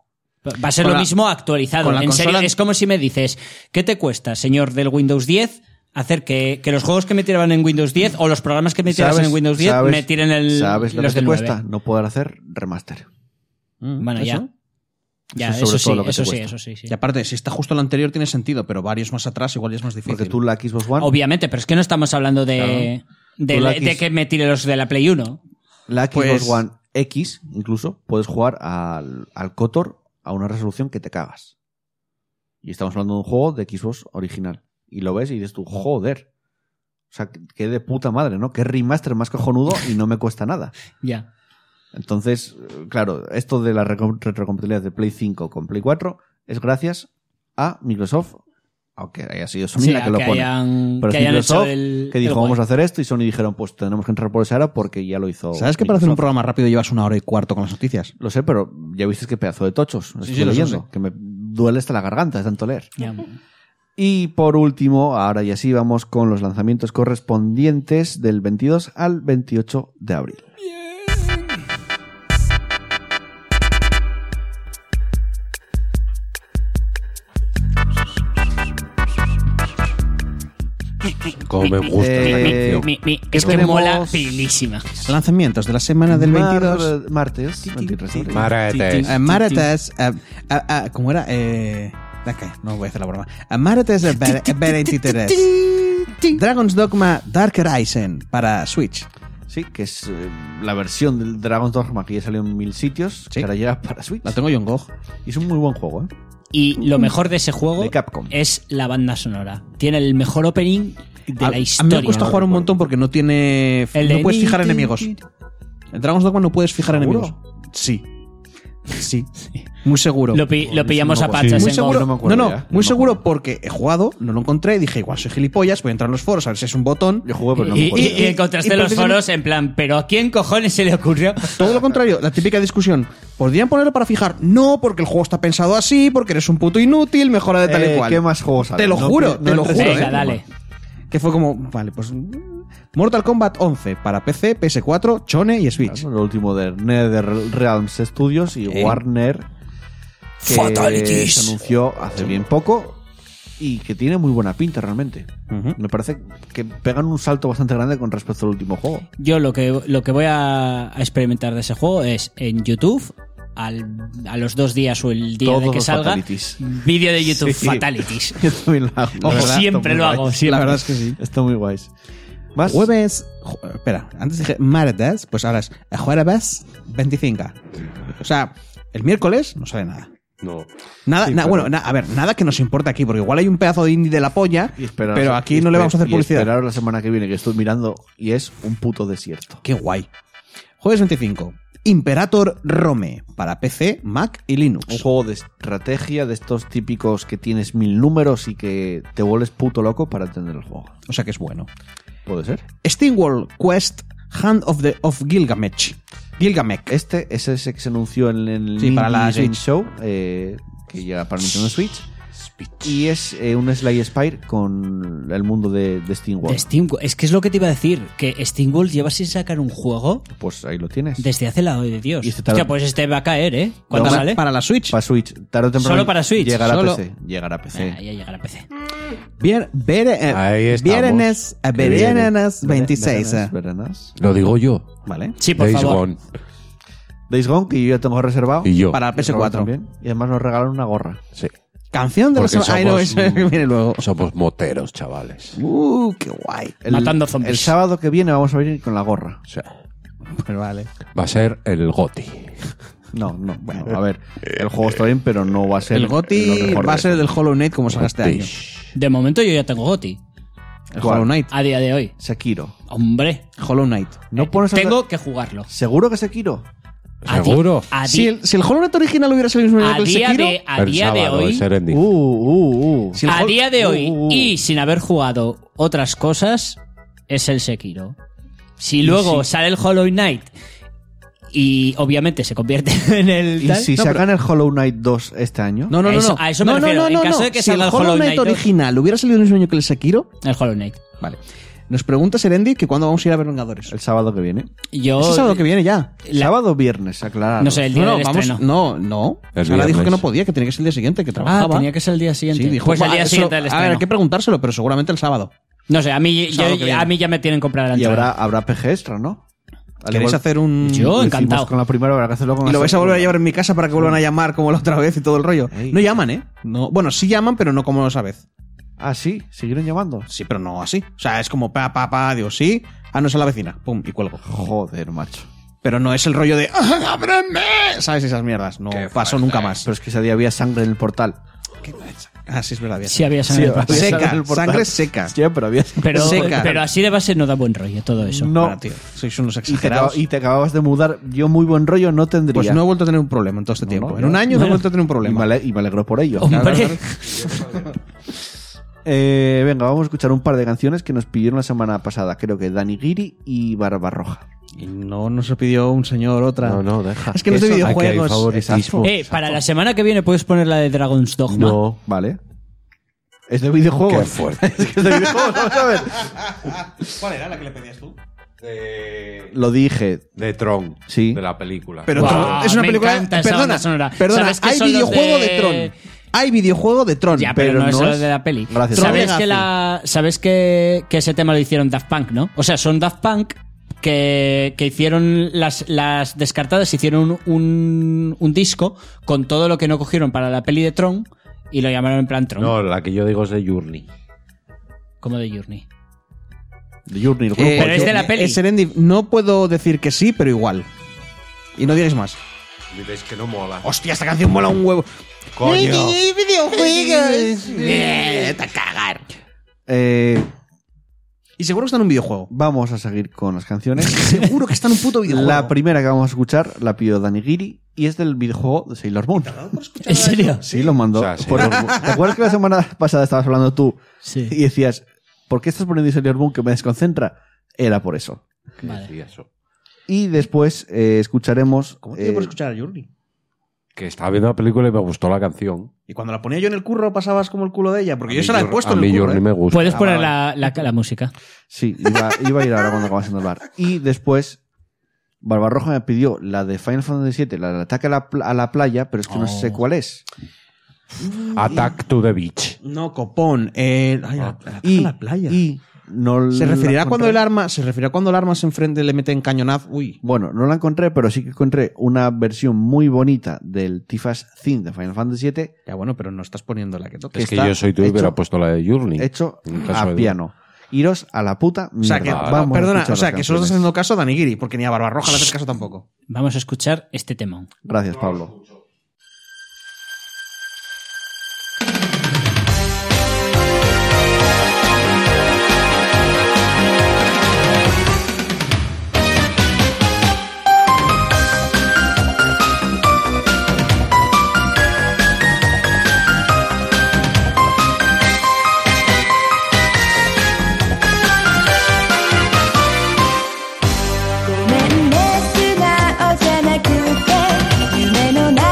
Va a ser
Con
lo
la-
mismo actualizado.
con la
En serio,
consola-
es como si me dices, ¿qué te cuesta, señor del Windows 10, hacer que, que los juegos que me tiraban en Windows 10 o los programas que me tiraban
¿Sabes-
en Windows 10
sabes-
me tiren el,
¿Sabes lo
los
que te
del 9?
cuesta? No poder hacer remaster.
Mm,
Bueno,
eso.
ya. Ya,
Eso es
eso,
sobre todo
sí,
lo que te
eso sí,
cuesta.
eso sí, sí.
Y aparte, si está justo el anterior tiene sentido, pero varios más atrás igual ya es más difícil.
Porque tú la Xbox One,
Obviamente, pero es que no estamos hablando de, de,
Tú la
de
quis-
que me tire los de la Play 1.
la Xbox
pues-
One X, incluso, puedes jugar al, al Cotor a una resolución que te cagas. Y estamos hablando de un juego de Xbox original. Y lo ves y dices tú, joder. O sea, qué de puta madre, ¿no? Qué remaster más cojonudo y no me cuesta nada.
Ya.
Entonces, eh, claro, esto de la reco- retrocompatibilidad de Play 5 con Play 4 es gracias a Microsoft, aunque haya sido Sony
Sí,
la
a
que lo pone.
hayan,
pero
que
es
hayan hecho
Microsoft
el.
que
el
dijo,
guay.
vamos a hacer esto, y Sony dijeron, pues tenemos que entrar por esa era porque ya lo hizo.
¿Sabes que para hacer un
Microsoft.
programa rápido llevas una hora y cuarto con las noticias?
Lo sé, pero ya viste qué pedazo de tochos.
sí,
Estoy
lo sé,
leyendo,
lo sé.
que me duele hasta la garganta de tanto leer.
Ya.
Y por último, ahora y así vamos con los lanzamientos correspondientes del 22 al 28 de abril.
Como me gusta esta
Eh,
canción.
Mi- mi- es que
tenemos-
mola pilísima.
Lanzamientos de la semana del
Mar-
22.
martes, 23 de abril.
Marates.
Eh, Maratas. eh, ah, ah, ¿Cómo era? Eh, la calle, no voy a hacer la broma. Eh, Maratas eh, ver- eh, 23. Dragon's Dogma Dark Horizon para Switch.
Sí, que es eh, la versión del Dragon's Dogma que ya salió en mil sitios,
Sí.
que ahora llega para Switch.
La tengo yo en GOG.
Y es un muy buen juego, ¿eh?
Y lo mejor de ese juego
De Capcom.
es la banda sonora. Tiene el mejor opening de
a,
la
a mí
historia.
me cuesta jugar un montón porque no tiene.
El de
no puedes
tin,
fijar
tin,
enemigos.
tin.
En Dragon's Dogma no puedes fijar
¿Seguro?
enemigos. Sí. Sí, muy seguro.
Lo, pi- lo pillamos
Sí,
a pachas
muy
muy
en
seguro.
no
Go-
me acuerdo
no,
ya, no
muy
me
seguro
acuerdo.
porque he jugado, no lo encontré, dije, igual soy gilipollas, voy a entrar en los foros a ver si es un botón.
Yo jugué, pero no me
Y,
acuerdo. Eh,
y- y encontraste
y
los
precisamente-
foros en plan, pero ¿a quién cojones se le ocurrió?
Todo lo contrario, la típica discusión. ¿Podrían ponerlo para fijar? No, porque el juego está pensado así, porque eres un puto inútil, mejora de tal
Eh,
y cual.
¿Qué más juegos salen?
Te lo
No,
juro,
no
te lo
entres
juro.
en
Venga,
eh.
tema.
dale.
Que fue como, vale, pues. mm, Mortal Kombat 11 para PC, PS4, Chone y Switch.
Claro, lo último de NetherRealms Studios y
Eh.
Warner que
Fatalities.
se anunció hace bien poco y que tiene muy buena pinta realmente. Me parece que pegan un salto bastante grande con respecto al último juego.
Yo lo que, lo que voy a, a experimentar de ese juego es en YouTube, al- a los dos días o el día
Todos
de que
los
salga,
fatalities.
vídeo de YouTube
Sí.
Fatalities.
Yo también lo hago.
Ojo,
La verdad, está
siempre
muy
lo hago,
guays.
siempre.
La verdad es que sí.
Está muy guays. Más
Jueves. ju- Espera, antes dije martes, pues ahora es jueves 25. O sea, el miércoles no sale nada.
No.
Nada,
Sí,
na-
pero-
bueno, na- a ver, nada que nos importa aquí, porque igual hay un pedazo de indie de la polla,
y esperaros-
pero aquí
y
no le
esper-
vamos a hacer
y
publicidad.
Esperaros la semana que viene que estoy mirando y es un puto desierto.
Qué guay. Jueves 25. Imperator Rome para PC, Mac y Linux.
Un juego de estrategia de estos típicos que tienes mil números y que te vuelves puto loco para entender el juego.
O sea que es bueno.
¿Puede ser?
Steamworld Quest Hand of the of Gilgamesh. Gilgamesh.
Este es ese que se anunció en el
Sí, para la
Indie Game
Switch.
Show, eh, que llega para Nintendo Switch. Y es eh, un Sly Spire con el mundo de, de SteamWorld.
De Steam, es que es lo que te iba a decir, que SteamWorld lleva sin sacar un juego
pues ahí lo tienes.
desde hace la de Dios.
Y este tal-
Hostia, pues este va a caer, ¿eh? ¿Cuándo
Para-
sale?
Para la Switch.
Para Switch, tarde o temprano.
Solo para Switch,
Llegará
solo.
a PC. Llegará a PC.
Ah, ya llegará a PC.
Vier- vere- eh,
Ahí estamos.
viernes, eh, viernes 26. eh.
Veranas, veranas.
Lo digo yo.
Vale.
Sí, por
Days
favor.
Gone.
Days Gone, que yo ya tengo reservado.
Y yo.
eh, Para la
Reservado
PS4.
también. Y además nos regalan una gorra.
Sí.
Canción de los
Porque
la semana. Ay, no,
somos,
eso que viene luego.
Somos moteros, chavales.
Uh, qué guay.
El-
Matando zombies.
El sábado que viene vamos a venir con la gorra.
O sea,
Pues vale.
va a ser el Goti.
No, no. Bueno, a ver. El juego está bien, pero no va a ser.
El
lo
Goti
mejor
va a
de
ser
eso.
el del Hollow Knight como salga este año.
De momento yo ya tengo Goti,
El
¿Cuál?
Hollow Knight.
a día de hoy.
Sekiro.
Hombre,
Hollow Knight.
No pones a-
tengo que jugarlo.
¿Seguro que Sekiro?
A di-
¿Seguro?
A, di-
Si el, si el Hollow Knight original hubiera salido el mismo día
a
que el
día
Sekiro,
de, a
el
día de
sábado,
hoy.
es Erendil.
Uh, uh, uh.
si el
a
Hol-
día de hoy
Uh, uh, uh.
y sin haber jugado otras cosas, es el Sekiro. Si luego sale el Hollow Knight y obviamente se convierte en el.
¿Y
tal,
si
no,
sacan el Hollow Knight 2 este año?
No, no, no,
A eso-
no.
a eso me
no, no,
refiero.
no,
En
no,
caso
no.
de que
si el
salga el
Hollow
Hollow
Knight
Knight dos-
original hubiera salido el mismo año que el Sekiro,
el Hollow Knight.
vale. Nos pregunta Serendi que cuándo vamos a ir a ver Vengadores.
El sábado que viene.
Yo.
Ese sábado que viene ya.
la-
Sábado o viernes, aclarar.
No sé, el día del estreno.
no, no.
El
Sara dijo
viernes.
que no podía, que tenía que ser el día siguiente, que
Ah,
trabajaba.
tenía que ser el día siguiente.
Sí, dijo,
pues el
"Buah,
día
eso-
siguiente del
A ver,
estreno.
hay que preguntárselo, pero seguramente el sábado.
No sé, a mí,
El sábado
yo-
que viene.
a mí ya me tienen comprada la
Y
entrada.
habrá, habrá PG extra, ¿no? Al
¿Queréis
igual-
hacer un.
Pues Yo-
lo hicimos
encantado.
Con la primera, habrá que hacerlo con
Y
la
lo vais a
segunda.
volver a llevar en mi casa para que vuelvan a llamar como la otra vez y todo el rollo.
Ey.
No llaman, ¿eh? No, bueno, sí llaman, pero no como esa vez.
Ah, sí, siguieron llamando.
Sí, pero no así. O sea, es como pa, pa, pa, digo sí. Ah, no es a la vecina. Pum, y cuelgo.
Joder, macho.
Pero no es el rollo de "Ah, ¡Ábreme! ¿Sabes? Esas mierdas. No pasó nunca más.
Pero es que ese día había sangre en el portal.
Ah, sí, es verdad. bien.
Sí, había sangre.
había
Seca,
sangre en el portal.
sangre seca.
Sí, pero había
pero,
seca.
pero así de base no da buen rollo todo eso.
No.
Bueno, tío, sois unos
y, te
exagerados.
acaba- y te acabas de mudar. Yo muy buen rollo no tendría.
Pues no he vuelto a tener un problema en todo este
No,
tiempo.
no,
en un
ya.
año no he
Bueno.
vuelto a tener un
y, me
problema.
ale- y me alegro por ello.
Hombre.
Eh, venga, vamos a escuchar un par de canciones que nos pidieron la semana pasada. Creo que Dani Giri y Barbarroja.
Y no nos pidió un señor otra.
No, no, deja.
Es que no es de
Eso- aquí hay
videojuegos.
favoritismo.
Eh, para la semana que viene puedes poner la de Dragon's Dogma.
No.
Vale. Es de videojuegos.
Qué fuerte.
es que es de videojuegos, vamos a ver.
¿Cuál era la que le pedías tú?
De,
Lo dije.
de Tron.
Sí.
De la película.
Pero
Guau,
Tron- es una
me
película.
encanta esa
perdona,
banda sonora.
perdona.
¿Sabes que
Hay
son los
videojuego de...
de-
Tron. Hay videojuego de Tron.
Ya, pero, no, es lo de la peli.
Gracias.
¿Sabes,
Tron
que, la, ¿sabes que, que ese tema lo hicieron Daft Punk, no? O sea, son Daft Punk que, que hicieron las, las descartadas, hicieron un, un, un disco con todo lo que no cogieron para la peli de Tron y lo llamaron en plan Tron,
No, la que yo digo es de Journey.
como de Journey.
The Journey, el grupo.
Eh,
Pero es
yo-
de la peli.
eh, Serendip, no puedo decir que sí, pero igual. Y no digáis más.
Diréis que no mola.
Hostia, esta canción mola un huevo.
Coño.
videojuegos! Eh, te cagar!
Eh,
Y seguro que está en un videojuego.
vamos a seguir con las canciones.
Seguro que está en un puto videojuego.
La primera que vamos a escuchar la pidió Dani Giri y es del videojuego de Sailor Moon.
¿En serio?
Sí, lo mandó.
O sea, sí.
por Orbu. ¿Te acuerdas que la semana pasada estabas hablando tú
Sí.
y decías, ¿por qué estás poniendo Sailor Moon que me desconcentra? Era por eso.
Vale.
Sí, eso.
Y después eh, escucharemos.
¿Cómo te dio
eh,
por escuchar a Journey?
Que estaba viendo la película y me gustó la canción.
Y cuando la ponía yo en el curro, pasabas como el culo de ella, porque yo se la he puesto
a
en el
mí
curro.
Journey
¿eh?
me gusta.
Puedes
Ah,
poner
vale.
la, la- la música.
Sí, iba, iba a ir ahora cuando acabas de hablar. Y después, Barbarroja me pidió la de Final Fantasy VII, la del ataque a la, pla- a la playa, pero es que no sé
Oh.
cuál es.
Attack to the Beach.
No, copón. eh, ay, la- la-
Y,
la playa.
y no
se
la
referirá
encontré.
cuando el arma, se referirá cuando el arma se enfrente le mete en cañonaz. Uy.
Bueno, no la encontré, pero sí que encontré una versión muy bonita del Tifas Thing de Final Fantasy VII,
Ya bueno, pero no estás poniendo la que toca.
Que
Es que
está
yo soy tú y
hecho-
hubiera puesto la de Journey.
hecho
En caso de
a
duda.
piano. Iros a la puta
O sea
mierda.
que,
Vamos a
perdona,
escuchar
o sea
las
que solo
canciones.
estás haciendo caso a Danigiri, porque ni a Barbarroja le haces caso tampoco.
Vamos a escuchar este temón.
Gracias, Pablo.
「ごめんね素直じゃなくて」「夢の中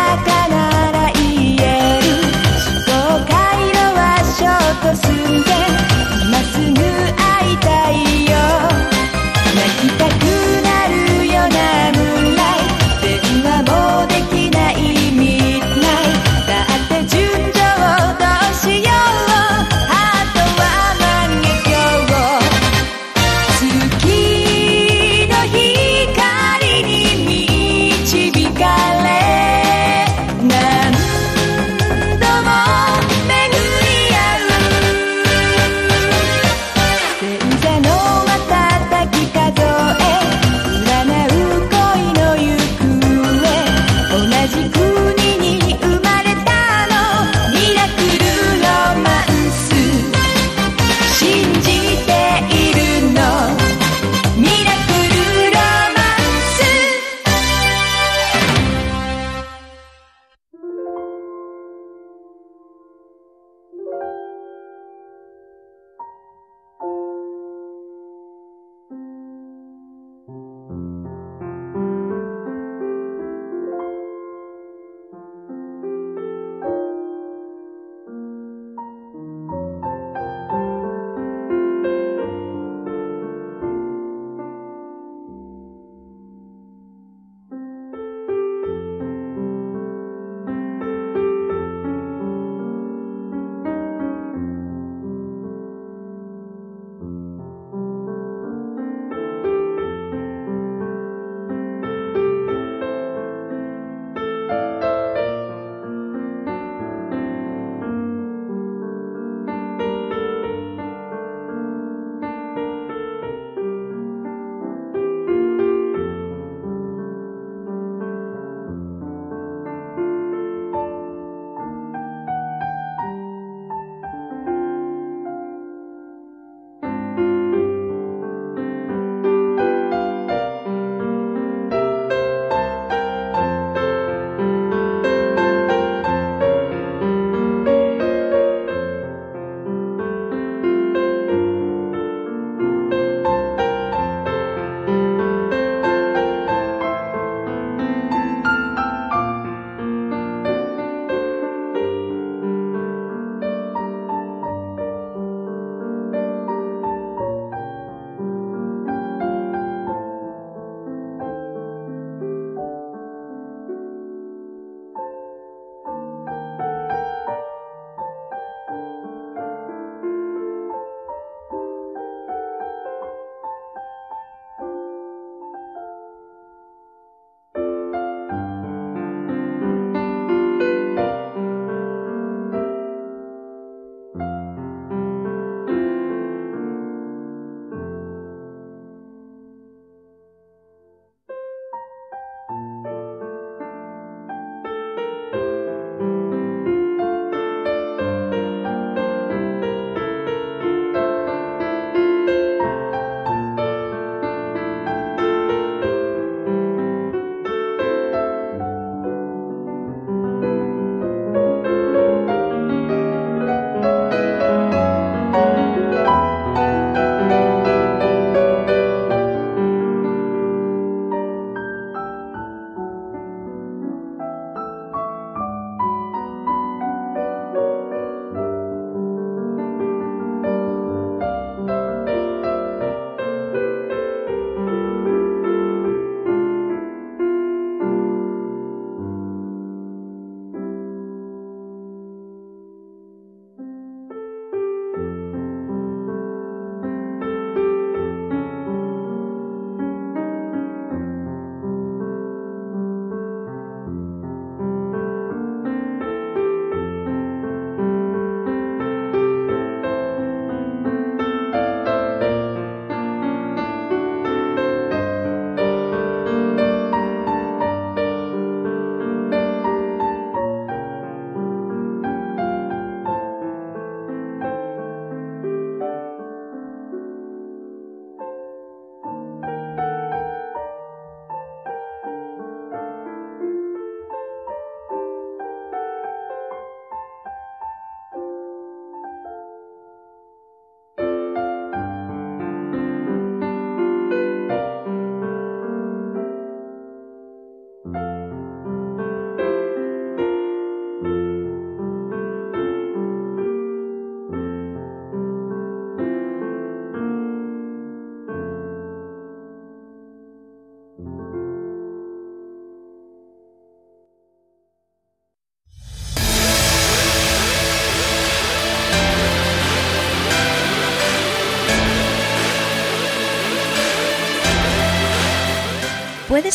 Puedes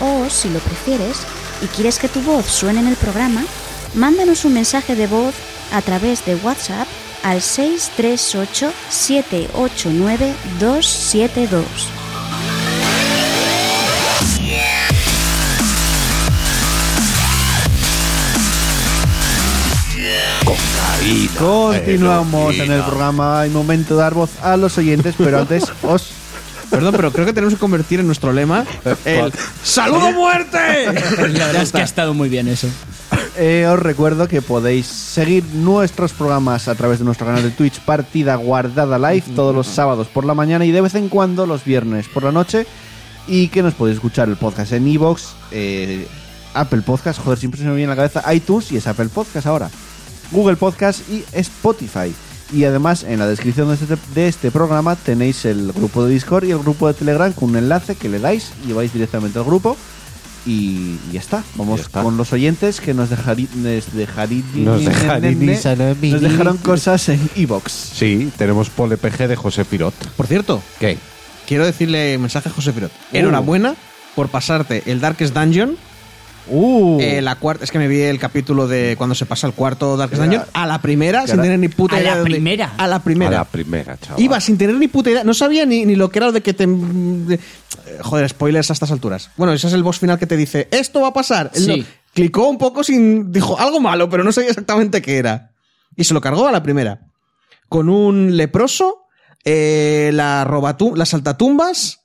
o, si lo prefieres y quieres que tu voz suene en el programa, mándanos un mensaje de voz a través de WhatsApp al 638 789 272.
Continuamos en el programa. Hay momento de dar voz a los oyentes, pero antes os.
Perdón, pero creo que tenemos que convertir en nuestro lema el ¡Saludo muerte!
La verdad es que ha estado muy bien eso.
Eh, os recuerdo que podéis seguir nuestros programas a través de nuestro canal de Twitch Partida Guardada Live todos los sábados por la mañana y de vez en cuando los viernes por la noche y que nos podéis escuchar el podcast en iVoox, eh, Apple Podcast, joder, siempre se me viene a la cabeza iTunes y es Apple Podcast ahora, Google Podcast y Spotify. Y además en la descripción de este, de este programa tenéis el grupo de Discord y el grupo de Telegram con un enlace que le dais y vais directamente al grupo. Y y ya está, vamos
Ya está.
con los oyentes que nos dejarí- nos dejarí-
Nos dejarí-
nos dejaron cosas en Evox.
Sí, tenemos Pole PG de José Pirot.
Por cierto,
¿Qué?
quiero decirle mensaje a José Pirot. Enhorabuena por pasarte el Darkest Dungeon.
Uh,
eh, la cuarta, es que me vi el capítulo de cuando se pasa el cuarto Darkest
Era-
Dungeon a la primera, sin
era-
tener ni puta
A
idea.
la
de dónde-
primera.
A la
A
primera.
la primera, chaval.
Iba sin tener ni puta idea. No sabía ni, ni lo que era lo de que te. de- Joder, spoilers a estas alturas. Bueno, ese es el boss final que te dice: Esto va a pasar. Él
Sí.
no- clicó un poco sin. Dijo algo malo, pero no sabía exactamente qué era. Y se lo cargó a la primera. Con un leproso, eh, la, robatu- la saltatumbas,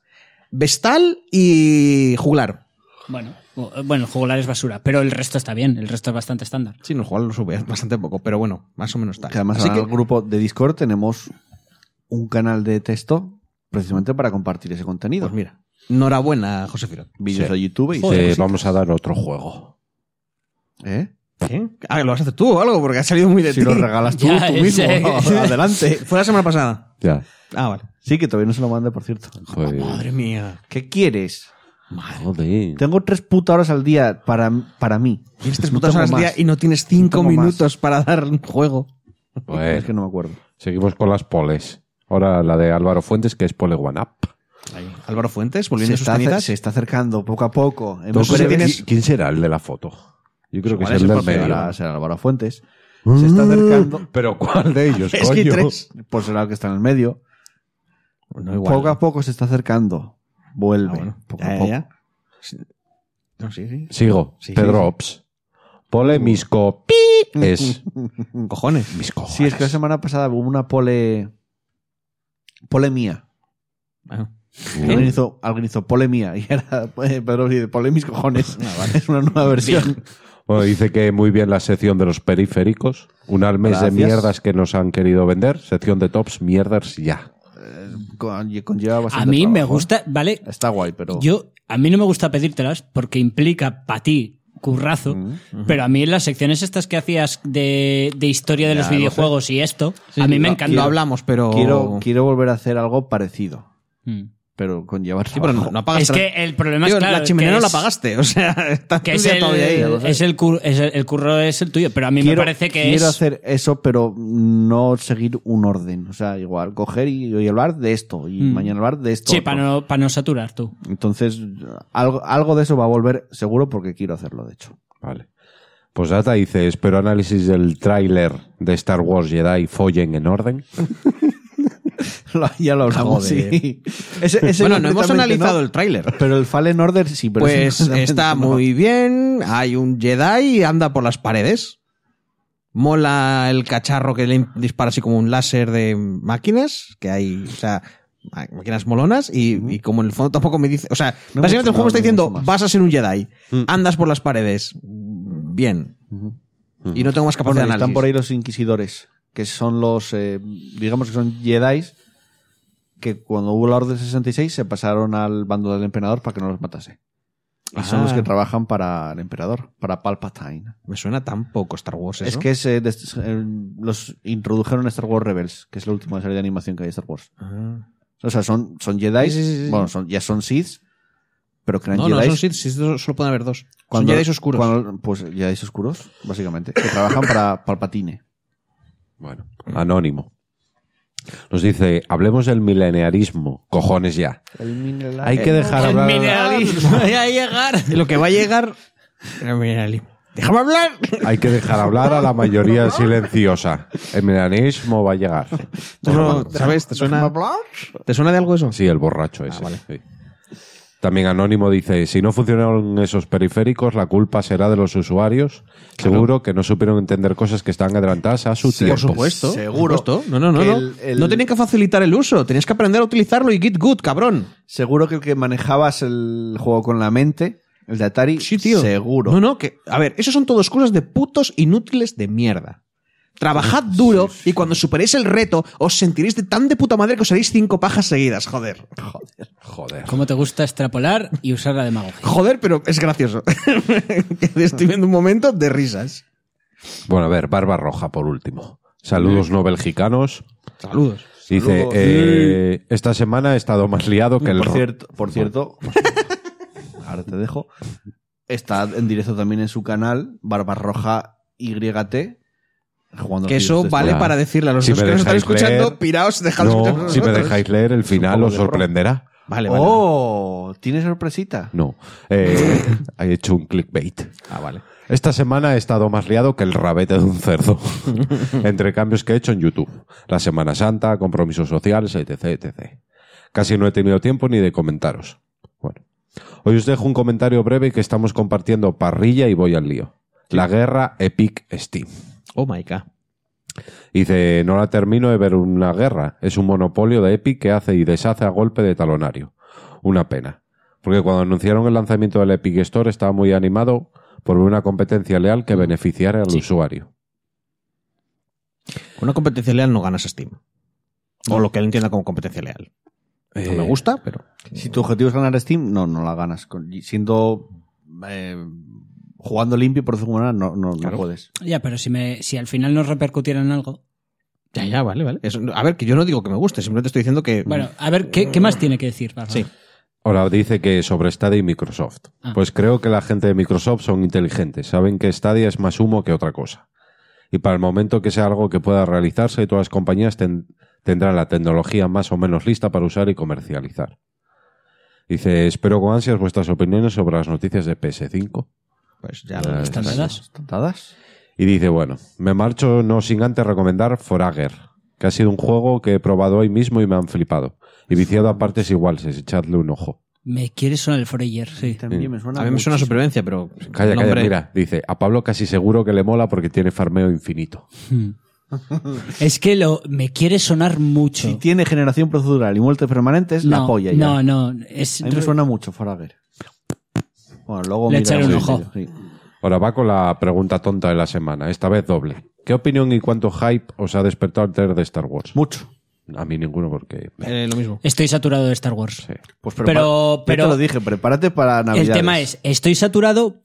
Vestal y juglar.
Bueno, o- bueno, el jugular es basura, pero el resto está bien, el resto es bastante estándar.
Sí, no, juglar lo sube bastante poco, pero bueno, más o menos está.
que además
Así
ahora en el
que,
grupo de Discord tenemos un canal de texto precisamente para compartir ese contenido.
pues mira, enhorabuena, José Firot.
Vídeos
Sí.
de YouTube y
Te
cosas.
vamos a dar otro juego.
¿Eh?
Ah, lo vas a hacer tú o algo, porque ha salido muy de
Si
ti. Eh,
lo regalas tú,
Ya,
tú
en
mismo.
serio.
Adelante.
Fue la semana pasada.
Ya.
Ah, vale.
Sí, que todavía no se lo mandé, por cierto.
Joder.
mía.
¿Qué quieres?
Joder.
Tengo tres putas horas al día para, para mí.
Tienes tres
No
putas
tengo
horas al día
más.
y no tienes cinco
No tengo
minutos para dar un juego. Eh.
Joder.
Es que no me acuerdo.
Seguimos con las poles. Ahora la de Álvaro Fuentes, que es Pole One Up.
Álvaro Fuentes,
Se
volviendo a sus
está, acer-
cenizas.
se está acercando poco a poco. En
Entonces,
breve-
¿qui- ¿Quién será el de la foto? Yo creo
Igual
que es el
ese
del
propio
medio. Mm,
será- será Álvaro Fuentes. Se está acercando.
Pero ¿cuál de ellos,
Es que hay
coño?
tres.
Pues será el que está en el medio.
No, igual.
Poco a poco se está acercando.
Ah,
Vuelve.
bueno.
Poco
Ya,
a
ya,
poco.
ya. Sí. No, sí, sí.
Sigo.
Sí,
Pedro
sí, sí.
Ops. Pole Misco. pi, Es
Cojones.
Misco.
Sí, es que la semana pasada hubo una pole. Pole mía.
Ah,
Alguien
Mm.
hizo, alguien hizo pole mía. Y era eh, Pedro Ops dice, pole mis cojones. Es una nueva versión.
Bueno, dice que muy bien la sección de los periféricos. Un al mes de
Gracias.
mierdas que nos han querido vender. Sección de tops, mierdas ya.
Eh, Con- Conlleva bastante
A mí me
trabajo, ¿eh?
gusta, ¿vale?
Está guay, pero.
Yo, a mí no me gusta pedírtelas porque implica para ti currazo, pero a mí las secciones estas que hacías de, de historia de los
lo
videojuegos y esto,
sí,
a mí me
lo-
encanta.
Lo hablamos, pero.
Quiero, quiero volver a hacer algo parecido.
Mm.
Pero conlleva
Sí, pero no,
trabajo.
no apagas
Es
la-
que el problema
Tío,
es claro,
la chimenea
que
no la
es-
pagaste. O sea, está
Que es
todavía
el,
ahí, ya lo sé.
es el cur- es el- el curro es el tuyo, pero a mí
quiero,
me parece que
quiero
es...
hacer eso, pero no seguir un orden. O sea, igual coger y hoy hablar de esto y
Mm.
mañana hablar de esto.
Sí,
otro.
para no, para no saturar tú.
Entonces, algo, algo de eso va a volver seguro porque quiero hacerlo, de hecho.
Vale. Pues Data dice, espero análisis del tráiler de Star Wars Jedi Follen en orden.
ya lo hablamos,
Joder.
sí. Ese- ese
Bueno, no hemos
concretamente
analizado
no,
el tráiler.
Pero el Fallen Order sí, pero
Pues
ese concretamente
está
no.
muy bien. Hay un Jedi y anda por las paredes. Mola el cacharro que le dispara así como un láser de máquinas, que hay, o sea, ma- máquinas molonas y, y como en el fondo tampoco me dice, o sea,
No mucho
básicamente el juego me
más,
está
no
diciendo,
mucho más. Mm.
vas a ser un Jedi, andas por las paredes, bien. Y no tengo más
Bueno,
capacidad de
están
análisis.
por ahí los inquisidores, que son los, eh, digamos que son Jedi que cuando hubo la Orden 66 se pasaron al bando del emperador para que no los matase. Y son los
Ah.
que trabajan para el emperador, para Palpatine.
Me suena tan poco Star Wars
Es
eso.
que se des- eh, los introdujeron en Star Wars Rebels, que es la última serie de animación que hay de Star Wars.
Ah.
O sea, son, son Jedi,
Sí, sí, sí, sí.
bueno, son, ya son Sith, pero crean
No,
Jedi.
no, son Sith, Sith solo pueden haber dos. son Jedi oscuros.
cuando- pues Jedi oscuros, básicamente, que trabajan para Palpatine.
Bueno, anónimo. Nos dice, hablemos del milenarismo. Cojones ya. Hay que dejar
El
hablar.
mineralismo, voy a llegar.
Y lo que va a llegar. Era mineralismo. ¡Déjame hablar!
Hay que dejar hablar a la mayoría silenciosa. El milenarismo va a llegar.
No, ¿Sabes? ¿Te suena, ¿Te suena de algo eso?
Sí, el
Ah,
borracho ese. Sí. También Anónimo dice, si no funcionaron esos periféricos, la culpa será de los usuarios. Seguro que no supieron entender cosas que están adelantadas a su
Sí,
tiempo.
Por supuesto.
pues Seguro
por supuesto. No, no, no.
que
No.
el- el-
no tenían que facilitar el uso. Tenías que aprender a utilizarlo y get good, cabrón.
Seguro que el que manejabas el juego con la mente, el de Atari,
Sí, tío.
seguro.
No, no, que. A ver, eso son todas cosas de putos inútiles de mierda. Trabajad duro y cuando superéis el reto os sentiréis de tan de puta madre que os haréis cinco pajas seguidas. Joder.
Joder.
¿Cómo te gusta extrapolar y usar la demagogia?
Joder, pero es gracioso. Estoy viendo un momento de risas.
Bueno, a ver, Barba Roja por último. Saludos no belgicanos.
Saludos.
Dice,
Saludos.
eh, esta semana he estado más liado que el
Por
ro-
cierto, por cierto, ahora te dejo. Está en directo también en su canal, Barbarroja YT. Jugando
Que
a
eso
Fields de
vale
Ya.
para decirle a los
Si
dos
me
que nos están
dejáis leer-
escuchando, piraos, dejad de escuchar
No, si me dejáis leer el final
poco
os
de broma.
sorprenderá.
Vale, vale.
Oh, tiene sorpresita.
No, eh, he hecho un clickbait.
Ah, vale.
Esta semana he estado más liado que el rabete de un cerdo. Entre cambios que he hecho en YouTube. La Semana Santa, compromisos sociales, etc, etc. Casi no he tenido tiempo ni de comentaros. Bueno. Hoy os dejo un comentario breve que estamos compartiendo parrilla y voy al lío. La guerra Epic Steam.
Oh my god.
Dice, no la termino de ver una guerra. Es un monopolio de Epic que hace y deshace a golpe de talonario. Una pena. Porque cuando anunciaron el lanzamiento del Epic Store estaba muy animado por ver una competencia leal que beneficiara al usuario.
Con una competencia leal no ganas Steam. O lo que él entienda como competencia leal. No me gusta, pero.
Si tu objetivo es ganar Steam, no, no la ganas. Con- y Siendo. eh, jugando limpio por decirlo de alguna manera, no, no, no puedes.
Ya, pero si, me, si al final nos repercutiera en algo.
Ya, ya, vale, vale. Eso- a ver, que yo no digo que me guste, simplemente estoy diciendo que.
Bueno, a ver, ¿qué, qué más tiene que decir? Barba?
Sí.
Ahora dice que sobre Stadia y Microsoft.
Ah.
Pues creo que la gente de Microsoft son inteligentes. Saben que Stadia es más humo que otra cosa. Y para el momento que sea algo que pueda realizarse, todas las compañías ten- tendrán la tecnología más o menos lista para usar y comercializar. Dice, espero con ansias vuestras opiniones sobre las noticias de PS5.
Pues ya.
Ah, está
¿Están dadas?
¿Tantadas?
Y dice, bueno, me marcho no sin antes recomendar Forager, que ha sido un juego que he probado hoy mismo y me han flipado. Y viciado a partes iguales, echadle un ojo.
Me quieres sonar el Forager, sí.
También me suena.
a mí me suena
muchísimo.
a supervivencia, pero.
Calla, calla,
nombre-
mira, dice, a Pablo casi seguro que le mola porque tiene farmeo infinito.
Hmm. es que lo, me quiere sonar mucho.
Si tiene generación procedural y muertes permanentes, la
No,
polla ya.
No, no. Es,
A mí me suena mucho Forager. Bueno, luego
Le
miraremos
echaré un
el
ojo.
vídeo, sí.
Ahora va con la pregunta tonta de la semana, esta vez doble. ¿Qué opinión y cuánto hype os ha despertado el trailer de Star Wars?
Mucho.
A mí ninguno porque...
eh, lo mismo.
Estoy saturado de Star Wars.
Pues
Pero-
prepara- Ya
pero-
te lo dije, prepárate para Navidad.
El tema es, estoy saturado,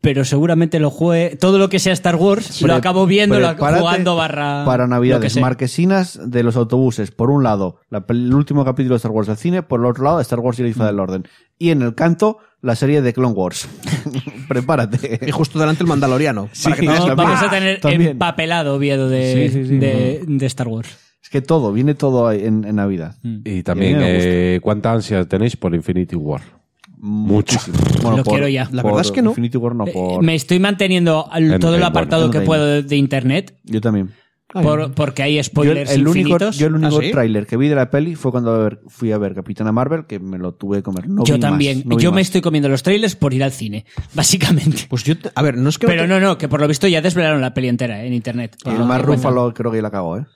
pero seguramente lo juegue. Todo lo que sea Star Wars lo acabo viendo, lo acabo jugando barra.
Para
lo que
Navidades,
sea.
marquesinas de los autobuses. Por un lado, la pel- el último capítulo de Star Wars del cine. Por el otro lado, Star Wars y la Isla
Mm.
del Orden. Y en el canto, la serie de Clone Wars.
Y
prepárate.
justo delante el Mandaloriano. para que
No,
tengas la-
vamos
también,
a tener
también.
empapelado Oviedo de, de- de Star Wars.
Es que todo, viene todo ahí en, en Navidad.
Mm.
Y también,
Y a mí me gusta.
eh, ¿cuánta ansia tenéis por Infinity War?
Muchísimo.
Lo quiero ya.
La verdad es que no.
Infinity War no, por-
Eh, Me estoy manteniendo al-
En-
todo el
en-
apartado
bueno, en
que
Reino.
puedo de, de internet
Yo también.
por- porque hay
Ah, Yo
spoilers
el, único,
infinitos.
yo el único
¿Ah, sí?
tráiler que vi de la peli fue cuando a ver- fui a ver Capitana Marvel, que me lo tuve que comer. No
Yo
vi más,
también.
no vi
yo me
más.
estoy comiendo los trailers por ir al cine, básicamente.
Pues yo. te- A ver, no es que.
Pero
te-
no, no, que por lo visto ya desvelaron la peli entera en internet.
Y
Ah.
el más rúfalo creo que la cagó, ¿eh?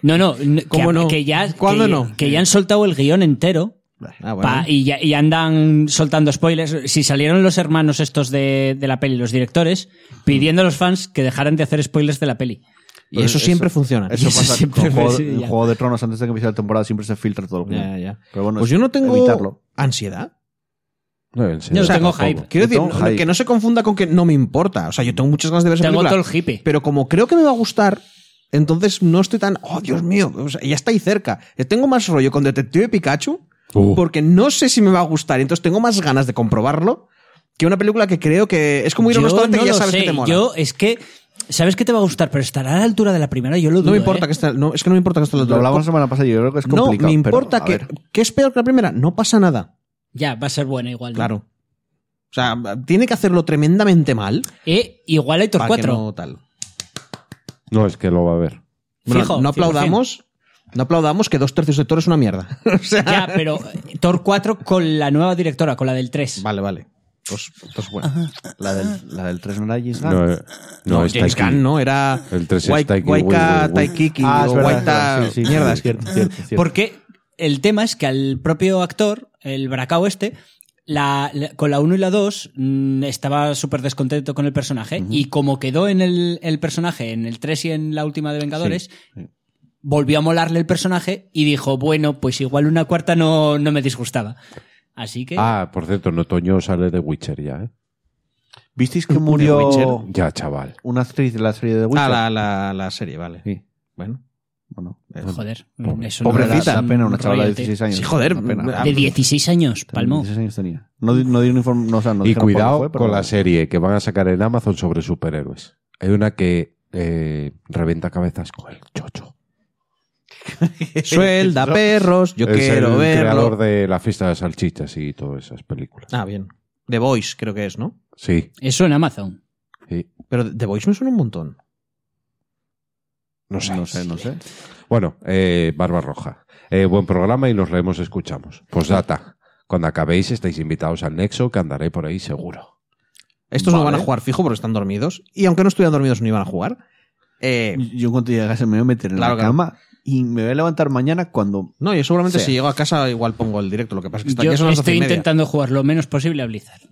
No, no, n-
¿Cómo
que,
no?
que ya,
¿Cuándo
que-
no?
que ya han soltado el guión entero
Ah, bueno.
pa- y, ya, y andan soltando spoilers. Si salieron los hermanos estos de, de la peli, los directores, pidiendo a los fans que dejaran de hacer spoilers de la peli.
Y eso siempre funciona.
Eso
Eso
pasa
siempre
con Juego,
me- sí,
en
ya.
Juego de Tronos antes de que empiece la temporada siempre se filtra todo el
Ya, Pues
mundo.
ya, ya.
Pero bueno,
pues
es
yo no tengo
evitarlo.
ansiedad.
No, en serio,
Yo tengo
tampoco.
hype.
Quiero decir,
Don't
no-
hype.
que no se confunda con que no me importa. O sea, yo tengo muchas ganas de ver esa
Tengo
película.
todo el hippie.
Pero como creo que me va a gustar, entonces no estoy tan. Oh, Dios mío. O sea, ya está ahí cerca. Tengo más rollo con Detective Pikachu
Uh.
porque no sé si me va a gustar. Entonces tengo más ganas de comprobarlo que una película que creo que es como ir a un
Yo
restaurante
no
que ya
lo
sabes
sé.
que te mola.
Yo es que sabes que te va a gustar, pero estará a la altura de la primera. Yo lo dudo.
no me importa
¿eh?
que esté, no, es que no me importa que esté
Lo hablamos la semana pasada y yo creo que es
No,
complicado.
me
pero, a
importa que,
ver.
que es peor que la primera. No pasa nada.
Ya, va a ser buena igual. ¿no?
Claro. O sea, tiene que hacerlo tremendamente mal.
Eh, igual Héctor
para que
4.
no tal.
No, es que lo va a ver.
Bueno,
Fijo,
no
100%.
aplaudamos. No aplaudamos que dos tercios de Thor es una mierda. O sea,
Ya, pero eh, Thor 4 con la nueva directora, con la del 3.
Vale, vale. Pues, pues bueno.
La del, la del 3 no era James Gunn.
No, eh, no, está
James
aquí.
Gunn, ¿no? Era
El tres es
Wai-
Taiki,
Waika
Wai- Wai-
Taikiki
Ah,
o
es verdad,
Waita-
es verdad, sí, sí,
mierda.
sí, cierto, cierto, cierto.
Porque el tema es que al propio actor, el bracao este, la, la- con la 1 y la 2 mm, estaba súper descontento con el personaje y como quedó en el, el personaje en el 3 y en la última de Vengadores, volvió a molarle el personaje y dijo, bueno, pues igual una cuarta no, no me disgustaba. Así que...
Ah, por cierto, en otoño sale de Witcher ya, ¿eh?
¿Visteis que
Witcher.
murió
Ya, chaval.
una actriz de la serie de Witcher?
Ah, la, la, la serie, vale.
Sí.
Bueno.
Bueno,
Joder, mm,
Pobre-
eso no
Pobrecita,
es
da
un
pena una chavala de
royalty.
16 años.
Sí, joder,
Da pena.
a-
De 16 años, palmo.
16 años tenía. No, di- no di uniforme, no, o sea, no
y
dijeron
cuidado
cuándo fue, pero-
con la serie que van a sacar en Amazon sobre superhéroes. Hay una que eh, reventa cabezas con el chocho.
Suelda perros, yo
es
quiero
el creador
verlo.
de la fiesta de las salchichas y todas esas películas.
Ah, bien. The Voice creo que es, ¿no?
Sí,
Eso en Amazon.
sí.
Pero The Voice me suena un montón.
No sé.
No sé, no sé.
Bueno, eh, Barba Roja. Eh, buen programa y nos leemos, escuchamos. Postdata. Cuando acabéis estáis invitados al Nexo que andaré por ahí seguro.
Estos no
Vale.
van a jugar fijo porque están dormidos. Y aunque no estuvieran dormidos, no iban a jugar. Eh,
Yo en cuanto llegase me voy a meter en
Claro,
la
claro.
cama y me voy a levantar mañana cuando...
no, yo seguramente
Sí.
si llego a casa igual pongo el directo. Lo que pasa es que está,
Yo
ya son las doce
estoy
y media.
intentando jugar lo menos posible a Blizzard.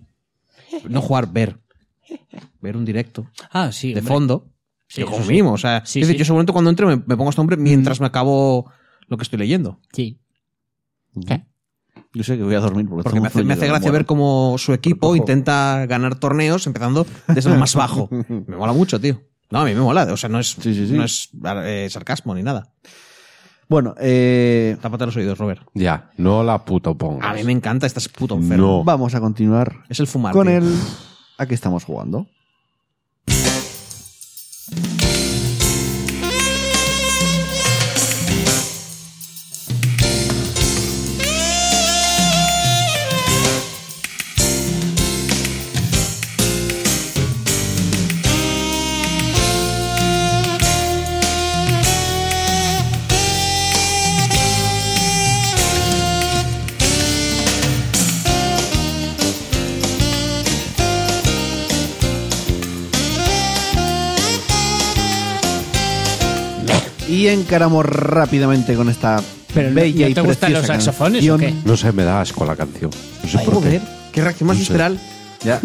No jugar, ver. Ver un directo
Ah, sí.
de
hombre.
fondo.
Sí,
yo
eso
como
sí.
mimo. O sea,
Sí,
es decir,
sí. Mm.
yo seguramente cuando entre me, me pongo este hombre mientras me acabo lo que estoy leyendo.
Sí. Eh,
Yo sé que voy a dormir porque,
Porque me hace, me hace gracia ver cómo su equipo intenta ganar torneos empezando desde lo más bajo. Me mola mucho, tío. No, a mí me mola. O sea, no es,
Sí, sí, sí.
No es eh, sarcasmo ni nada.
Bueno, eh,
Tápate los oídos, Robert.
Ya, no la puto pongas.
A
Pues
mí me encanta, estás puto enfermo.
No.
vamos a continuar
Es el fumar.
con
tío.
el... ¿A qué estamos jugando? Y encaramos rápidamente con esta
Pero no-
bella
¿no
y
te gustan
preciosa
los saxofones
canción.
o qué?
No sé, me da asco la canción. No sé por qué.
Joder, qué reacción más
No sé.
visceral.
Ya.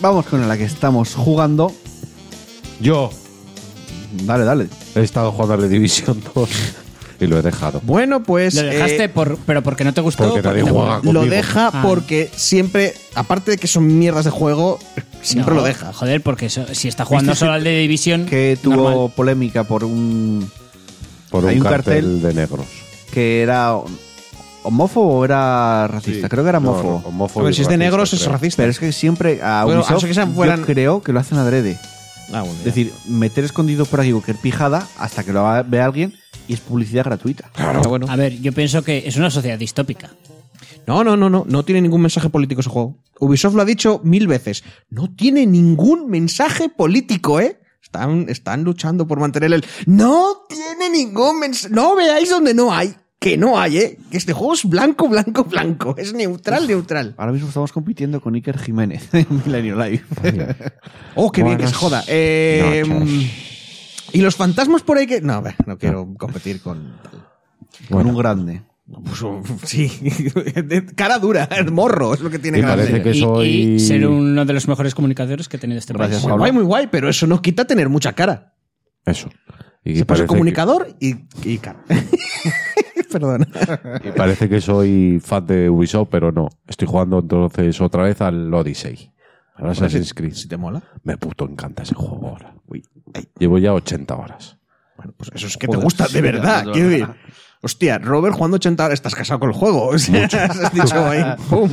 Vamos con la que estamos jugando.
Yo
Dale, dale.
he estado jugando a la División 2 y lo he dejado.
Bueno, pues.
Lo dejaste
eh,
por, pero porque no te gustó.
porque nadie
te
juega
gustó.
conmigo.
lo deja
Ah.
porque siempre, aparte de que son mierdas de juego, siempre
No,
lo deja.
Joder, porque eso- si está jugando solo al de división.
Que tuvo
normal.
polémica por un
Por
Hay
un
un
cartel,
cartel
de negros.
que era homófobo o era racista. Creo que era
No,
homófobo.
no, homófobo
A ver,
y
si es de
racista,
negros es
creo.
racista.
Pero es que siempre a
Bueno, a no
Ubisoft
ser que sean
yo
fueran-
creo que lo hacen adrede.
Ah, bueno, ya.
Es decir, meter escondidos por aquí cualquier pijada hasta que lo vea alguien y es publicidad gratuita.
Ah, bueno.
A ver, yo pienso que es una sociedad distópica.
No, no, no, no. No tiene ningún mensaje político ese juego. Ubisoft lo ha dicho mil veces. No tiene ningún mensaje político, ¿eh? Están, están luchando por mantener el. No tiene ningún mensaje. No veáis donde no hay. Que no hay, ¿eh? Que este juego es blanco, blanco, blanco. Es neutral, neutral.
Ahora mismo estamos compitiendo con Iker Jiménez en Milenio Live.
Oh, qué bien que se
Buenas
joda. Eh,
noches.
y los fantasmas por ahí que. No, a ver, no quiero competir con.
Con un grande.
Pues, oh, sí. De Cara dura, el morro es lo que tiene
Y
que hacer.
parece que
y,
soy.
y ser uno de los mejores comunicadores que ha tenido este
Gracias,
país.
Muy
Pablo.
guay, muy guay, pero eso no quita tener mucha cara.
Eso. Y
Se puso
parece que-
comunicador y, y cara. Perdón.
Y parece que soy fan de Ubisoft, pero no. Estoy jugando entonces otra vez al Odyssey. Al Assassin's Creed.
Si Pues te mola.
Me puto encanta ese juego ahora. Llevo ya 80 horas.
Bueno, pues eso es que te gusta de verdad. Quiero decir, hostia, Robert jugando 80 horas, estás casado con el juego. O sea, has dicho ahí, pum.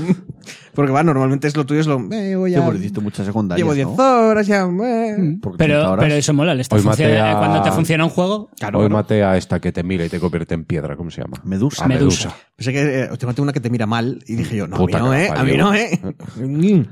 Porque va, normalmente es lo tuyo, es lo. eh, voy a-
Yo hiciste muchas secundarias.
llevo 10
¿no?
horas ya. eh.
Porque 30
Pero,
horas.
pero eso mola. le está
Hoy maté
funciona-
a-
eh, Cuando te funciona un juego,
Claro,
Hoy
bueno.
maté a esta que te mira y te convierte en piedra. ¿Cómo se llama?
Medusa.
A Medusa.
Medusa.
Pensé que eh, te maté una que te mira mal y dije yo, no,
Puta
a mí no,
que la
¿eh? A
parió.
mí no, ¿eh? Mm.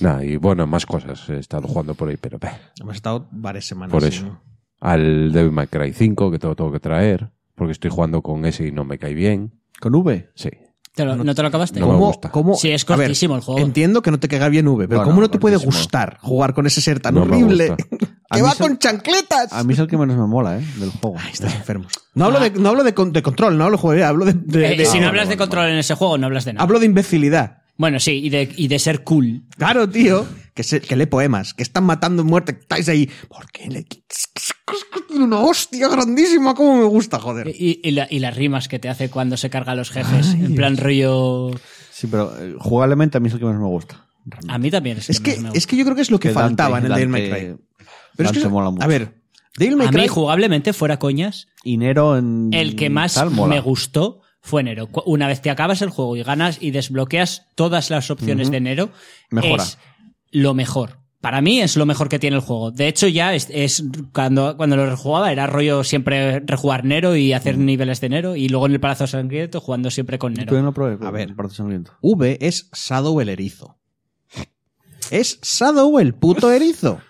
Nah, y bueno, más cosas. He estado jugando por ahí, pero... bah.
Hemos estado varias semanas.
Por
sí,
eso.
¿no?
Al Devil May Cry 5, que te lo tengo que traer. Porque estoy jugando con ese y no me cae bien.
Con V.
Sí.
te lo- ¿no te lo acabaste?
No me
¿Cómo,
gusta.
cómo-
Sí, es
a ver,
cortísimo el juego.
Entiendo que no te caiga bien V, pero
No,
¿cómo
no,
no te puede
cortísimo.
gustar jugar con ese ser tan
No me
horrible?
gusta.
A
¡Que
mí
va
son-
con chancletas!
A mí es el que menos me mola, ¿eh? Del juego.
Ay, estás enfermo. No hablo, de, no hablo de, con- de control, no hablo de jugabilidad, hablo de. de-
Eh,
de-
si no
Ah,
hablas de
bueno,
control en ese juego, no hablas de
bueno.
nada.
Hablo de imbecilidad.
Bueno, sí, y de, y de ser cool.
Claro, tío, que, se- que lee poemas, que están matando en muerte, que estáis ahí. ¿Por qué le.? Una hostia grandísima, cómo me gusta, joder.
Y, y la- y las rimas que te hace cuando se carga a los jefes. en plan rollo.
Sí, pero eh, jugablemente a mí es el que menos me gusta.
A mí también es,
Es
que,
que,
más me
es que yo creo que es lo que, faltaba en el Devil May Cry. Pero es que,
Dante mola mucho.
A ver, Devil May
gusta. A mí,
Cry.
jugablemente, fuera coñas,
Inero en.
el
Mm,
que más
tal mola.
me gustó fue Nero. Cu- Una vez te acabas el juego y ganas y desbloqueas todas las opciones de Nero,
Mejora.
es lo mejor. Para mí es lo mejor que tiene el juego. De hecho, ya es, es- cuando, cuando lo rejugaba era rollo siempre rejugar Nero y hacer niveles de Nero y luego en el Palacio Sangriento jugando siempre con Nero.
Yo no probé.
A ver.
Parte sangriento.
V es Shadow el erizo. Es Shadow el puto erizo.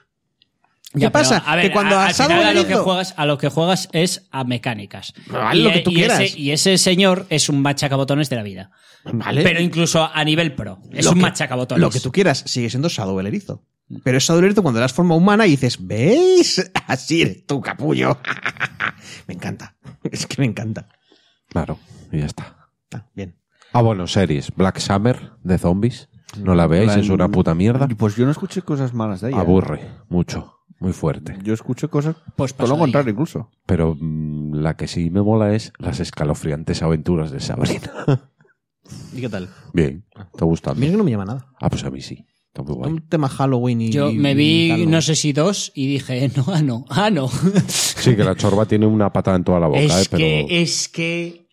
¿Qué
Ya, pero,
pasa?
a ver,
que cuando
a-
a,
al
Shadow
final
el
a lo que
erizo-
juegas a lo que juegas es a mecánicas.
Ah, lo que tú
y
quieras.
Ese, y ese señor es un machacabotones de la vida.
Vale.
Pero incluso a nivel pro. Es
¿Eh? Lo
un
que-
machacabotones.
Lo que tú quieras, sigue siendo Shadow el erizo. Pero es Shadow el erizo cuando das forma humana y dices, ¿veis? Así eres tú, capullo. me encanta. Es que me encanta.
Claro. Y ya está.
Está bien.
Ah, bueno, series. Black Summer de zombies. No la veáis,
La-
es una puta mierda.
Y Pues yo no escuché cosas malas de ella.
Aburre mucho, muy fuerte.
Yo escuché cosas.
Pues
todo lo
paso de
contrario, incluso.
Pero mm, la que sí me mola es las escalofriantes aventuras de Sabrina.
¿Y qué tal?
Bien, ¿te gusta?
Mira que no me llama nada.
Ah, pues a mí sí. Está muy guay.
Un tema Halloween y.
Yo me
y
vi,
tal,
no sé si dos, y dije, no, ah, no, ah, no.
Sí, que la chorba tiene una patada en toda la boca, eh,
es,
pero
que, es que,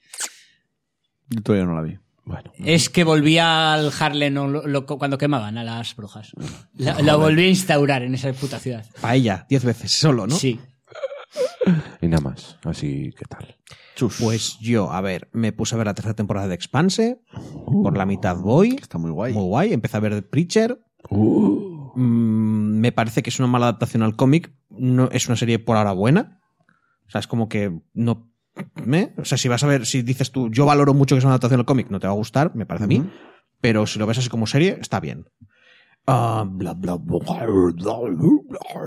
Yo todavía no la vi.
bueno.
es que volví al Harlem o lo- lo- cuando quemaban a las brujas. La, la volví a instaurar en esa puta ciudad.
Paella, diez veces solo, ¿no?
Sí.
Y nada más. Así que tal.
Chus.
Pues yo, a ver, me puse a ver la tercera temporada de Expanse. por la mitad voy.
Está muy guay.
Muy guay. Empecé a ver The Preacher. Mm, me parece que es una mala adaptación al cómic. No, es una serie por ahora buena. O sea, es como que no. ¿me? O sea, si vas a ver, si dices tú, yo valoro mucho que es una adaptación al cómic, no te va a gustar, me parece a mí. Pero si lo ves así como serie, está bien. Ah, bla, bla, bla, bla, bla,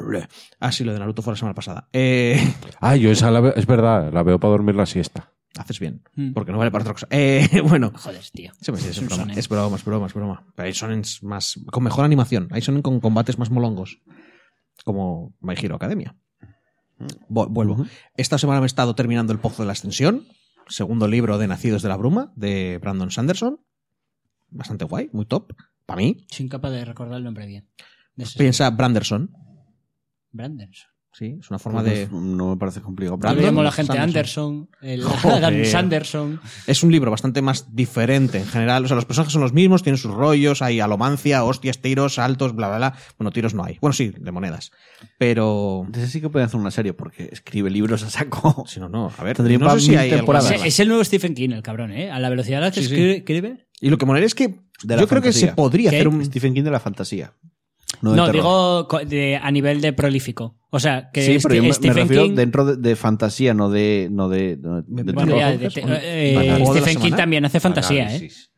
bla. Ah, sí, lo de Naruto fue la semana pasada. Eh,
Ah, yo esa la veo, es verdad, la veo para dormir la siesta.
haces bien,
Mm.
porque no vale para otra cosa. Eh, bueno,
Joder, tío.
Sí, pues sí, es,
Es un
broma.
shonen.
es broma, es broma, es broma. Pero hay shonens más. con mejor animación. Hay shonen con combates más molongos. Como My Hero Academia. Vu- vuelvo. Esta semana me he estado terminando El Pozo de la Ascensión. Segundo libro de Nacidos de la Bruma, de Brandon Sanderson. Bastante guay, muy top. Para mí.
Soy incapaz de recordar el nombre bien. De ese
Piensa Branderson.
Branderson.
Sí, es una forma de.
No me parece complicado.
Yo le
Brandon
llamo la gente
Sanderson.
Anderson, el
Joder.
Adam Sanderson.
Es un libro bastante más diferente en general. O sea, los personajes son los mismos, tienen sus rollos, hay alomancia, hostias, tiros, saltos, bla, bla, bla. Bueno, tiros no hay. Bueno, sí, de monedas. Pero.
Entonces sí que pueden hacer una serie porque escribe libros a saco.
Si no, no. A ver,
Tendrían
no
para
sé si
mil
hay algo
temporadas.
más.
Es, es el nuevo Stephen King, el cabrón, ¿eh? A la velocidad a la que
Sí, sí.
escri- escribe.
Y lo que molaría es que
De la
yo creo que
fantasía.
se podría
¿Qué?
hacer un...
Stephen King de la fantasía. No,
No,
de terror.
digo co- de- a nivel de prolífico. O sea, que
Sí, pero
Ste-
yo me, me
Stephen
refiero
King.
dentro de, de fantasía, no de. No de, no de- de
Bueno,
terror.
ya, de- te- eh,
Banal. Juego de la
Stephen King
semana.
también hace fantasía, ¿eh?
Análisis.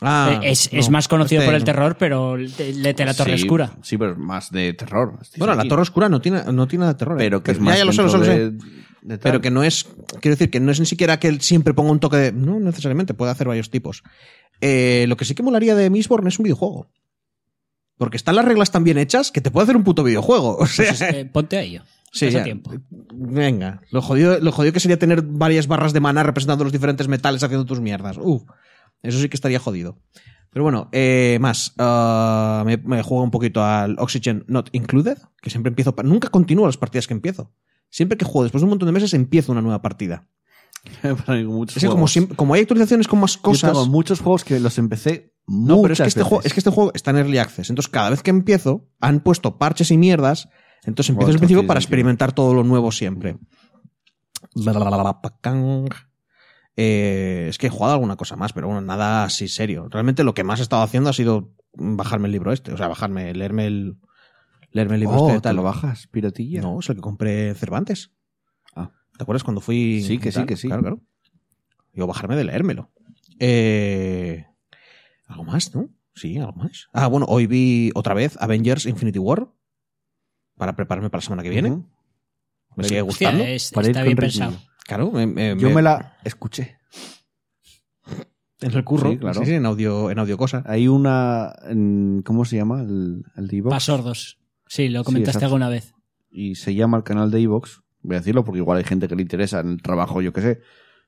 Ah,
Eh, es,
no.
es más conocido
Este-
por el terror, pero le- le te la Torre
Sí,
Oscura.
Sí, pero más de terror. Stephen
Bueno, la
King.
Torre Oscura no tiene, no tiene nada de terror. ¿eh?
Pero que es
Ya,
más.
ya lo sé, lo sé, lo
dentro
sé.
de- de tal.
Pero que no es... Quiero decir que no es ni siquiera que él siempre ponga un toque de... No, necesariamente, puede hacer varios tipos. Eh, lo que sí que molaría de Mistborn es un videojuego. Porque están las reglas tan bien hechas que te puede hacer un puto videojuego. O sea,
Pues, eh, ponte a ello.
Sí,
Pasa
ya.
tiempo.
Venga. Lo jodido, lo jodido que sería tener varias barras de maná representando los diferentes metales haciendo tus mierdas. Uf. Eso sí que estaría jodido. Pero bueno, eh, más. Ah, me, me juego un poquito al Oxygen Not Included, que siempre empiezo. pa- Nunca continúo las partidas que empiezo. Siempre que juego, después de un montón de meses, empiezo una nueva partida.
muchos
Es que como,
juegos.
siempre- como hay actualizaciones con más
Yo
cosas.
tengo muchos juegos que los empecé
No, pero es que,
muchas
este juego,
veces.
es que este juego está en Early Access. Entonces, cada vez que empiezo, han puesto parches y mierdas. Entonces empiezo
Bueno,
al principio
sí,
para
sí, sí.
experimentar todo lo nuevo siempre. Blablabla-pacang. Eh, es que he jugado alguna cosa más, pero bueno, nada así serio. Realmente lo que más he estado haciendo ha sido bajarme el libro este. O sea, bajarme, leerme el, leerme el libro
Oh,
este. de
¿te
tal.
lo bajas, piratilla?
No, es el que compré en Cervantes.
Ah.
¿Te acuerdas cuando fui?
Sí, que sí,
tal?
que sí.
Claro, claro. Digo, bajarme de leérmelo. Eh, algo más, ¿no? Sí, algo más. Ah, bueno, hoy vi otra vez Avengers Infinity War para prepararme para la semana que viene.
Ujú.
Me sigue
Hostia, eh.
gustando.
es-
Para ir
está
con
bien
ritmo.
pensado.
Claro, me- me-
Yo
me-
me la escuché.
en el curro,
Sí, claro.
sí, sí, en audio, en audio cosa.
Hay una. en- ¿Cómo se llama? El, el de iVoox.
Pa' sordos. Sí, lo
Sí,
comentaste
exacto.
alguna vez.
Y se llama el canal de Evox. Voy a decirlo porque igual hay gente que le interesa en el trabajo, yo qué sé.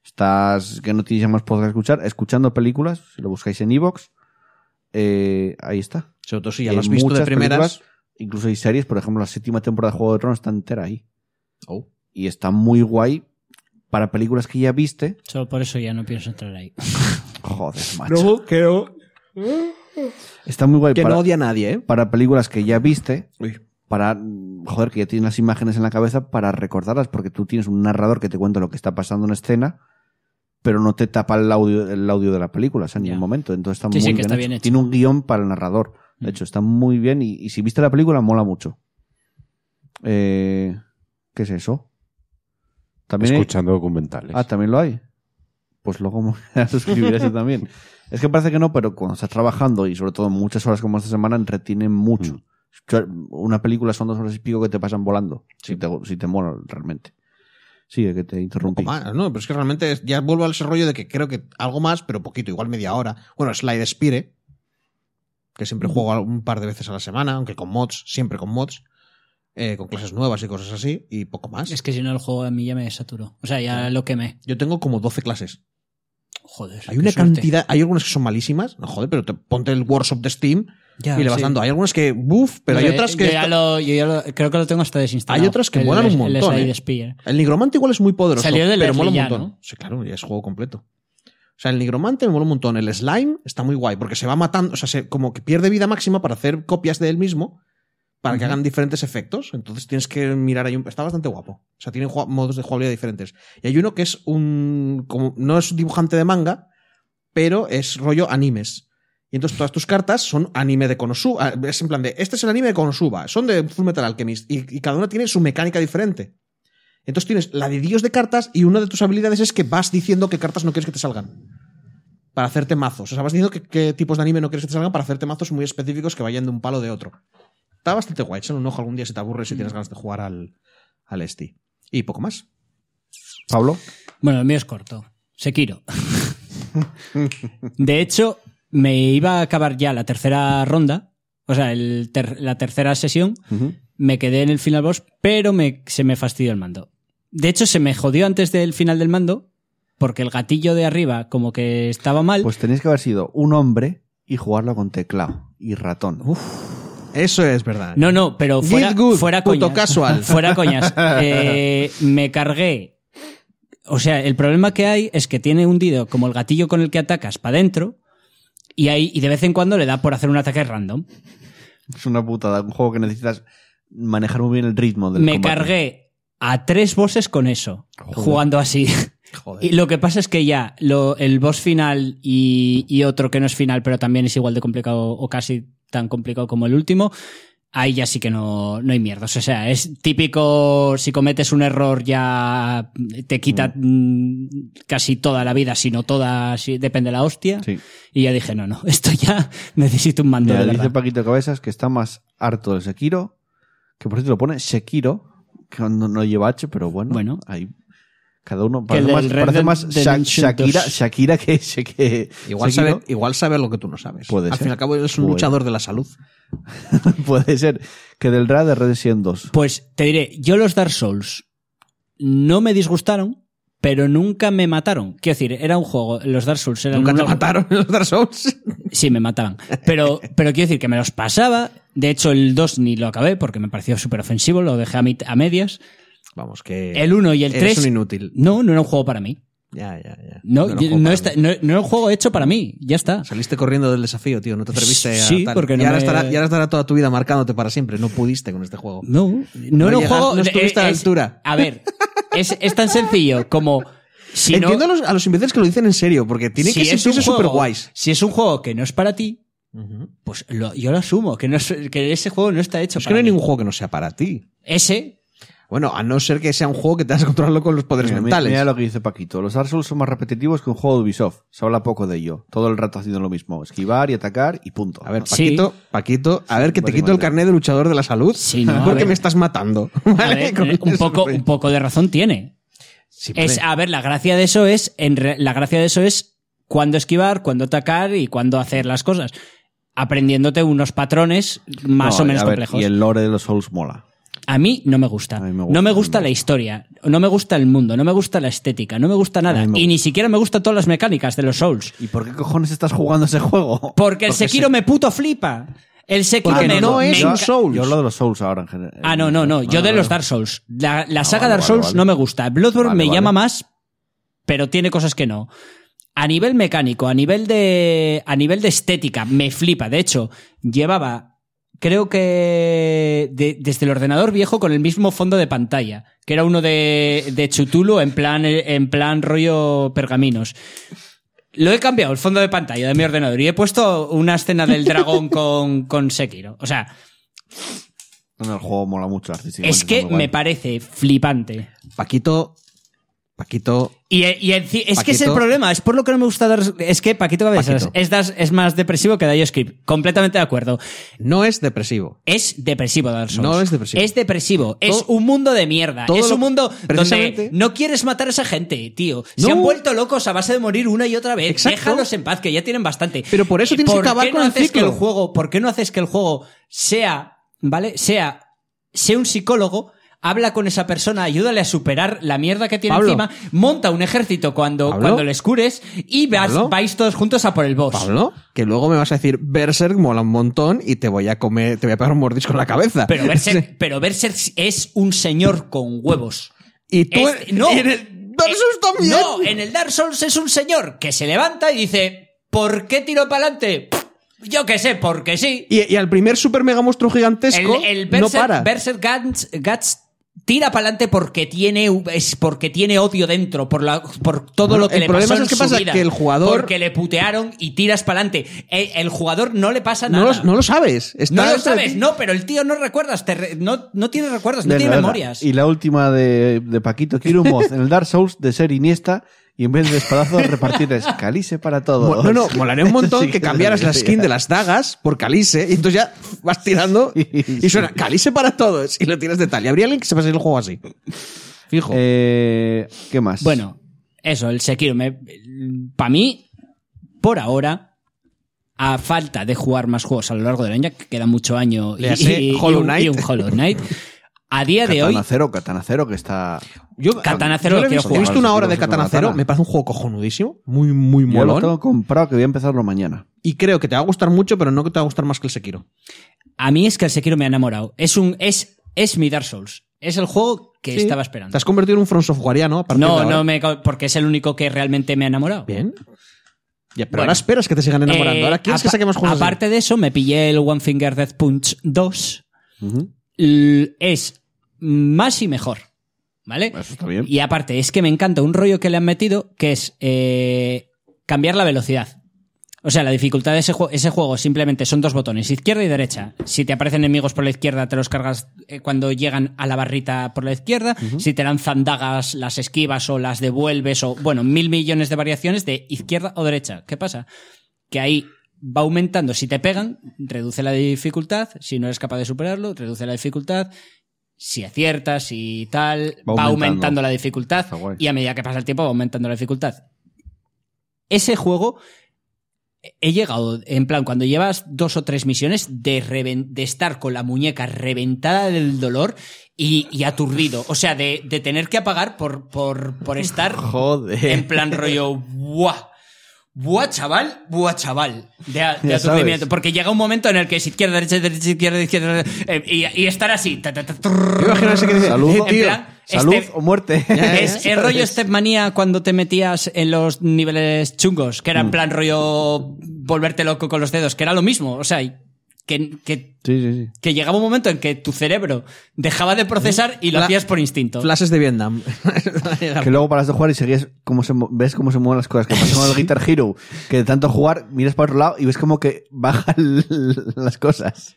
Estás. que no tienes ya más podcast que escuchar. Escuchando películas. Si lo buscáis en Evox. ahí está.
Sobre todo si ya
Y
lo has
hay
visto de
muchas
primeras.
películas, Incluso hay series, por ejemplo, la séptima temporada de Juego de Tronos está entera ahí.
Oh.
Y está muy guay para películas que ya viste.
Solo por eso ya no pienso entrar ahí.
Ah,
Joder, macho.
No creo
Está muy guay
que
para,
no odia a nadie, ¿eh?
para películas que ya viste.
Uy.
Para, joder, que ya tienes las imágenes en la cabeza para recordarlas, porque tú tienes un narrador que te cuenta lo que está pasando en escena, pero no te tapa el audio, el audio de la película, o sea, en
Ya.
ningún momento. Entonces está
Sí,
muy
sí, que
bien,
está
hecho.
bien hecho.
Tiene un guión para el narrador. De
Mm.
hecho, está muy bien y, y si viste la película, mola mucho. Eh, ¿Qué es eso? También hay-
Escuchando documentales.
Ah, también lo hay. Pues luego me voy a suscribir a eso también. Es que parece que no, pero cuando estás trabajando y sobre todo muchas horas como esta semana, entretienen
Mm.
mucho. Yo- Una película son dos horas y pico que te pasan volando. Si, te, si te mola realmente. Sigue, que te
poco
interrumpí.
más, Pues ¿no? Pero es que realmente es- ya vuelvo al ese rollo de que creo que algo más, pero poquito, igual media hora. Bueno, Slide Spire, que siempre juego al- un par de veces a la semana, aunque con mods, siempre con mods, eh, con clases nuevas y cosas así, y poco más.
Es que si no, el juego a mí ya me saturó. O sea, ya lo quemé.
Yo tengo como 12 clases.
Joder.
Hay
qué
una
suerte.
cantidad, hay algunas que son malísimas, no joder, pero te ponte el workshop de Steam
Ya,
y le vas
sí.
dando. Hay algunas que, buf, pero hay
Yo-
otras
Yo
que.
ya lo- yo ya lo- creo que lo tengo hasta desinstalado.
Hay otras que
El-
molan un
el
montón,
Slide
¿eh?
Spire.
El Nigromante igual es muy poderoso.
Salió del
pero mola un
Early ya,
montón.
¿no?
Sí, claro, ya es juego completo. O sea, el Nigromante me mola un montón. El Slime está muy guay porque se va matando, o sea, se- como que pierde vida máxima para hacer copias de él mismo para que hagan diferentes efectos. Entonces tienes que mirar ahí. un- Está bastante guapo. O sea, tiene jua- modos de jugabilidad diferentes. Y hay uno que es un. Como, no es un dibujante de manga, pero es rollo animes. Y entonces todas tus cartas son anime de Konosuba. Ah, Es en plan de, este es el anime de Konosuba, son de Full Metal Alchemist. Y, y cada una tiene su mecánica diferente. Entonces tienes la de Dios de cartas y una de tus habilidades es que vas diciendo qué cartas no quieres que te salgan. Para hacerte mazos. O sea, vas diciendo qué, qué tipos de anime no quieres que te salgan para hacerte mazos muy específicos que vayan de un palo o de otro. Está bastante guay. Echale un ojo algún día si te aburres y tienes ganas de jugar al, al Esti. Y poco más.
Pablo,
Bueno, el mío es corto. Sekiro. De hecho, me iba a acabar ya la tercera ronda, o sea, el ter- la tercera sesión. Me quedé en el final boss, pero me- se me fastidió el mando. De hecho, se me jodió antes del final del mando, porque el gatillo de arriba como que estaba mal.
pues tenéis que haber sido un hombre y jugarlo con teclado y ratón.
Eso es verdad.
No, no, pero
Get
fuera,
good,
fuera
puto
coñas.
casual.
Fuera coñas. Eh, me cargué. O sea, el problema que hay es que tiene hundido como el gatillo con el que atacas para adentro y, ahí- y de vez en cuando le da por hacer un ataque random.
Es una putada, un juego que necesitas manejar muy bien el ritmo del
me
combate.
cargué a tres bosses con eso, jugando así.
eh, Joder.
Y lo que pasa es que ya lo- el boss final y, y otro que no es final, pero también es igual de complicado o casi tan complicado como el último, ahí ya sí que no, no hay mierdas. O sea, es típico, si cometes un error ya te quita mm, casi toda la vida, si no toda, si, depende de la hostia.
Sí.
Y ya dije, no, no, esto ya necesito un mando
Mira,
de
dice
verdad.
Paquito Cabezas que está más harto del Sekiro, que por cierto lo pone Sekiro, que no, no lleva H, pero bueno,
Bueno.
ahí cada uno
el
parece
del
más,
Red
parece
Dead
más Sha-
Redemption
Shakira,
2.
Shakira que, se- que
Igual
Sekiro.
sabe, igual sabe lo que tú no sabes.
Puede ser.
al fin y al cabo, eres un
Puede.
luchador de la salud.
Puede ser.
que del RAD de Redemption 2.
Pues te diré, yo los Dark Souls no me disgustaron, pero nunca me mataron. Quiero decir, era un juego, los Dark Souls eran
Nunca
un-
te mataron en los Dark Souls.
Sí, me mataban. Pero, pero quiero decir que me los pasaba. De hecho, el 2 ni lo acabé porque me pareció súper ofensivo, lo dejé a, mit- a medias.
Vamos, que.
El 1 y el
eres
3.
un inútil.
No, no era un juego para mí.
Ya, ya, ya.
No,
era
yo-
un
no,
juego para
está-
mí.
no- no era un juego hecho para mí. Ya está.
Saliste corriendo del desafío, tío. No te atreviste a.
Sí, porque no
y, ahora
me-
estará, y ahora estará toda tu vida marcándote para siempre. No pudiste con este juego.
No, no, era un
llegaste,
juego.
no estuviste a la
es-
altura.
A ver, es, es tan sencillo como. Si no-
Entiendo a, los, a los imbéciles que lo dicen en serio, porque tienen
si
que
es un
sentirse
juego-
súper guays.
Si es un juego que no es para ti, pues lo- yo lo asumo, que, no es- que ese juego no está hecho
Es que
para
no hay
mí.
ningún juego que no sea para ti.
Ese,
Bueno, a no ser que sea un juego que te hagas controlarlo con los poderes
Mira, mira-
mentales.
mira lo que dice Paquito. Los Dark Souls son más repetitivos que un juego de Ubisoft. Se habla poco de ello. Todo el rato haciendo lo mismo. Esquivar y atacar y punto.
A ver,
Sí.
Paquito, Paquito, a ver que te
Vale,
quito el
vale.
carnet de luchador de la salud.
Sí, no, a
porque
ver.
me estás matando.
a
¿vale?
ver,
Con
un,
eso,
poco,
hombre.
un poco de razón tiene.
Sí,
Es,
hombre.
a ver, la gracia de eso es. En re- la gracia de eso es cuándo esquivar, cuándo atacar y cuándo hacer las cosas. Aprendiéndote unos patrones más
No,
o menos
a ver,
complejos.
Y el lore de los Souls mola.
A mí no me gusta.
A mí me gusta,
No me
a mí
gusta
me
la historia, no me gusta el mundo, no me gusta la estética, no me gusta nada.
mí me
Y ni siquiera me gustan todas las mecánicas de los Souls.
¿Y por qué cojones estás jugando ese juego?
Porque el Sekiro me puto flipa. El Sekiro
Ah,
Porque
me
no
me
es
enca-
un Souls.
Yo hablo de los Souls ahora en general.
Ah, no, no, no. Yo de los Dark Souls. La,
Ah,
la saga Dark Souls no me gusta. Bloodborne
Vale,
me
vale.
llama más, pero tiene cosas que no. A nivel mecánico, a nivel de. A nivel de estética, me flipa. De hecho, llevaba. Creo que. de- desde el ordenador viejo con el mismo fondo de pantalla. Que era uno de. de Chutulo en plan. En plan rollo pergaminos. Lo he cambiado, el fondo de pantalla de mi ordenador, y he puesto una escena del dragón con, con Sekiro. O sea,
No, no, el juego mola mucho artísticamente,
es que
está muy guay.
me parece flipante.
Paquito, Paquito,
Y, y enci- es que es el
Paquito.
problema, es por lo que no me gusta dar. Es que Paquito Cabezas
Paquito.
es, das- es más depresivo que Dio Script. Completamente de acuerdo.
no es depresivo.
Es depresivo Dark Souls.
No es depresivo.
Es depresivo. Es
Todo-
un mundo de mierda.
todo
Es
lo-
un mundo
precisamente-
donde no quieres matar a esa gente, tío. Se
No.
han vuelto locos a base de morir una y otra vez.
Exacto.
Déjalos en paz, que ya tienen bastante.
Pero por eso tienes que
¿Por
acabar
qué
con
no
el
haces que
ciclo?
el juego, ¿Por qué no haces que el juego sea, ¿vale? Sea, sea un psicólogo. Habla con esa persona, ayúdale a superar la mierda que tiene
Pablo.
encima, monta un ejército cuando,
Pablo.
cuando les cures y vas-
Pablo.
vais todos juntos a por el boss.
Pues, Pablo, que luego me vas a decir Berserk mola un montón y te voy a comer, te voy a pegar un mordisco en la cabeza.
Pero Berserk, pero Berserk es un señor con huevos.
y tú
Es- no.
en el Dark Souls
Eh,
también.
No, en el Dark Souls es un señor que se levanta y dice, ¿por qué tiro para adelante? Yo qué sé, porque sí.
y, y al primer super mega monstruo
El,
gigantesco
el
no
Berserk,
para.
Berserk Guts, Guts tira para adelante porque tiene, es porque tiene odio dentro, por, la, por todo
Bueno,
lo que
el
le
problema
pasó en
es que
su
pasa
vida,
que el jugador-
Porque le putearon y tiras para adelante. El, el jugador no le pasa
no,
nada.
lo, no lo sabes. Está
No lo
dentro de
sabes,
ti.
no, pero el tío no recuerdas, te re- no, no tiene recuerdos, no
Venga,
tiene
venga.
memorias.
Y la última de, de Paquito. Quiero un mod en el Dark Souls de ser Iniesta y en vez de espadazo repartir escalice para
Mo-
todos.
No, no, molaría un montón
Sí,
que cambiaras la skin de las dagas por Calice y entonces ya vas tirando y suena Calice para todos y lo tiras de tal. Y habría alguien que se pasase el juego así. Fijo.
Eh, ¿Qué más?
Bueno, eso, el Sekiro. Para mí, por ahora, a falta de jugar más juegos a lo largo del año, que queda mucho año y,
Le hace
y- y
Hollow
un,
Knight.
y un Hollow Knight, a día de hoy,
Katana Cero, Katana Cero, que está.
yo,
Katana Zero
yo
lo
he
quiero
visto, he
jugar.
visto una hora de
Yo quiero
Katana
Katana.
Zero, me parece un juego cojonudísimo, muy, muy
Yo lo
molón.
tengo comprado que voy a empezarlo mañana.
Y creo que te va a gustar mucho, pero no que te va a gustar más que el Sekiro.
a mí es que el Sekiro me ha enamorado. Es, un, es, es mi Dark Souls. Es el juego que
Sí.
estaba
Te
esperando.
has convertido en un From Softwareano a partir de
No,
ahora.
no, me, ca- porque es el único que realmente me ha enamorado.
Bien. Ya, pero
Bueno.
ahora esperas que te sigan enamorando.
Eh,
ahora quieres que
apa-
saquemos juegos así.
Aparte de eso, me pillé el One Finger Death Punch 2. L- Es más y mejor. ¿Vale?
Eso está bien.
Y aparte, es que me encanta un rollo que le han metido, que es eh, cambiar la velocidad. O sea, la dificultad de ese, juego ese juego simplemente son dos botones, izquierda y derecha. Si te aparecen enemigos por la izquierda, te los cargas eh, cuando llegan a la barrita por la izquierda. Si te lanzan dagas, las esquivas o las devuelves, o bueno, mil millones de variaciones de izquierda o derecha. ¿Qué pasa? que ahí va aumentando. Si te pegan, reduce la dificultad. Si no eres capaz de superarlo, reduce la dificultad. Si aciertas y tal, va
Va
aumentando,
aumentando
la dificultad.
Está guay.
Y a medida que pasa el tiempo, va aumentando la dificultad. Ese juego he llegado, en plan, cuando llevas dos o tres misiones, de, reven- de estar con la muñeca reventada del dolor y, y aturdido. O sea, de, de tener que apagar por, por, por estar
Joder.
en plan rollo, ¡buah! Buah, chaval, buah, chaval. De, a- de
Ya
aturdimiento.
sabes.
Porque llega un momento en el que es izquierda, derecha, derecha, izquierda, izquierda. eh, y, y estar así. ta, ta, ta, trrr.
Imagínate que dice,
Salud,
eh,
En
tío,
plan,
Salud
este-
o muerte.
es el rollo Stepmanía cuando te metías en los niveles chungos, que era en plan rollo volverte loco con los dedos, que era lo mismo. O sea, y que, que,
Sí, sí, sí.
que llegaba un momento en que tu cerebro dejaba de procesar y lo
Fla-
hacías por instinto.
Flashes de Vietnam.
Que luego paras de jugar y seguías cómo se mo- ves cómo se mueven las cosas. Que pasa con el Guitar Hero, que de tanto jugar miras para otro lado y ves como que bajan las cosas.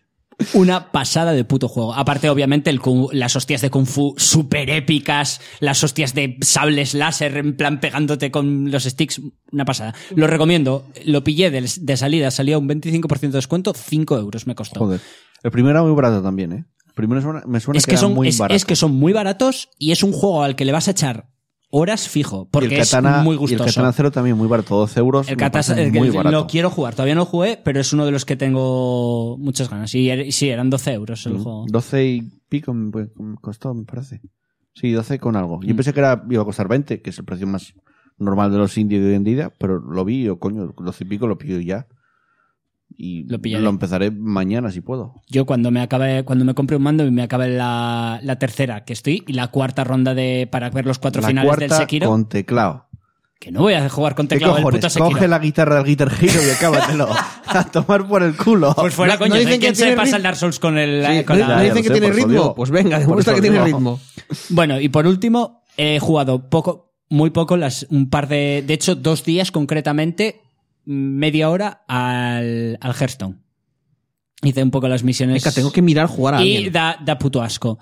Una pasada de puto juego. Aparte, obviamente, el kung- las hostias de Kung Fu super épicas, las hostias de sables láser, en plan pegándote con los sticks. Una pasada. Lo recomiendo. Lo pillé del- de, salida, salía un 25% de descuento, 5 euros me costó.
Joder. El primero era muy barato también, ¿eh? El primero suena- me suena
es que,
era
son,
muy
es,
barato.
es que son muy baratos y es un juego al que le vas a echar horas fijo,
Y
porque
el katana,
es muy
Y el
gustoso.
Katana Cero también muy barato, 12 euros.
El
me
Katas-
parece
el que
muy
lo
barato.
quiero jugar, todavía no lo jugué, pero es uno de los que tengo muchas ganas. Y, er- y sí, eran 12 euros
Mm.
el juego.
12 y pico me pues, me costó, me parece. Sí, 12 con algo.
Mm.
Yo pensé que era, iba a costar 20, que es el precio más normal de los indies de hoy en día, pero lo vi, yo, coño, 12 y pico lo pido ya. Y
Lo
lo,
pillaré.
empezaré mañana si puedo.
Yo cuando me acabe, cuando me compre un mando y me acabe la, la tercera que estoy y la cuarta ronda de para ver los cuatro
La
finales del
cuarta
Sekiro,
con teclado.
que no voy a jugar con
¿Qué
teclado del puto
cojones?
Sekiro.
Coge la guitarra del Guitar Hero y acábatelo. a tomar por el culo.
Pues fuera,
No-
coño,
no
¿de
dicen que
¿quién se
tiene
pasa
rit-
el Dark Souls con el eh,
Sí,
con
¿no-
la-
¿no
ya lo
dicen que
sé,
tiene
por eso
ritmo?
digo.
Pues venga,
Por
demuestra
eso
que tiene
digo.
ritmo.
Bueno, y por último, he jugado poco, muy poco, las, un par de. De hecho, dos días concretamente, media hora al, al Hearthstone. Hice un poco las misiones.
Venga, tengo que mirar jugar a
y
alguien.
da, da puto asco.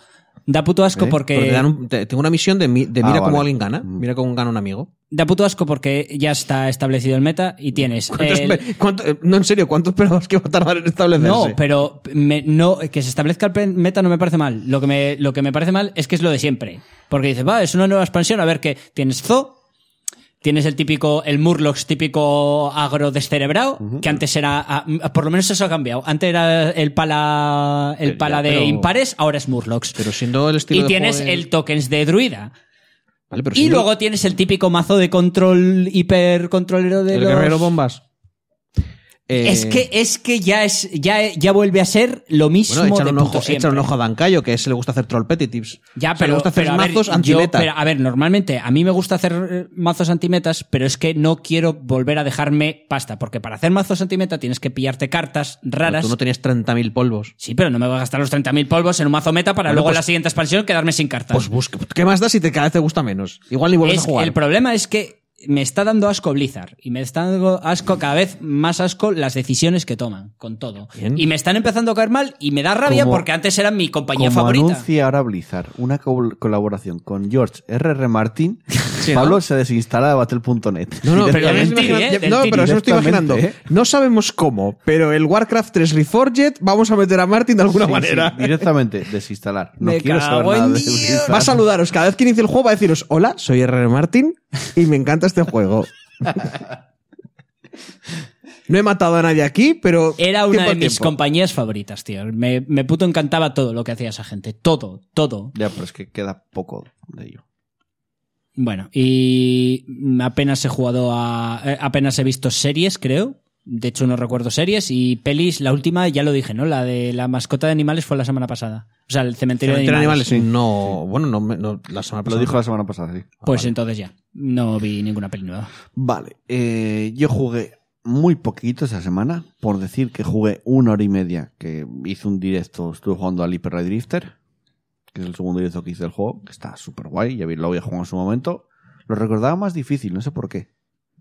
Da puto asco
¿Eh?
porque.
Porque dan un- te- tengo una misión de, mi- de
Ah,
mira cómo
vale.
alguien gana. Mira cómo gana un amigo.
Da puto asco porque ya está establecido el meta y tienes.
¿Cuánto
el-
espe- cuánto- eh, no, en serio, ¿cuánto esperabas que iba a tardar en establecerse?
No, pero me- no, que se establezca el pe- meta no me parece mal. Lo que me, lo que me parece mal es que es lo de siempre. Porque dices, va, es una nueva expansión, a ver que tienes Zoo, tienes el típico, el Murlocs típico agro descerebrado, que antes era, ah, m- por lo menos eso ha cambiado. Antes era el pala, el
Eh, Ya,
pala de
pero-
impares, ahora es Murlocs.
Pero siendo el estilo
y
de
tienes
juego de-
el tokens de druida.
Vale, pero
Y
siendo
luego tienes el típico mazo de control hipercontrolero de
el
los...
guerrero bombas. Eh,
Es que, es que ya es, ya, ya vuelve a ser lo mismo
bueno,
de
echar un,
puto
ojo, echar
siempre.
un ojo a Dancayo, que a ese le gusta hacer trollpetitives.
Ya,
O sea,
pero,
le gusta hacer
pero a ver,
mazos
yo-
antimeta.
pero, a ver, normalmente a mí me gusta hacer eh, mazos antimetas, pero es que no quiero volver a dejarme pasta, porque para hacer mazos antimeta tienes que pillarte cartas
Pero
raras.
Tú no tenías 30.000 polvos.
Sí, pero no me voy a gastar los 30.000 polvos en un mazo meta para
Bueno,
luego en
pues-
la siguiente expansión quedarme sin cartas.
Pues busca. ¿Qué más da si te, cada vez te gusta menos? Igual ni vuelves
Es-
a jugar.
el problema es que me está dando asco Blizzard y me está dando asco cada vez más asco las decisiones que toman con todo.
Bien.
Y me están empezando a caer mal y me da rabia
Como-
porque antes eran mi compañía
Como
favorita.
anuncia ahora Blizzard una col- colaboración con George R.R. Martin,
¿no?
Pablo se desinstala de Battle.net.
No, no, pero,
Directamente,
ya me estoy
¿eh?
imaginando-
Del
no,
Tiri.
pero eso me estoy imaginando.
Directamente,
¿eh?
No sabemos cómo, pero el Warcraft 3 Reforged vamos a meter a Martin de alguna
Sí,
manera.
sí, directamente, desinstalar. No
Me
quiero saber
cago en
nada de
Dios.
Blizzard.
Va a saludaros cada vez que inicie el juego, va a deciros, hola, soy R.R. Martin y me encanta este juego. No he matado a nadie aquí, pero...
Era
tiempo
una de
al
mis
tiempo.
compañías favoritas, tío. Me, me puto encantaba todo lo que hacía esa gente. Todo, todo.
Ya, pero es que queda poco de ello.
Bueno, y apenas he jugado a. eh, Apenas he visto series, creo. De hecho, no recuerdo series. Y pelis, la última, ya lo dije, ¿no? La de la mascota de animales fue la semana pasada. O sea, el cementerio,
Cementerio
de animales.
sí. No, bueno, no, me- no, la semana
Lo
pasada.
dijo la semana pasada, sí.
Pues entonces ya. No vi ninguna peli nueva.
Vale, eh, yo jugué muy poquito esa semana, por decir que jugué una hora y media, que hice un directo, estuve jugando al Hyper Ride Drifter, que es el segundo directo que hice del juego, que está súper guay, ya vi- lo había jugado en su momento. Lo recordaba más difícil, no sé por qué.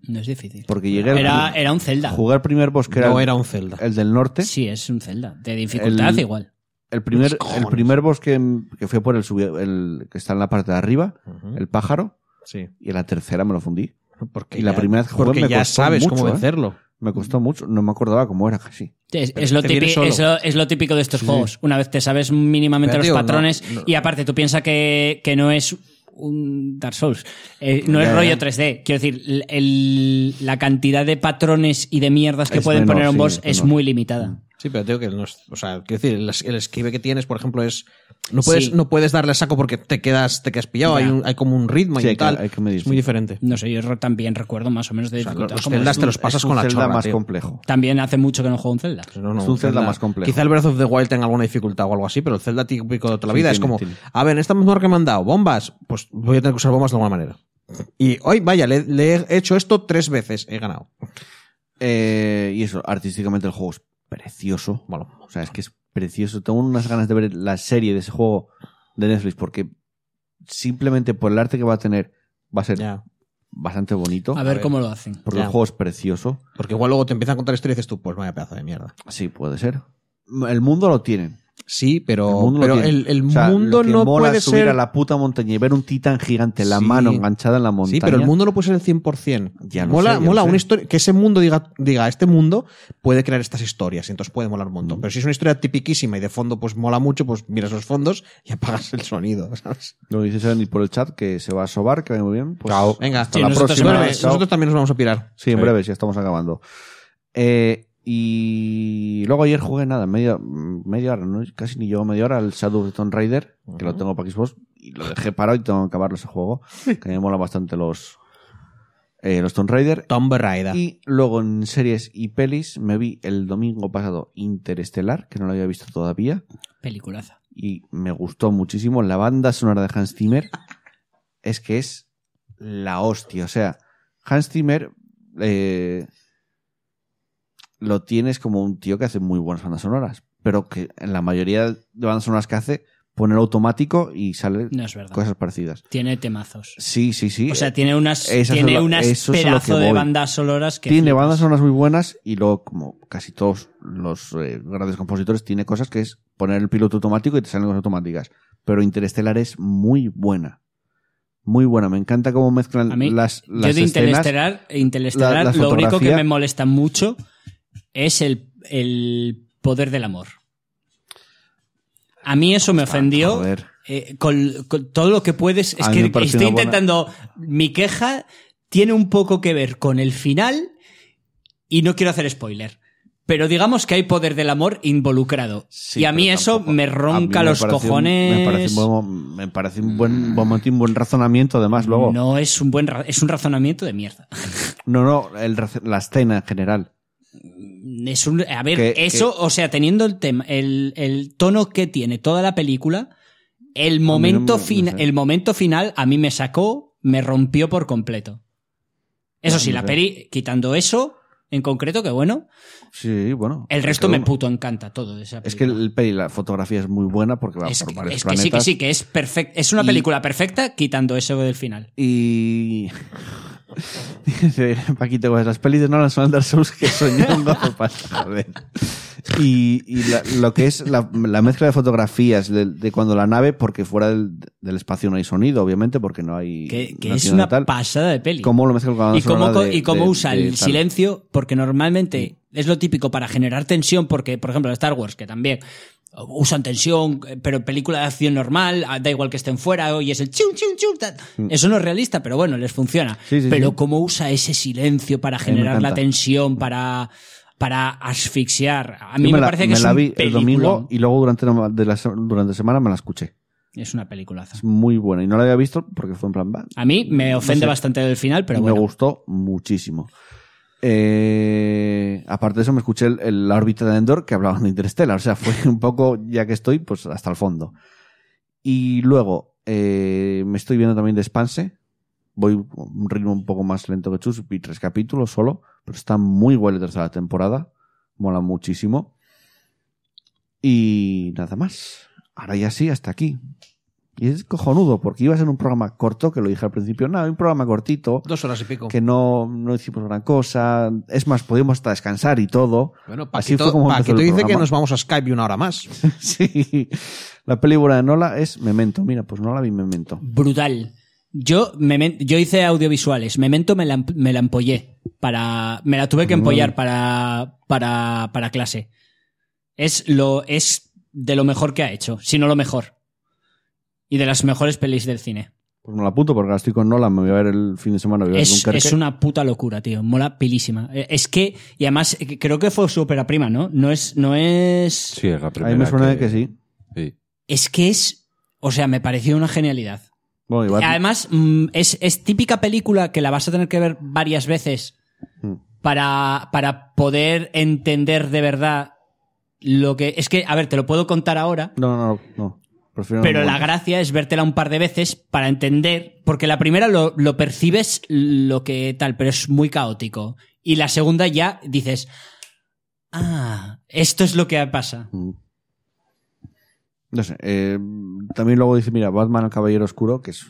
No es difícil.
Porque llegué al
Era,
primer-
era un Zelda.
jugué al primer boss que
No
era, el-
era un Zelda.
el del norte.
Sí, es un Zelda. De dificultad
El-
igual.
El primer, el
cojones.
primer boss que, que fue por el, subi- el que está en la parte de arriba,
Ujú.
el pájaro,
Sí.
y en la tercera me lo fundí.
Porque
Y la
ya-
primera vez que jugué
Porque
me
ya
costó
sabes cómo
mucho, ¿eh?
vencerlo.
Me costó mucho, no me acordaba cómo era casi.
Es, es lo
te viene
típico,
solo.
es, lo, es lo típico de estos juegos. Una vez te sabes mínimamente
Pero
los
digo, no,
patrones
no.
y aparte tú piensas que, que no es un Dark Souls. Eh, no es rollo 3D. Quiero decir, l- el- la cantidad de patrones y de mierdas que
Es
pueden
menor,
poner un
sí,
boss
es
es
menor.
muy limitada.
Sí, pero tengo que no es- o sea, quiero decir, el, es- el esquive que tienes, por ejemplo, es no puedes
Sí.
no puedes darle a saco porque te quedas te quedas pillado,
Ya.
hay, un- hay como un ritmo
Sí,
y
hay
un
que-
tal.
hay que medir,
es muy
sí.
diferente.
No sé, yo re- también recuerdo más o menos de
sea,
dificultad.
los
como
Zeldas
es.
te los pasas con la
Zelda
chorra,
más
tío.
complejo.
También hace mucho que no juego un Zelda.
Pues No, no,
Es un Zelda más complejo.
Quizá el Breath of the Wild tenga alguna dificultad o algo así, pero el Zelda típico de toda la
Sí,
vida es
tiene,
como,
tiene.
a ver, en esta mazmorra que me han dado, bombas, pues voy a tener que usar bombas de alguna manera. Y hoy, vaya, le, le he hecho esto tres veces, he ganado. Pues
Eh, y eso, artísticamente el juego es precioso.
Bueno,
O sea, es que es precioso. Tengo unas ganas de ver la serie de ese juego de Netflix porque simplemente por el arte que va a tener va a ser
ya.
bastante bonito.
A ver cómo lo hacen.
Porque
Ya.
el juego es precioso.
Porque igual luego te empiezan a contar historias y dices tú, pues vaya pedazo de mierda.
Sí, puede ser. El mundo lo tienen.
Sí, pero
El
el
mundo
mundo,
lo
pero
tiene.
el, el
O sea,
mundo
lo que
no
mola
puede
es subir
ser...
a la puta montaña y ver un titán gigante, la
Sí.
mano enganchada en la montaña.
Sí, pero el mundo no puede ser el 100%.
Ya lo
mola
sé, ya lo
mola
sé.
una historia. Que ese mundo diga, diga, este mundo puede crear estas historias, y entonces puede molar un montón. Pero si es una historia tipiquísima y de fondo pues mola mucho, pues miras los fondos y apagas el sonido, ¿sabes?
Lo dice Sony por el chat que se va a sobar, que va muy bien. Pues,
Chao.
Venga,
Sí,
la
nosotros
próxima.
también-
Duerme, nosotros también nos vamos a pirar.
Sí, en
Sí.
breve, ya estamos acabando. Eh, y luego ayer jugué nada, media, media hora, ¿no? casi ni llevo media hora al Shadow Return Rider, que lo tengo para Xbox, y lo dejé parado y tengo que acabarlo ese juego, que me mola bastante los, eh, los Tomb Raider.
Tomb Raider.
Y luego en series y pelis me vi el domingo pasado Interestelar, que no lo había visto todavía,
Peliculaza.
y me gustó muchísimo. La banda sonora de Hans Zimmer es que es la hostia. O sea, Hans Zimmer eh, lo tienes como un tío que hace muy buenas bandas sonoras, pero que en la mayoría de bandas sonoras que hace pone el automático y sale
No es verdad.
cosas parecidas.
Tiene temazos.
Pues Sí, sí, sí.
O sea, tiene unas,
Eso es
tiene
lo-
unas
eso es a lo
pedazo
que
de
voy.
bandas sonoras que.
tiene
flipas.
bandas sonoras muy buenas y luego, como casi todos los eh, grandes compositores, tiene cosas que es poner el piloto automático y te salen cosas automáticas. Pero Interestelar es muy buena. Muy buena. Me encanta cómo mezclan
A mí,
las, las
Yo de
escenas.
Interestelar, Interestelar
la- la
lo único que
fotografía-
me molesta mucho es el, el poder del amor. A mí eso me ofendió.
joder.
eh, con, con todo lo que puedes. Es
A mí
que
me pareció
estoy
una buena-
intentando. Mi queja tiene un poco que ver con el final y no quiero hacer spoiler. Pero digamos que hay poder del amor involucrado.
Sí,
y a mí
pero
eso
tampoco-
me
a mí
ronca
me
los
parece un-
cojones. Mm.
me parece un buen, me parece un buen, buen motivo, un buen razonamiento, además, luego. No,
No es un buen ra- es un razonamiento de mierda.
no, el raz- la escena en general.
Es un- a ver,
Que-
eso, o sea, teniendo el tema, el, el tono que tiene toda la película, el momento,
me- no
fina-
sé.
el momento final a mí me sacó, me rompió por completo. Eso
No,
sí,
no
la
sé.
peli, quitando eso, en concreto, que bueno,
Sí, bueno.
el resto me
puto
puto encanta todo de esa
Es que el,
película.
el peli, la fotografía es muy buena porque va
Es
por
que-
varios
es que sí, que
planetas.
sí, que es perfecta. Es una
Y-
película perfecta quitando eso del final.
Y. Dice Paquito, pues, las pelis de Nolan son Dark Souls que soñando pasa, joder. Y, y la- lo que es la, la mezcla de fotografías de, de cuando la nave, porque fuera del, del espacio no hay sonido, obviamente, porque no hay.
Que, que
no
es
tiene
una
tal.
pasada de peli.
¿Cómo lo mezcla con la banda
y cómo,
sonora
co-
de-
y cómo
de-
usa
de
el
tal?
silencio, porque normalmente es lo típico para generar tensión, porque, por ejemplo, Star Wars, que también usan tensión, eh, pero en película de acción normal, ah, da igual que estén fuera, y es el chum, chum, chum. tal. Eso no es realista, pero bueno, les funciona.
Mm. Sí, sí,
pero
sí.
cómo usa ese silencio para generar la
encanta. Mm.
tensión, para, para asfixiar. A
Yo
mí me,
la-
parece que
me
es
la
un
vi el domingo
peliculón.
y luego durante la, de la se- durante la semana me la escuché.
Es una peliculaza.
Es muy buena y no la había visto porque fue en plan. va,
A mí me ofende
sé.
bastante el final, pero
Y
bueno.
me gustó muchísimo. Eh, aparte de eso, me escuché el- el- la órbita de Endor que hablaban de Interstellar. O sea, fue un poco, ya que estoy, pues hasta el fondo. Y luego, eh, me estoy viendo también de Expanse. Voy a un ritmo un poco más lento que Chus. Vi tres capítulos solo, pero está muy buena la tercera temporada. Mola muchísimo. Y nada más. Ahora ya sí, hasta aquí. Y es cojonudo, porque iba a ser un programa corto, que lo dije al principio, no, un programa cortito
Dos horas y pico.
que no, no hicimos gran cosa. Es más, podíamos hasta descansar y todo.
Bueno,
Así
Paquito,
fue como empezó
Paquito
el
dice que
programa.
nos vamos a Skype y una hora más.
sí. La película de Nola es Memento. Mira, pues Nola vi Memento.
brutal. Yo, Memen- yo hice audiovisuales. Memento me la, emp- me la empollé. Para, me la tuve que empollar para, para, para clase. Es, lo, es de lo mejor que ha hecho, si no lo mejor. Y de las mejores pelis del cine.
Pues me la puto, porque ahora estoy con Nolan, me voy a ver el fin de semana, voy a ver
Es,
Dunkerque.
es una puta locura, tío. Mola pilísima. Eh, Es que, y además, eh, creo que fue su ópera prima, ¿no? No es, no es.
Sí, es la
A
primera.
mí me suena que... sí.
sí.
Es que es. O sea, me pareció una genialidad.
Bueno, y Batman-
Además, mm, es, es típica película que la vas a tener que ver varias veces
Hmm.
para, para poder entender de verdad lo que. Es que, a ver, te lo puedo contar ahora.
No, no, no, no. Prefiero
Pero
no
la gracia es vértela un par de veces para entender, porque la primera lo, lo percibes lo que tal, pero es muy caótico. Y la segunda ya dices, ah, esto es lo que pasa.
Hmm.
No sé. eh, también luego dice, mira, Batman el Caballero Oscuro, que es...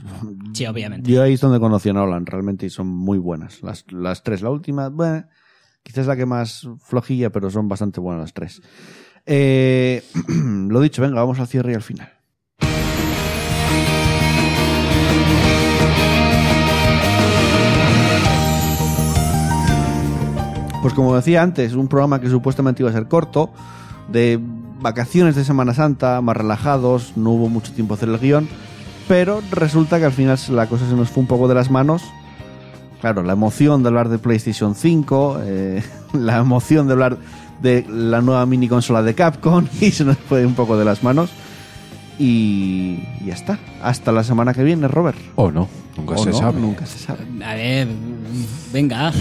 Sí, obviamente.
Yo ahí es donde conocí a Nolan, realmente, y son muy buenas. Las, las tres. La última, bueno, quizás la que más flojilla, pero son bastante buenas las tres. Eh, lo dicho, venga, vamos al cierre y al final. Pues como decía antes, un programa que supuestamente iba a ser corto, de vacaciones de Semana Santa, más relajados, no hubo mucho tiempo a hacer el guión, pero resulta que al final la cosa se nos fue un poco de las manos. Claro, la emoción de hablar de PlayStation 5, eh, la emoción de hablar de la nueva mini consola de Capcom y se nos fue un poco de las manos. Y ya está. Hasta la semana que viene, Robert.
O no, nunca
O
se
no,
sabe.
Nunca se sabe.
A ver, venga,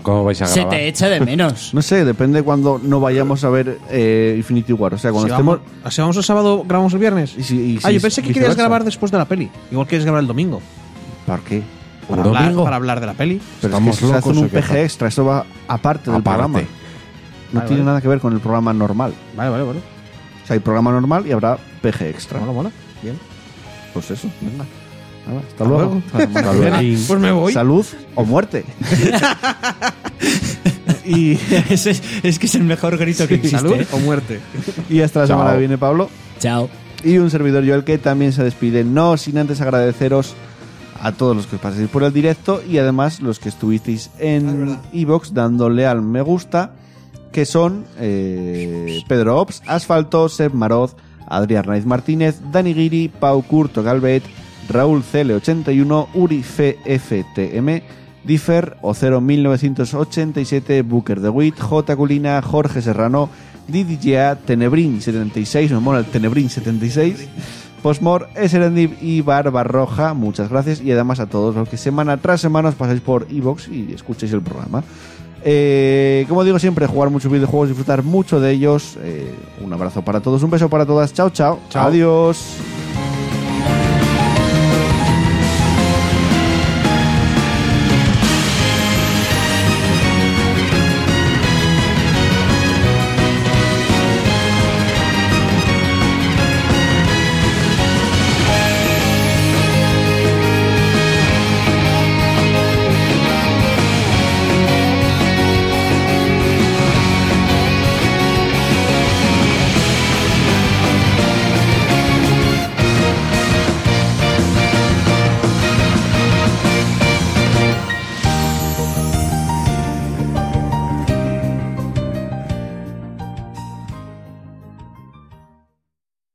¿Cómo vais a
se
grabar?
te echa de menos.
No sé, depende cuando no vayamos a ver eh, Infinity War. O sea, cuando
Si
estemos.
vamos, si vamos el sábado, grabamos el viernes.
y si- y
ah,
si
yo pensé que
viceversa.
querías grabar después de la peli. Igual quieres grabar el domingo.
¿Por qué?
Para,
¿Un
hablar,
domingo?
para hablar de la peli.
Pero
¿Estamos
es que se hace
locos
un
o qué?
PG extra. Eso va aparte del
Aparte.
programa. No
Vale,
tiene
vale.
nada que ver con el programa normal.
Vale, vale, vale.
O sea, hay programa normal y habrá PG extra.
Mola, mola. Bien.
Pues eso, venga. Nada, hasta, luego. Hasta luego.
Pues me voy.
Salud o muerte. y,
es, es que es el mejor grito que existe. ¿eh?
Salud o muerte.
y hasta la
Chao.
semana que viene, Pablo.
Chao.
y un servidor Joel que también se despide. No sin antes agradeceros a todos los que os paséis por el directo y además los que estuvisteis en Evox dándole al me gusta, que son eh, Pedro Ops, Asfalto, Seb Maroz, Adrián Raiz Martínez, Dani Guiri, Pau Curto Galvet, Raúl CL81, Uri FFTM, Differ, Ocero 1987, Booker de Witt, J. Culina, Jorge Serrano, DDGA, Tenebrin 76, me mola el Tenebrin 76, Postmor, Eserendib y Barbarroja, muchas gracias y además a todos los que semana tras semana os pasáis por Evox y escucháis el programa. Eh, como digo siempre, jugar muchos videojuegos, disfrutar mucho de ellos. Eh, un abrazo para todos, un beso para todas, chao, chao.
Chao.
adiós.